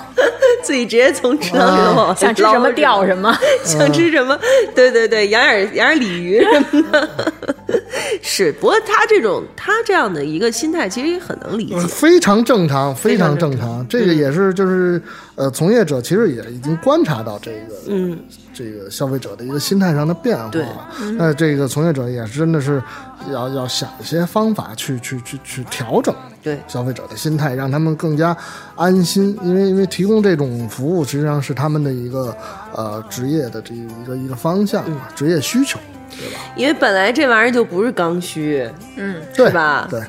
Speaker 2: 嘴直接从池塘里头往外
Speaker 4: 啊想吃什么
Speaker 2: 捞
Speaker 4: 钓什么，
Speaker 2: 想吃什么？对对对，养点养点鲤鱼什么的， 是。不过他这种他这样的一个心态，其实也很能理解。
Speaker 3: 非常正常，非常正常。嗯这个也是就是呃，从业者其实也已经观察到这个，嗯，这个消费者的一个心态上的变化
Speaker 2: 对
Speaker 3: 了。那、这个从业者也是真的是要要想一些方法去去去去调整
Speaker 2: 对
Speaker 3: 消费者的心态，让他们更加安心，因为因为提供这种服务实际上是他们的一个呃职业的这一个一个方向嘛，职业需求，
Speaker 2: 因为本来这玩意儿就不是刚需，
Speaker 3: 对
Speaker 2: 是吧
Speaker 3: 对，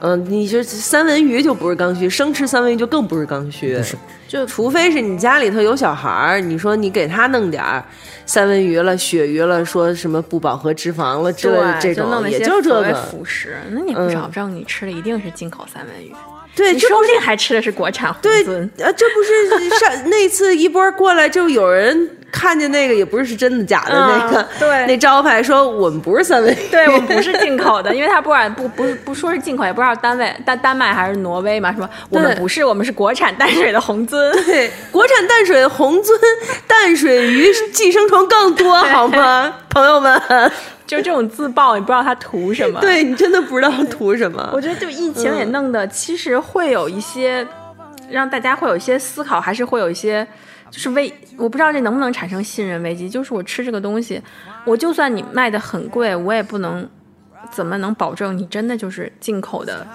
Speaker 2: 嗯，你说三文鱼就不是刚需，生吃三文鱼就更不是刚需，
Speaker 3: 不是
Speaker 2: 就除非是你家里头有小孩儿，你说你给他弄点儿三文鱼了、鳕鱼了，说什么不饱和脂肪了，这这
Speaker 4: 对，就
Speaker 2: 种
Speaker 4: 弄那
Speaker 2: 也
Speaker 4: 些
Speaker 2: 就这
Speaker 4: 所谓
Speaker 2: 个，嗯
Speaker 4: 辅食，那你不保证你吃的一定是进口三文鱼，
Speaker 2: 对，
Speaker 4: 你
Speaker 2: 这
Speaker 4: 说
Speaker 2: 不
Speaker 4: 不
Speaker 2: 是
Speaker 4: 定还吃的是国产
Speaker 2: 对
Speaker 4: 馄饨。
Speaker 2: 啊，这不是上 那次一波过来，就有人看见那个也不是真的假的那个，
Speaker 4: 嗯对
Speaker 2: 那招牌说我们不是三文鱼，
Speaker 4: 对我们不是进口的，因为它不管不不不说是进口，也不知道单位丹丹麦还是挪威嘛，什么我们
Speaker 2: 对
Speaker 4: 不是，我们是国产淡水的红鳟。
Speaker 2: 对，国产淡水虹鳟、淡水鱼寄生虫更多，好 吗，朋友们？
Speaker 4: 就这种自爆，也不知道他图什么。，
Speaker 2: 对你真的不知道图什么
Speaker 4: 我。觉得就疫情也弄得，其实会有一些让大家会有一些思考，还是会有一些就是危，我不知道这能不能产生信任危机。就是我吃这个东西，我就算你卖的很贵，我也不能怎么能保证你真的就是进口的？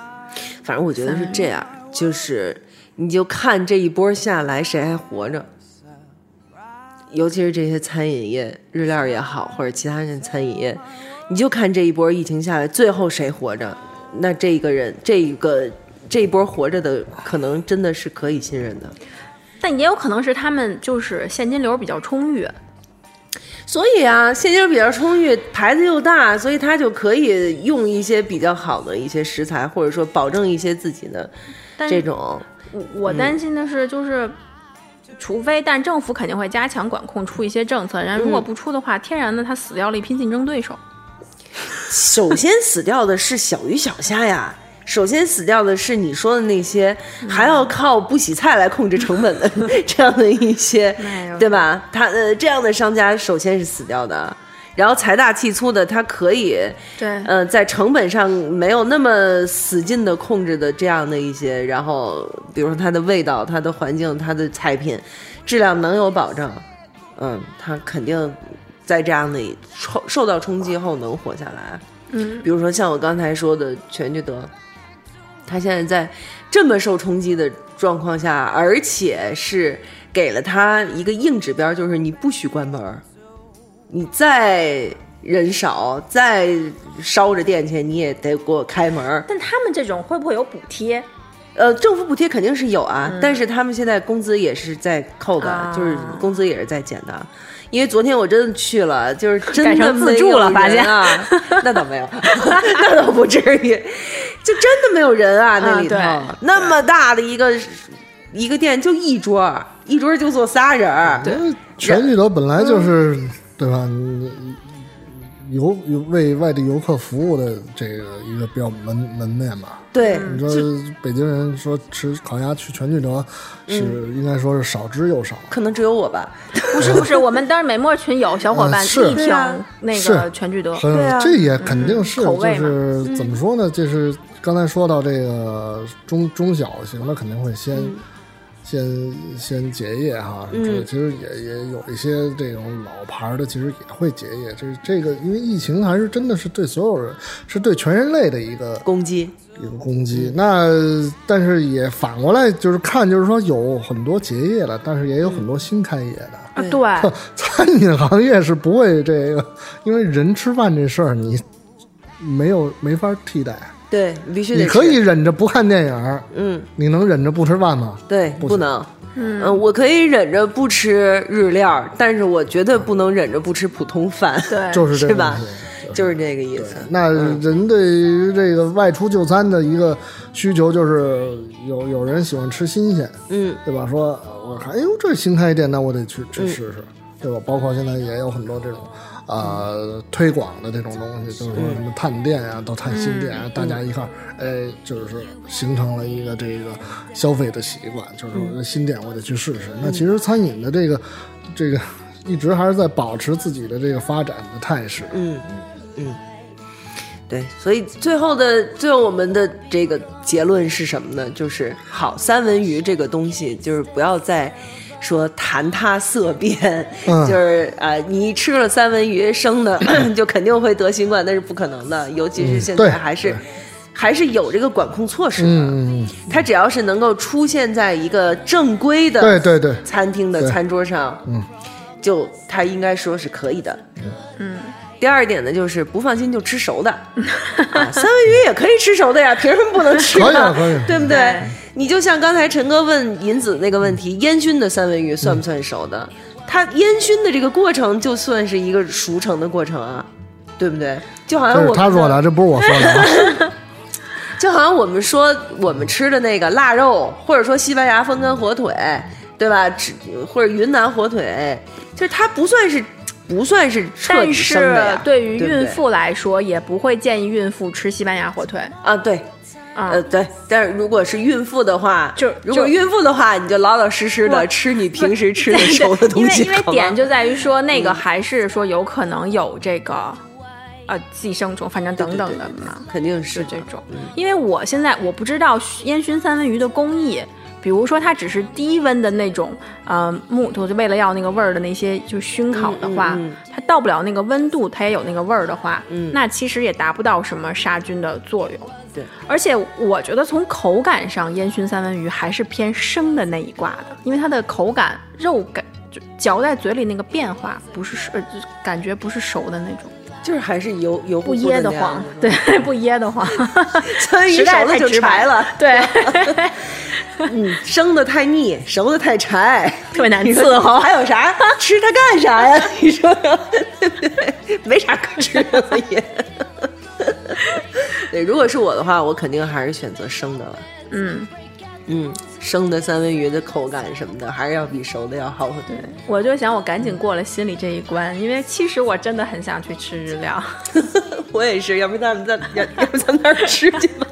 Speaker 2: 反正我觉得是这样，就是你就看这一波下来谁还活着，尤其是这些餐饮业、日料也好，或者其他人餐饮业，你就看这一波疫情下来最后谁活着，那这一个人这一个。这一波活着的，可能真的是可以信任的，
Speaker 4: 但也有可能是他们就是现金流比较充裕，
Speaker 2: 所以啊，现金流比较充裕，牌子又大，所以他就可以用一些比较好的一些食材，或者说保证一些自己的
Speaker 4: 但
Speaker 2: 这种
Speaker 4: 我我担心的是，就是、除非，但政府肯定会加强管控，出一些政策。然后如果不出的话，天然的它死掉了一批竞争对手。
Speaker 2: 首先死掉的是小鱼小虾呀，首先死掉的是你说的那些还要靠不洗菜来控制成本的这样的一些
Speaker 4: 哎呦，
Speaker 2: 对吧？他呃这样的商家首先是死掉的，然后财大气粗的他可以
Speaker 4: 对
Speaker 2: 呃在成本上没有那么死劲的控制的这样的一些，然后比如说它的味道、它的环境、它的菜品质量能有保障，嗯，他肯定在这样的受受到冲击后能活下来。
Speaker 4: 嗯，
Speaker 2: 比如说像我刚才说的全聚德，他现在在这么受冲击的状况下，而且是给了他一个硬指标，就是你不许关门儿，你再人少，再烧着店去，你也得给我开门儿。
Speaker 4: 但他们这种会不会有补贴？
Speaker 2: 呃，政府补贴肯定是有啊，但是他们现在工资也是在扣的，
Speaker 4: 嗯啊
Speaker 2: 就是工资也是在减的。因为昨天我真的去了，就是真的
Speaker 4: 改成自助了发现
Speaker 2: 啊， 那倒没有， 那倒不至于，就真的没有人啊，那里头、
Speaker 4: 啊
Speaker 2: 那么大的一个一个店就一桌儿，一桌儿就坐仨人儿，
Speaker 3: 因为全聚德本来就是、对吧？你你游游为外地游客服务的这个一个标门门面嘛。
Speaker 2: 对，
Speaker 4: 嗯
Speaker 3: 你说北京人说吃烤鸭去全聚德是、应该说是少之又少，
Speaker 2: 可能只有我吧，
Speaker 4: 不是不 是，我们当时美墨群有小伙伴
Speaker 3: 嗯是
Speaker 4: 力
Speaker 2: 对
Speaker 4: 挺
Speaker 2: 啊
Speaker 4: 那个
Speaker 3: 是
Speaker 4: 全聚德，
Speaker 3: 嗯，
Speaker 2: 对啊
Speaker 3: 这也肯定是、
Speaker 4: 嗯口
Speaker 3: 就
Speaker 4: 味嘛
Speaker 3: 是怎么说呢？就是刚才说到这个中中小型的肯定会先。
Speaker 4: 嗯
Speaker 3: 先先结业哈，这其实也也有一些这种老牌儿的，其实也会结业。这这个因为疫情还是真的是对所有人，是对全人类的一个
Speaker 2: 公鸡。
Speaker 3: 一个攻
Speaker 4: 嗯
Speaker 3: 击。那但是也反过来就是看，就是说有很多结业了，但是也有很多新开业的。
Speaker 4: 啊对，
Speaker 3: 餐饮行业是不会这个，因为人吃饭这事儿你没有没法替代。
Speaker 2: 对，你必须得
Speaker 3: 你可
Speaker 2: 吃
Speaker 3: 以忍着不看电影儿，
Speaker 2: 嗯，
Speaker 3: 你能忍着不吃饭吗？
Speaker 2: 对，
Speaker 3: 不
Speaker 2: 不
Speaker 3: 行
Speaker 2: 能。嗯、我可以忍着不吃日料，但是我绝对不能忍着不吃普通饭。
Speaker 4: 对
Speaker 3: 就是
Speaker 2: 是
Speaker 3: 这个
Speaker 2: 吧
Speaker 3: 问题。？
Speaker 2: 就是这个意思。
Speaker 3: 那人对于这个外出就餐的一个需求，就是有有人喜欢吃新鲜，
Speaker 2: 嗯，
Speaker 3: 对吧？说我看，哎呦，这新开一店，那我得去去试试，对吧？包括现在也有很多这种呃推广的这种东西，就是说什么探店啊，到探新店啊，大家一块儿，哎，就是形成了一个这个消费的习惯，就是说新店我得去试试。那其实餐饮的这个这个一直还是在保持自己的这个发展的态势。
Speaker 2: 嗯嗯，对，所以最后的最后我们的这个结论是什么呢？就是好，三文鱼这个东西就是不要再。说谈它色变，
Speaker 3: 嗯
Speaker 2: 就是啊、呃你吃了三文鱼生的， 就肯定会得新冠，那是不可能的。尤其是现在
Speaker 3: 嗯对
Speaker 2: 还是、还是有这个管控措施的。
Speaker 3: 嗯，嗯
Speaker 2: 它只要是能够出现在一个正规的
Speaker 3: 对对对
Speaker 2: 餐厅的
Speaker 3: 对
Speaker 2: 餐桌上，
Speaker 3: 嗯，
Speaker 2: 就它应该说是可以的。嗯，第二点呢，就是不放心就吃熟的，啊，三文鱼也可以吃熟的呀， 凭什么不能吃
Speaker 3: 可以
Speaker 2: 呢
Speaker 3: 啊可以啊？
Speaker 2: 对不对？你就像刚才陈哥问银子那个问题，烟熏的三文鱼
Speaker 3: 嗯
Speaker 2: 算不算熟的？它烟熏的这个过程就算是一个熟成的过程啊，对不对？就好像
Speaker 3: 这
Speaker 2: 啊我
Speaker 3: 是
Speaker 2: 们
Speaker 3: 他说的，这不是我说的啊。
Speaker 2: 就好像我们说我们吃的那个腊肉，或者说西班牙风干火腿，对吧？吃或者云南火腿，就是它不算是不算是彻底
Speaker 4: 但
Speaker 2: 生的
Speaker 4: 是
Speaker 2: 呀，
Speaker 4: 对于
Speaker 2: 不
Speaker 4: 孕妇来说，也不会建议孕妇吃西班牙火 腿。
Speaker 2: 啊，对。
Speaker 4: 啊
Speaker 2: 呃，对，但是如果是孕妇的话，
Speaker 4: 就
Speaker 2: 如果
Speaker 4: 就
Speaker 2: 孕妇的话，你就老老实实的
Speaker 4: 不
Speaker 2: 吃你平时吃的
Speaker 4: 对
Speaker 2: 熟的东西， 嗯
Speaker 4: 因为因
Speaker 2: 好
Speaker 4: 为
Speaker 2: 吗
Speaker 4: 点就在于说，那个还是说有可能有这个呃寄生虫，反正等等的嘛，
Speaker 2: 肯定是
Speaker 4: 就
Speaker 2: 的
Speaker 4: 这种。因为我现在我不知道烟熏三文鱼的工艺。比如说，它只是低温的那种，呃，木头就为了要那个味儿的那些，就是熏烤的话，
Speaker 2: 嗯嗯嗯嗯
Speaker 4: 它到不了那个温度，它也有那个味儿的话，那其实也达不到什么杀菌的作用。
Speaker 2: 对，
Speaker 4: 而且我觉得从口感上，烟熏三文鱼还是偏生的那一挂的，因为它的口感、肉感，就嚼在嘴里那个变化，不是熟，呃就是感觉不是熟的那种，
Speaker 2: 就是还是油油
Speaker 4: 不
Speaker 2: 乎乎
Speaker 4: 噎得
Speaker 2: 那样
Speaker 4: 慌，
Speaker 2: 的
Speaker 4: 对， 不噎得慌，
Speaker 2: 三文鱼
Speaker 4: 实在
Speaker 2: 熟了
Speaker 4: 太
Speaker 2: 就柴
Speaker 4: 直白
Speaker 2: 了，
Speaker 4: 对，
Speaker 2: 嗯，生的太腻，熟的太柴，
Speaker 4: 特别难伺候。
Speaker 2: 还有啥吃它干啥呀？你说对不对？没啥可吃的了也。对，如果是我的话，我肯定还是选择生的了。
Speaker 4: 嗯，
Speaker 2: 嗯，生的三文鱼的口感什么的，还是要比熟的要好很多。
Speaker 4: 我就想我赶紧过了心里这一关，因为其实我真的很想去吃日料。
Speaker 2: 我也是，要不咱们咱要要不咱们那儿吃去吧，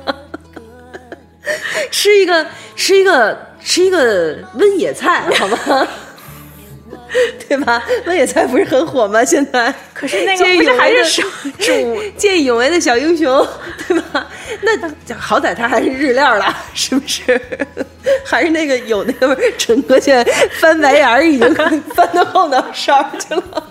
Speaker 2: 吃一个吃一个吃一个温野菜，好吗？ 对吧？温野菜不是很火吗？现在
Speaker 4: 可是那个
Speaker 2: 见义
Speaker 4: 不是
Speaker 2: 勇
Speaker 4: 还
Speaker 2: 为的
Speaker 4: 是熟煮
Speaker 2: 见义勇为的小英雄，对吧？那好歹他还是日料了，是不是？ 还是那个有那个味儿陈哥现在翻白眼儿，已经 翻到后脑勺去了。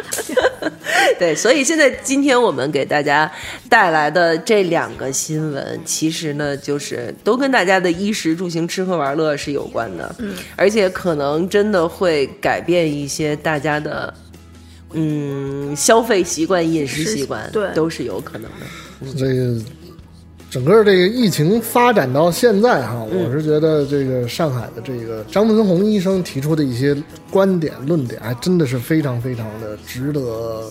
Speaker 2: 对，所以现在今天我们给大家带来的这两个新闻，其实呢，就是都跟大家的衣食住行、吃喝玩乐是有关的，嗯，而且可能真的会改变一些大家的。嗯，消费习惯、饮食习惯，
Speaker 4: 对
Speaker 2: 都是有可能的。
Speaker 3: 这个整个这个疫情发展到现在哈，我是觉得这个上海的这个张文宏医生提出的一些观点论点，还真的是非常非常的值得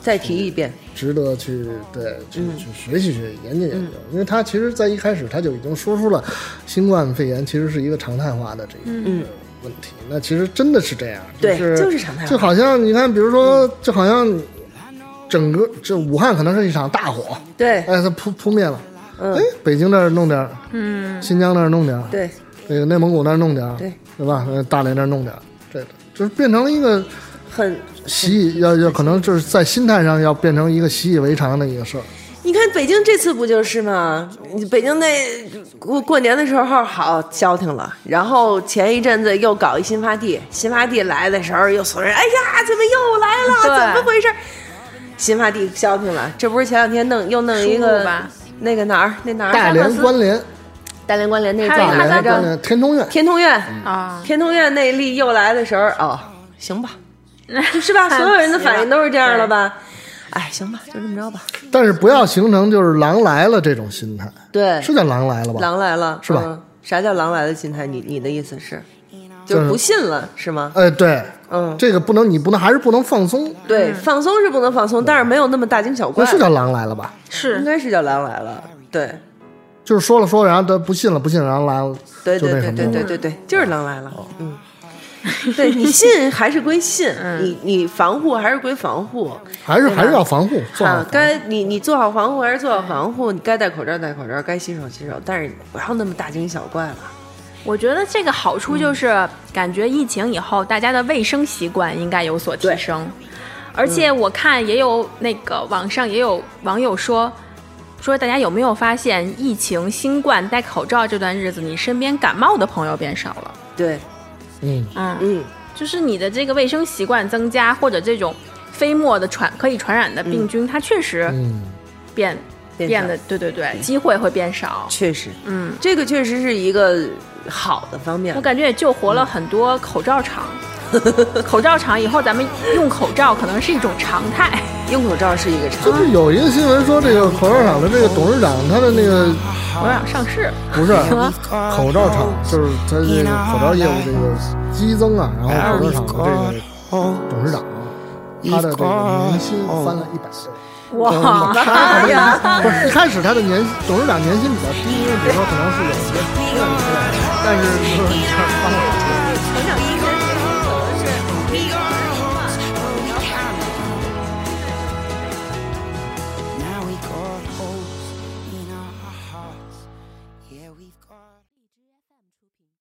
Speaker 2: 再提一遍，
Speaker 3: 值得去
Speaker 2: 哦
Speaker 3: 对去、
Speaker 2: 嗯
Speaker 3: 去学习学习研究研究，因为他其实在一开始他就已经说出了新冠肺炎其实是一个常态化的这个。问题，那其实真的是这样，
Speaker 2: 嗯对
Speaker 3: 是
Speaker 2: 就是常态化嗯
Speaker 3: 就好像你看，比如说，就好像整个这武汉可能是一场大火，
Speaker 2: 对
Speaker 3: 哎，它扑扑灭了。
Speaker 2: 嗯
Speaker 3: 哎，北京那儿弄点儿，嗯，新疆那儿弄点儿，，
Speaker 2: 对，
Speaker 3: 那个内蒙古那儿弄点儿，
Speaker 2: 对，
Speaker 3: 对吧？呃大连那儿弄点儿，这就是变成了一个
Speaker 2: 很。
Speaker 3: 习以要要，可能就是在心态上要变成一个习以为常的一个事儿。
Speaker 2: 你看北京这次不就是吗？北京那过过年的时候好消停了，然后前一阵子又搞一新发地，新发地来的时候又所有人，哎呀，怎么又来
Speaker 4: 对
Speaker 2: 了？怎么回事？新发地消停了，这不是前两天弄又弄一
Speaker 4: 输入
Speaker 2: 个
Speaker 4: 吧
Speaker 2: 那个哪儿那哪
Speaker 3: 大
Speaker 2: 儿
Speaker 3: 连关联，
Speaker 2: 大连关联那个
Speaker 4: 还有
Speaker 2: 哪
Speaker 3: 大
Speaker 2: 儿
Speaker 4: 哪
Speaker 2: 来
Speaker 3: 连
Speaker 4: 个
Speaker 2: 着
Speaker 3: 关？联，天通苑，
Speaker 2: 天通苑。
Speaker 4: 啊，
Speaker 2: 天通苑那一例又来的时候，哦，行吧，是吧？
Speaker 4: 看
Speaker 2: 所有人的反应都是这样了
Speaker 4: 对
Speaker 2: 吧？哎，行吧，就这么着吧。
Speaker 3: 但是不要形成就是狼来了这种心态，
Speaker 2: 对，
Speaker 3: 是叫狼来了吧？
Speaker 2: 狼来了
Speaker 3: 是吧
Speaker 2: 嗯啥叫狼来了心态？你你的意思是，就
Speaker 3: 就是
Speaker 2: 是不信了是吗？
Speaker 3: 哎，对，
Speaker 2: 嗯，
Speaker 3: 这个不能，你不能，还是不能放松。
Speaker 2: 对，放松是不能放松，但是没有那么大惊小怪
Speaker 3: 嗯那。是叫狼来了吧？
Speaker 2: 应
Speaker 4: 是
Speaker 2: 该是叫狼来了，对。
Speaker 3: 就是说了说，然后他不信了，不信了，然后来了，
Speaker 2: 对
Speaker 3: 就
Speaker 2: 对
Speaker 3: 那
Speaker 2: 对
Speaker 3: 什么哦
Speaker 2: 对
Speaker 3: 了
Speaker 2: 对对对，就是狼来了。嗯，对你信还是归 信，
Speaker 3: 嗯
Speaker 2: 你你防护还是归防护，
Speaker 3: 还是
Speaker 2: 对吧
Speaker 3: 还是要防护，做好
Speaker 2: 啊
Speaker 3: 防，护。
Speaker 2: 该你你做好防护还是做好防护，你该戴口罩戴口罩，该洗手洗手，但是不要那么大惊小怪了。
Speaker 4: 我觉得这个好处
Speaker 2: 嗯
Speaker 4: 就是，感觉疫情以后大家的卫生习惯应该有所提升，而且
Speaker 2: 嗯
Speaker 4: 我看也有那个网上也有网友说，说大家有没有发现疫情新冠戴口罩这段日子，你身边感冒的朋友变少了，
Speaker 2: 对，
Speaker 3: 嗯，
Speaker 4: 嗯，
Speaker 2: 嗯，
Speaker 4: 就是你的这个卫生习惯增加，或者这种飞沫的传可以传染的病菌，它确实
Speaker 3: 嗯，
Speaker 4: 变
Speaker 2: 变
Speaker 4: 变
Speaker 2: 少嗯
Speaker 4: 得对对对，机会会变少，
Speaker 2: 确实，
Speaker 4: 嗯，
Speaker 2: 这个确实是一个好的方面
Speaker 4: 我。感觉也救活了很多口罩 厂。口罩厂以后咱们用口罩可能是一种常态。
Speaker 2: 用口罩是一个常
Speaker 3: 就是有一个新闻说，这个口罩厂的这个董事长，他的那个
Speaker 4: 我想上市，
Speaker 3: 不是口罩厂，就是他这个口罩业务这个激增啊，然后口罩厂的这个董事长啊，他的这个年薪翻了一百倍。
Speaker 4: 哇，
Speaker 3: 他的不是一开始他的年董事长年薪比较低，因为比如说可能是有一些特别的，但是就是你看翻了一百倍。